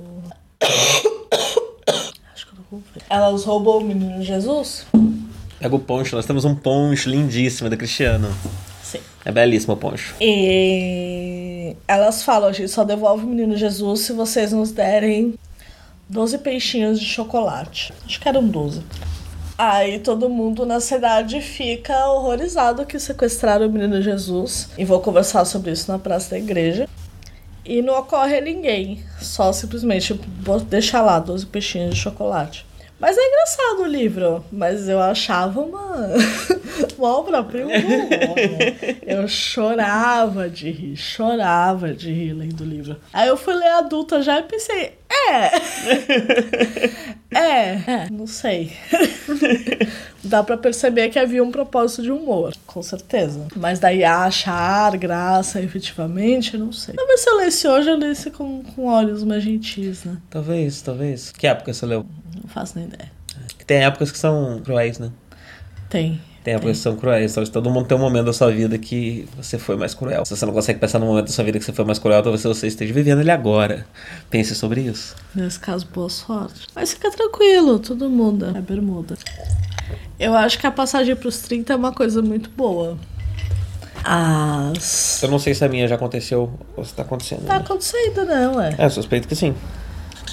Speaker 3: Acho que eu tô com frio. Elas roubou o menino Jesus?
Speaker 1: Pega o poncho, é nós temos um poncho lindíssimo da Cristiano.
Speaker 3: Sim.
Speaker 1: É belíssimo o poncho.
Speaker 3: E Elas falam, a gente só devolve o menino Jesus se vocês nos derem 12 peixinhos de chocolate. Acho que eram 12. Aí todo mundo na cidade fica horrorizado que sequestraram o menino Jesus. E vou conversar sobre isso na praça da igreja. E não ocorre ninguém. Só simplesmente bo- deixar lá 12 peixinhos de chocolate. Mas é engraçado o livro. Mas eu achava uma, uma obra-prima do horror. Eu chorava de rir. Chorava de rir lendo o livro. Aí eu fui ler adulta já e pensei... É! é. Não sei. Dá pra perceber que havia um propósito de humor, com certeza. Mas daí achar graça efetivamente, não sei. Talvez se eu lesse hoje, eu lesse com, com olhos mais gentis, né?
Speaker 1: Talvez, talvez. Que época você leu?
Speaker 3: Não faço nem ideia.
Speaker 1: Tem épocas que são cruéis, né?
Speaker 3: Tem.
Speaker 1: Tem épocas que são cruéis. Talvez todo mundo tem um momento da sua vida que você foi mais cruel. Se você não consegue pensar no momento da sua vida que você foi mais cruel, talvez você esteja vivendo ele agora. Pense sobre isso.
Speaker 3: Nesse caso, boa sorte. Mas fica tranquilo, tudo muda. É bermuda. Eu acho que a passagem pros 30 é uma coisa muito boa. As.
Speaker 1: Eu não sei se a minha já aconteceu ou se tá acontecendo.
Speaker 3: Tá
Speaker 1: Né?
Speaker 3: acontecendo, né, ué?
Speaker 1: É, suspeito que sim.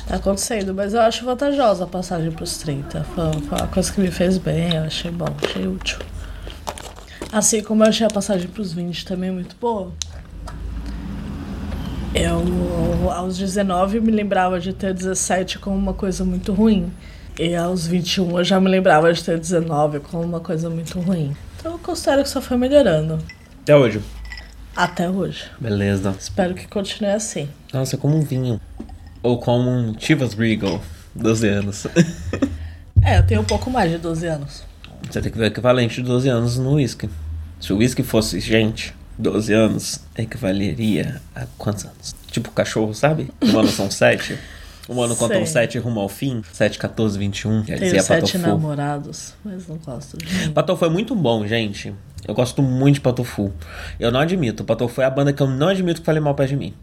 Speaker 3: Tá acontecendo, mas eu acho vantajosa a passagem pros 30. Foi, foi uma coisa que me fez bem, eu achei bom, achei útil. Assim como eu achei a passagem pros 20 também muito boa. Eu, aos 19, me lembrava de ter 17 como uma coisa muito ruim. E aos 21, eu já me lembrava de ter 19 como uma coisa muito ruim. Então eu considero que só foi melhorando.
Speaker 1: Até hoje.
Speaker 3: Até hoje.
Speaker 1: Beleza.
Speaker 3: Espero que continue assim.
Speaker 1: Nossa, como um vinho. Ou como um Chivas Regal. 12 anos.
Speaker 3: É, eu tenho um pouco mais de 12 anos.
Speaker 1: Você tem que ver o equivalente de 12 anos no uísque. Se o uísque fosse gente, 12 anos equivaleria a quantos anos? Tipo cachorro, sabe? Um ano são 7. Um ano contam
Speaker 3: Sei.
Speaker 1: 7 rumo ao fim. 7, 14, 21. Quer dizer,
Speaker 3: Tenho
Speaker 1: é
Speaker 3: sete
Speaker 1: patofu.
Speaker 3: namorados, mas não gosto de ninguém.
Speaker 1: Patofu é muito bom, gente. Eu gosto muito de Patofu. Eu não admito. Patofu é a banda que eu não admito que fale mal perto de mim.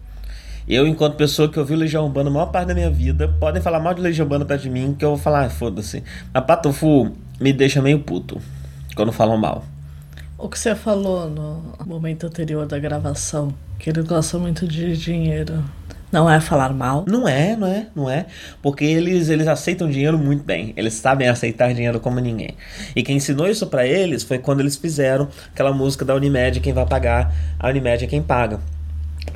Speaker 1: Eu, enquanto pessoa que ouviu Legião Urbana a maior parte da minha vida, podem falar mal de Legião Urbana perto de mim, que eu vou falar, ah, foda-se. Mas Patofu me deixa meio puto quando falam mal.
Speaker 3: O que você falou no momento anterior da gravação, que ele gosta muito de dinheiro, não é falar mal?
Speaker 1: Não é, não é, não é. Porque eles, eles aceitam dinheiro muito bem. Eles sabem aceitar dinheiro como ninguém. E quem ensinou isso pra eles foi quando eles fizeram aquela música da Unimed, quem vai pagar, a Unimed é quem paga.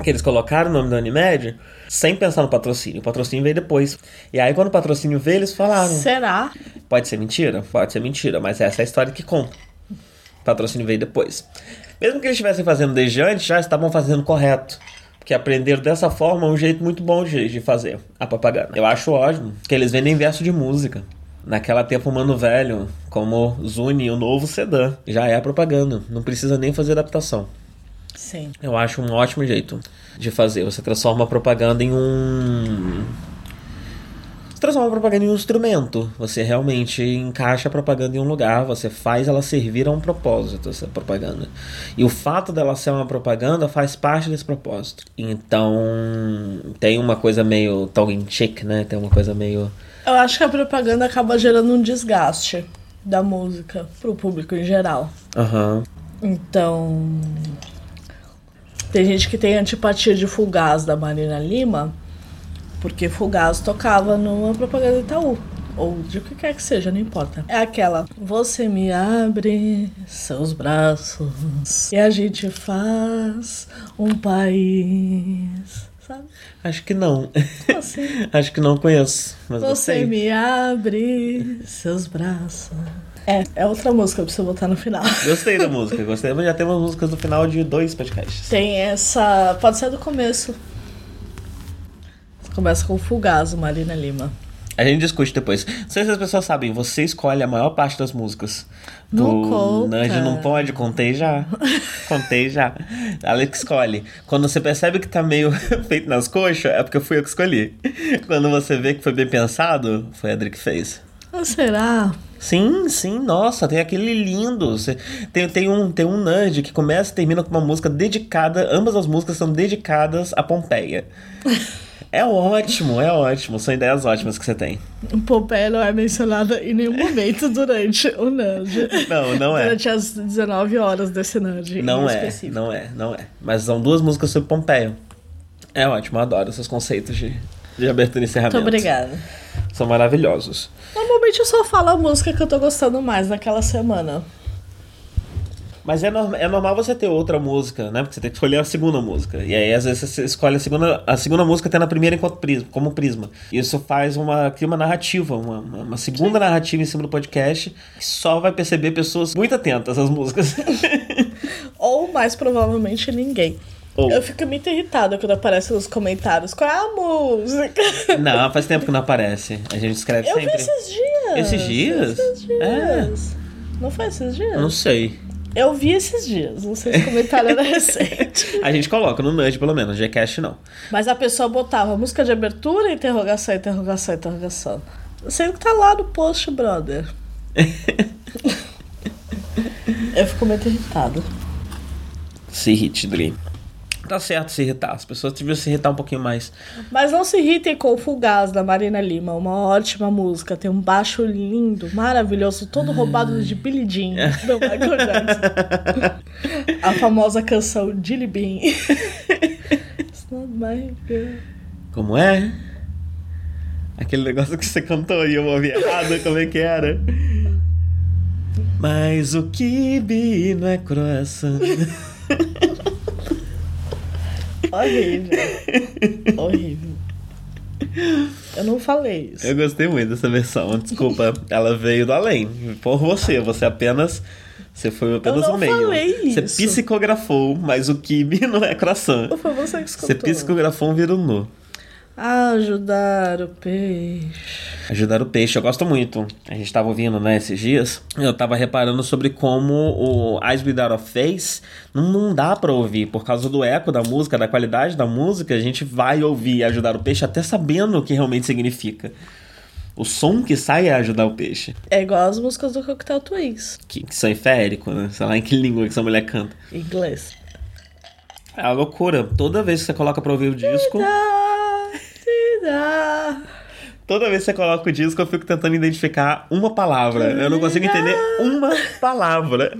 Speaker 1: Que eles colocaram o nome da Unimed sem pensar no patrocínio. O patrocínio veio depois. E aí, quando o patrocínio veio, eles falaram.
Speaker 3: Será?
Speaker 1: Pode ser mentira? Pode ser mentira, mas essa é a história que conta. O patrocínio veio depois. Mesmo que eles estivessem fazendo desde antes, já estavam fazendo correto. Porque aprenderam dessa forma um jeito muito bom de, de fazer a propaganda. Eu acho ótimo que eles vendem verso de música. Naquela tempo, o Mano Velho, como Zuni, o novo sedã. Já é a propaganda, não precisa nem fazer adaptação.
Speaker 3: Sim.
Speaker 1: Eu acho um ótimo jeito de fazer. Você transforma a propaganda em um. Você transforma a propaganda em um instrumento. Você realmente encaixa a propaganda em um lugar. Você faz ela servir a um propósito, essa propaganda. E o fato dela ser uma propaganda faz parte desse propósito. Então. Tem uma coisa meio talking chick, né? Tem uma coisa meio.
Speaker 3: Eu acho que a propaganda acaba gerando um desgaste da música pro público em geral.
Speaker 1: Aham.
Speaker 3: Então. Tem gente que tem antipatia de Fugaz da Marina Lima, porque Fugaz tocava numa propaganda Itaú. Ou de o que quer que seja, não importa. É aquela. Você me abre seus braços e a gente faz um país. Sabe?
Speaker 1: Acho que não.
Speaker 3: Como assim?
Speaker 1: Acho que não conheço. Mas eu
Speaker 3: Você
Speaker 1: sei.
Speaker 3: me abre seus braços. É, é outra música pra você botar no final.
Speaker 1: Gostei da música, gostei. Já temos músicas no final de dois podcasts.
Speaker 3: Tem essa. Pode ser do começo. Começa com Fugazo, Marina Lima.
Speaker 1: A gente discute depois. Não sei se as pessoas sabem, você escolhe a maior parte das músicas.
Speaker 3: Não conta.
Speaker 1: Nanji não pode, contei já. contei já. Alex escolhe. Quando você percebe que tá meio feito nas coxas, é porque fui eu que escolhi. Quando você vê que foi bem pensado, foi a Adri que fez.
Speaker 3: Ah, será?
Speaker 1: Sim, sim, nossa, tem aquele lindo. Cê- Tem, tem um, tem um Nerd que começa e termina com uma música dedicada. Ambas as músicas são dedicadas a Pompeia. é ótimo, é ótimo. São ideias ótimas que você tem.
Speaker 3: Pompeia não é mencionada em nenhum momento durante o Nerd.
Speaker 1: Não, não é.
Speaker 3: Durante as 19 horas desse Nerd. em um
Speaker 1: Não é,
Speaker 3: específico.
Speaker 1: não é, não é. Mas são duas músicas sobre Pompeia. É ótimo, eu adoro esses conceitos de, de abertura e encerramento.
Speaker 3: Muito obrigada.
Speaker 1: São maravilhosos.
Speaker 3: Normalmente eu só falo a música que eu tô gostando mais naquela semana.
Speaker 1: Mas é, norm- é normal você ter outra música, né? Porque você tem que escolher a segunda música. E aí, às vezes, você escolhe a segunda, a segunda música até na primeira enquanto prisma, como prisma. E Isso faz uma, cria uma narrativa, uma, uma- uma segunda narrativa em cima do podcast que só vai perceber pessoas muito atentas às músicas.
Speaker 3: Ou mais provavelmente ninguém.
Speaker 1: Ou-
Speaker 3: Eu fico muito irritada quando aparece nos comentários. Qual é a música?
Speaker 1: não, faz tempo que não aparece. A gente escreve
Speaker 3: Eu vi
Speaker 1: sempre.
Speaker 3: esses dias.
Speaker 1: Esses dias?
Speaker 3: Esses dias. Não foi esses dias?
Speaker 1: Eu Não sei.
Speaker 3: Eu vi esses dias. Não sei se o comentário era recente.
Speaker 1: A gente coloca no Nudge, pelo menos. Gcast não.
Speaker 3: Mas a pessoa botava música de abertura, interrogação, interrogação, interrogação. Sendo que tá lá no post, brother. Eu fico muito irritada.
Speaker 1: Se irrite, Dream. Tá certo se irritar. As pessoas deviam se irritar um pouquinho mais.
Speaker 3: Mas não se irritem com o Fugaz da Marina Lima, uma ótima música, tem um baixo lindo, maravilhoso, todo roubado de Billy Jean, do Michael Jackson. A famosa canção Dilly Bean. It's not my girl.
Speaker 1: Como é? Aquele negócio que você cantou e eu ouvi errado, como é que era? Mas o kibe não é croissant.
Speaker 3: Horrível. Horrível. Eu não falei isso.
Speaker 1: Eu gostei muito dessa versão, desculpa. Ela veio do além, por você. Você apenas... Você foi apenas
Speaker 3: Eu não
Speaker 1: no meio.
Speaker 3: falei
Speaker 1: você
Speaker 3: isso.
Speaker 1: psicografou, mas o kibe não é croissant.
Speaker 3: Foi você que escutou.
Speaker 1: Você psicografou um viro nu.
Speaker 3: Ajudar o peixe.
Speaker 1: Ajudar o peixe, eu gosto muito. A gente tava ouvindo, né, esses dias. Eu tava reparando sobre como o Eyes Without a Face não, não dá pra ouvir. Por causa do eco da música, da qualidade da música, a gente vai ouvir Ajudar o Peixe até sabendo o que realmente significa. O som que sai é Ajudar o Peixe.
Speaker 3: É igual as músicas do Coquetel Twins.
Speaker 1: Que, que são inférico, né? Sei lá em que língua que essa mulher canta.
Speaker 3: Inglês.
Speaker 1: É uma loucura. Toda vez que você coloca pra ouvir o disco...
Speaker 3: Ah, te dá.
Speaker 1: Toda vez que você coloca o disco, eu fico tentando identificar uma palavra. Eu não consigo entender uma palavra.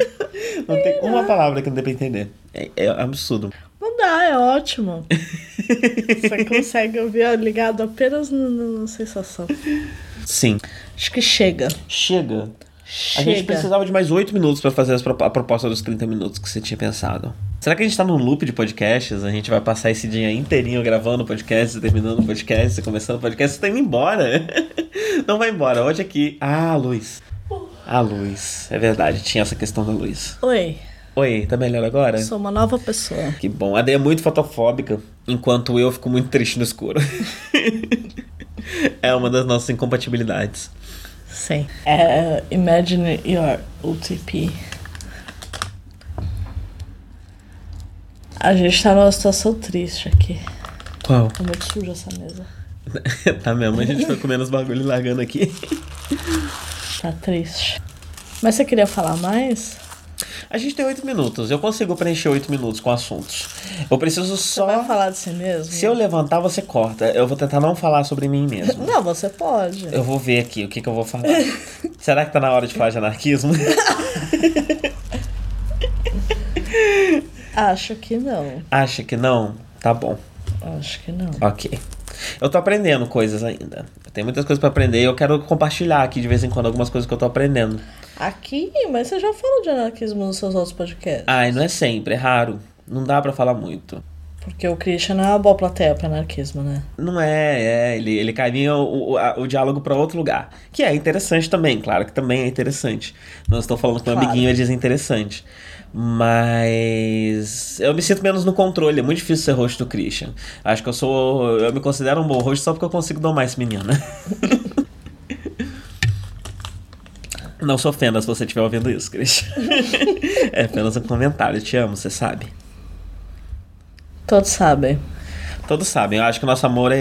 Speaker 1: Não tem uma palavra que não dê pra entender. É, é absurdo.
Speaker 3: Não dá, é ótimo. Você consegue ouvir ligado apenas no- no- na sensação.
Speaker 1: Sim.
Speaker 3: Acho que chega.
Speaker 1: Chega. A
Speaker 3: Chega.
Speaker 1: gente precisava de mais oito minutos pra fazer as pro- a proposta dos 30 minutos que você tinha pensado. Será que a gente tá num loop de podcasts? A gente vai passar esse dia inteirinho gravando podcast, terminando podcast, começando podcast, você tá indo embora. Não vai embora. Hoje aqui. Ah, a luz. A luz. É verdade, tinha essa questão da luz.
Speaker 3: Oi,
Speaker 1: Oi, tá melhor agora?
Speaker 3: sou uma nova pessoa.
Speaker 1: Que bom. A Day é muito fotofóbica, enquanto eu fico muito triste no escuro. é uma das nossas incompatibilidades.
Speaker 3: Sim. É, imagine your UTP. A gente tá numa situação triste aqui.
Speaker 1: Qual?
Speaker 3: Tá muito suja essa mesa.
Speaker 1: tá mesmo, a gente foi comendo os bagulhos e largando aqui.
Speaker 3: Tá triste. Mas você queria falar mais?
Speaker 1: A gente tem oito minutos, eu consigo preencher oito minutos com assuntos. Eu preciso
Speaker 3: Você vai
Speaker 1: só.
Speaker 3: falar de si mesmo?
Speaker 1: Se eu levantar, você corta. Eu vou tentar não falar sobre mim mesmo.
Speaker 3: Não, você pode.
Speaker 1: Eu vou ver aqui o que, que eu vou falar. Será que tá na hora de falar de anarquismo?
Speaker 3: Acho que não.
Speaker 1: Acha que não? Tá bom.
Speaker 3: Acho que não.
Speaker 1: Ok. Eu tô aprendendo coisas ainda. Eu tenho muitas coisas pra aprender e eu quero compartilhar aqui de vez em quando algumas coisas que eu tô aprendendo.
Speaker 3: Aqui, mas você já falou de anarquismo nos seus outros podcasts.
Speaker 1: Ai, não é sempre, é raro. Não dá pra falar muito.
Speaker 3: Porque o Christian não é uma boa plateia pra anarquismo, né?
Speaker 1: Não é, é, ele, ele caminha o, o, a- o diálogo pra outro lugar. Que é interessante também, claro que também é interessante. Não estou falando que um
Speaker 3: Claro.
Speaker 1: amiguinho é desinteressante. Mas eu me sinto menos no controle, é muito difícil ser host do Christian. Acho que eu sou. Eu me considero um bom host só porque eu consigo domar esse menino, né? Não se ofenda se você estiver ouvindo isso, Christian. é apenas um comentário, te amo, você sabe.
Speaker 3: Todos sabem.
Speaker 1: Todos sabem, eu acho que o nosso amor é,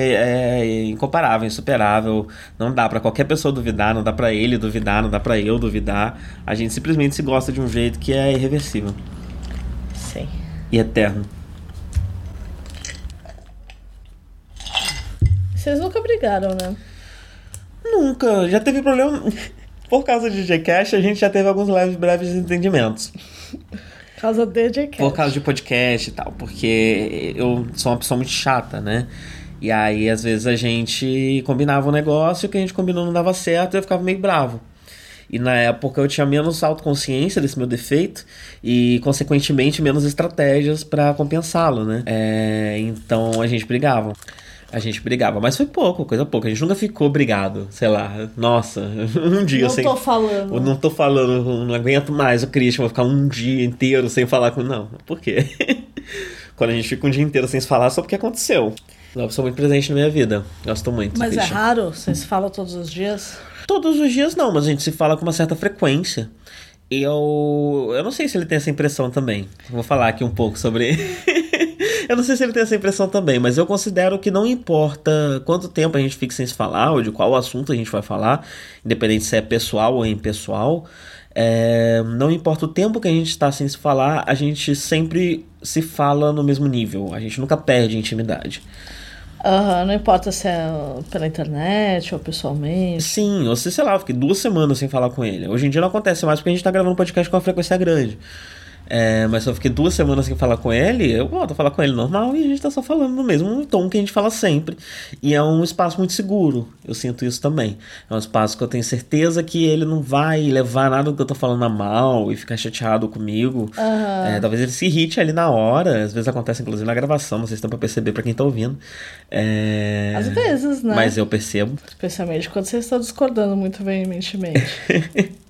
Speaker 1: é incomparável, insuperável. Não dá pra qualquer pessoa duvidar, não dá pra ele duvidar, não dá pra eu duvidar. A gente simplesmente se gosta de um jeito que é irreversível
Speaker 3: Sim.
Speaker 1: e eterno.
Speaker 3: Vocês nunca brigaram, né?
Speaker 1: Nunca, já teve problema. Por causa de Gcash, a gente já teve alguns leves breves entendimentos.
Speaker 3: Por causa de JCast.
Speaker 1: por causa de podcast e tal, porque eu sou uma pessoa muito chata, né? E aí, às vezes, a gente combinava um negócio, o que a gente combinou não dava certo, eu ficava meio bravo. E na época eu tinha menos autoconsciência desse meu defeito e, consequentemente, menos estratégias pra compensá-lo, né? É, então a gente brigava. A gente brigava, mas foi pouco, coisa pouca. A gente nunca ficou brigado, sei lá. Nossa, um dia
Speaker 3: Não
Speaker 1: sem.
Speaker 3: tô falando.
Speaker 1: Eu não tô falando, não aguento mais o Christian, vou ficar um dia inteiro sem falar com. Não, por quê? Quando a gente fica um dia inteiro sem se falar, só porque aconteceu. É uma pessoa muito presente na minha vida. Gosto muito. do
Speaker 3: Mas é
Speaker 1: Christian.
Speaker 3: raro? Vocês falam todos os dias?
Speaker 1: Todos os dias não, mas a gente se fala com uma certa frequência. E eu. Eu não sei se ele tem essa impressão também. Vou falar aqui um pouco sobre. eu não sei se ele tem essa impressão também, mas eu considero que não importa quanto tempo a gente fique sem se falar, ou de qual assunto a gente vai falar, independente se é pessoal ou impessoal. é, não importa o tempo que a gente está sem se falar, a gente sempre se fala no mesmo nível. A gente nunca perde intimidade.
Speaker 3: Aham, não importa se é pela internet ou pessoalmente.
Speaker 1: Sim, ou se, sei lá, eu fiquei duas semanas sem falar com ele. Hoje em dia não acontece mais porque a gente tá gravando podcast com uma frequência grande. É, mas se eu fiquei duas semanas sem falar com ele, eu volto a falar com ele normal e a gente tá só falando no mesmo tom que a gente fala sempre. E é um espaço muito seguro, eu sinto isso também. É um espaço que eu tenho certeza que ele não vai levar nada do que eu tô falando a mal e ficar chateado comigo. É, talvez ele se irrite ali na hora, às vezes acontece inclusive na gravação, não sei se dá pra perceber pra quem tá ouvindo. É,
Speaker 3: Às vezes, né?
Speaker 1: Mas eu percebo.
Speaker 3: Especialmente quando vocês estão discordando muito veementemente.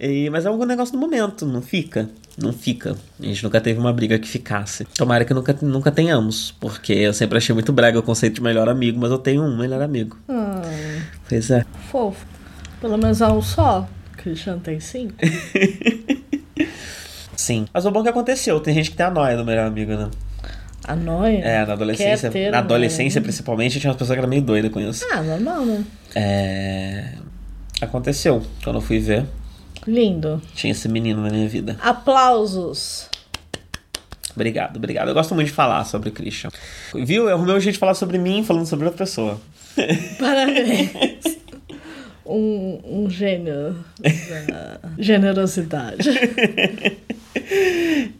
Speaker 1: E- mas é algum negócio do momento, não fica. Não fica. A gente nunca teve uma briga que ficasse. Tomara que nunca, nunca tenhamos, porque eu sempre achei muito brega o conceito de melhor amigo, mas eu tenho um melhor amigo.
Speaker 3: Ah,
Speaker 1: Pois é.
Speaker 3: fofo. Pelo menos há um só. Christian tem cinco.
Speaker 1: Sim. Mas o bom é que aconteceu, tem gente que tem a noia do melhor amigo, né?
Speaker 3: A noia.
Speaker 1: É, na adolescência.
Speaker 3: Quer ter
Speaker 1: Na
Speaker 3: um
Speaker 1: adolescência,
Speaker 3: melhor
Speaker 1: principalmente, tinha umas pessoas que eram meio doidas com isso.
Speaker 3: amigo. Ah, normal, né?
Speaker 1: É. Aconteceu. Quando eu fui ver,
Speaker 3: Lindo.
Speaker 1: tinha esse menino na minha vida.
Speaker 3: Aplausos.
Speaker 1: Obrigado, obrigado. Eu gosto muito de falar sobre o Christian. Viu? Eu arrumei um jeito de falar sobre mim falando sobre outra pessoa.
Speaker 3: Parabéns. Um, um gênio da generosidade.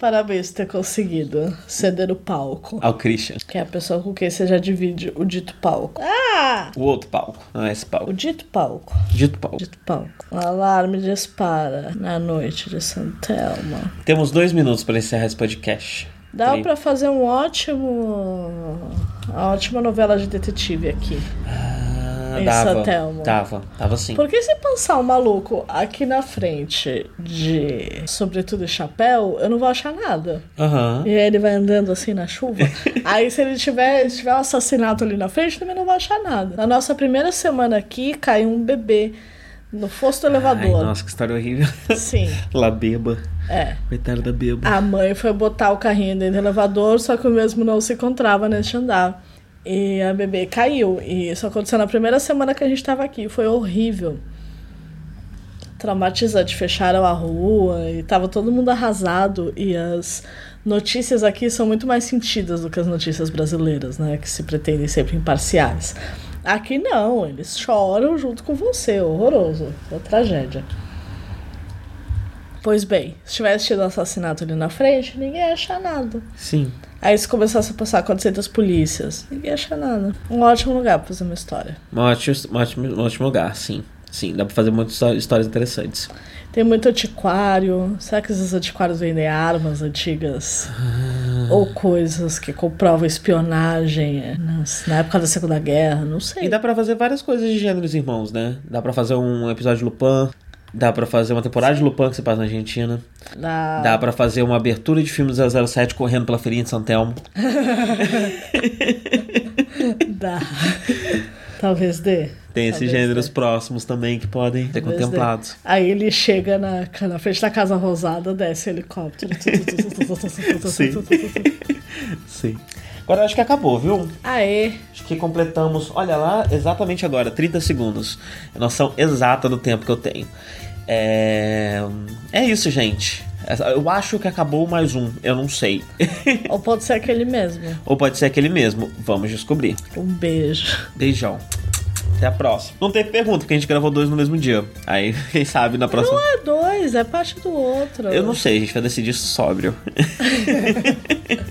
Speaker 3: Parabéns por ter conseguido ceder o palco.
Speaker 1: Ao Ah, Christian.
Speaker 3: Que é a pessoa com quem você já divide o dito palco. Ah!
Speaker 1: O outro palco, não é esse
Speaker 3: O
Speaker 1: palco.
Speaker 3: dito palco.
Speaker 1: Dito palco.
Speaker 3: Dito palco. O alarme dispara na noite de Santelma.
Speaker 1: Temos dois minutos para encerrar esse podcast.
Speaker 3: Dá
Speaker 1: Três.
Speaker 3: pra fazer um ótimo. Uma ótima novela de detetive aqui.
Speaker 1: Ah,
Speaker 3: Em
Speaker 1: dava,
Speaker 3: Sotelmo.
Speaker 1: dava, dava sim.
Speaker 3: Porque se passar um maluco aqui na frente de sobretudo e chapéu, eu não vou achar nada.
Speaker 1: Aham.
Speaker 3: E aí ele vai andando assim na chuva. aí se ele tiver, se tiver um assassinato ali na frente, também não vou achar nada. Na nossa primeira semana aqui, caiu um bebê no fosso do
Speaker 1: Ai,
Speaker 3: elevador.
Speaker 1: nossa, que história horrível.
Speaker 3: Sim,
Speaker 1: Lá beba.
Speaker 3: é.
Speaker 1: Coitada da beba.
Speaker 3: A mãe foi botar o carrinho dentro do elevador, só que o mesmo não se encontrava neste andar. E a bebê caiu. E isso aconteceu na primeira semana que a gente tava aqui. Foi horrível. Traumatizante. Fecharam a rua e tava todo mundo arrasado. E as notícias aqui são muito mais sentidas do que as notícias brasileiras, né? Que se pretendem sempre imparciais. Aqui não, eles choram junto com você. Horroroso. É tragédia. Pois bem, se tivesse tido um assassinato ali na frente, ninguém ia achar nada.
Speaker 1: Sim.
Speaker 3: Aí se começasse a passar 400 polícias, ninguém ia achar nada. Um ótimo lugar pra fazer uma história.
Speaker 1: Um ótimo, um ótimo, um ótimo lugar, sim. Sim, dá pra fazer muitas histó- histórias interessantes.
Speaker 3: Tem muito antiquário. Será que esses antiquários vendem armas antigas?
Speaker 1: Ah.
Speaker 3: Ou coisas que comprovam espionagem eh, nas- na época da Segunda Guerra? Não sei.
Speaker 1: E dá pra fazer várias coisas de gêneros irmãos, né? Dá pra fazer um episódio de Lupin. Dá pra fazer uma temporada de Lupin que se passa na Argentina.
Speaker 3: Da-
Speaker 1: Dá pra fazer uma abertura de filme 007 correndo pela feirinha de Santelmo.
Speaker 3: da- Talvez dê.
Speaker 1: Tem esses
Speaker 3: Talvez
Speaker 1: gêneros
Speaker 3: dê.
Speaker 1: próximos também que podem ser
Speaker 3: Talvez dê.
Speaker 1: contemplados.
Speaker 3: Aí ele chega na, na frente da Casa Rosada, desce o helicóptero.
Speaker 1: Sim. Sim. Agora eu acho que acabou, viu?
Speaker 3: Aê!
Speaker 1: Acho que completamos, olha lá, exatamente agora, 30 segundos. É a noção exata do tempo que eu tenho. É, é isso, gente. Essa- Eu acho que acabou mais um, eu não sei.
Speaker 3: Ou pode ser aquele mesmo.
Speaker 1: Ou pode ser aquele mesmo. Vamos descobrir.
Speaker 3: Um beijo.
Speaker 1: Beijão. Até a próxima. Não teve pergunta, porque a gente gravou dois no mesmo dia. Aí, quem sabe na próxima.
Speaker 3: Não é dois, é parte do outro.
Speaker 1: Eu não sei, a gente vai decidir sóbrio.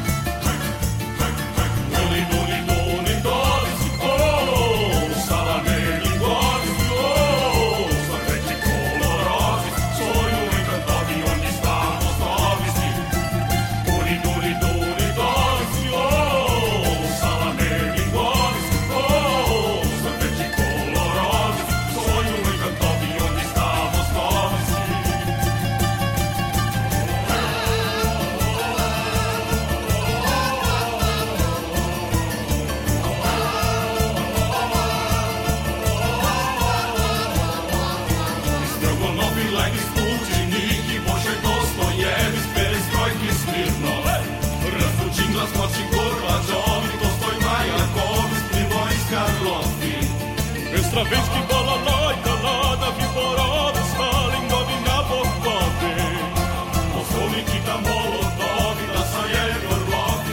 Speaker 5: oh, oh, Esta vez que bola lá e calada, viborada, stalin, domina, bocote. Mostrou Nikita Molotov, Dassaev, Orlov,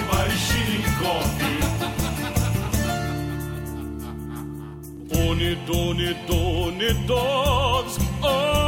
Speaker 5: Marishnikov. Oni, doni, doni, dons, oh.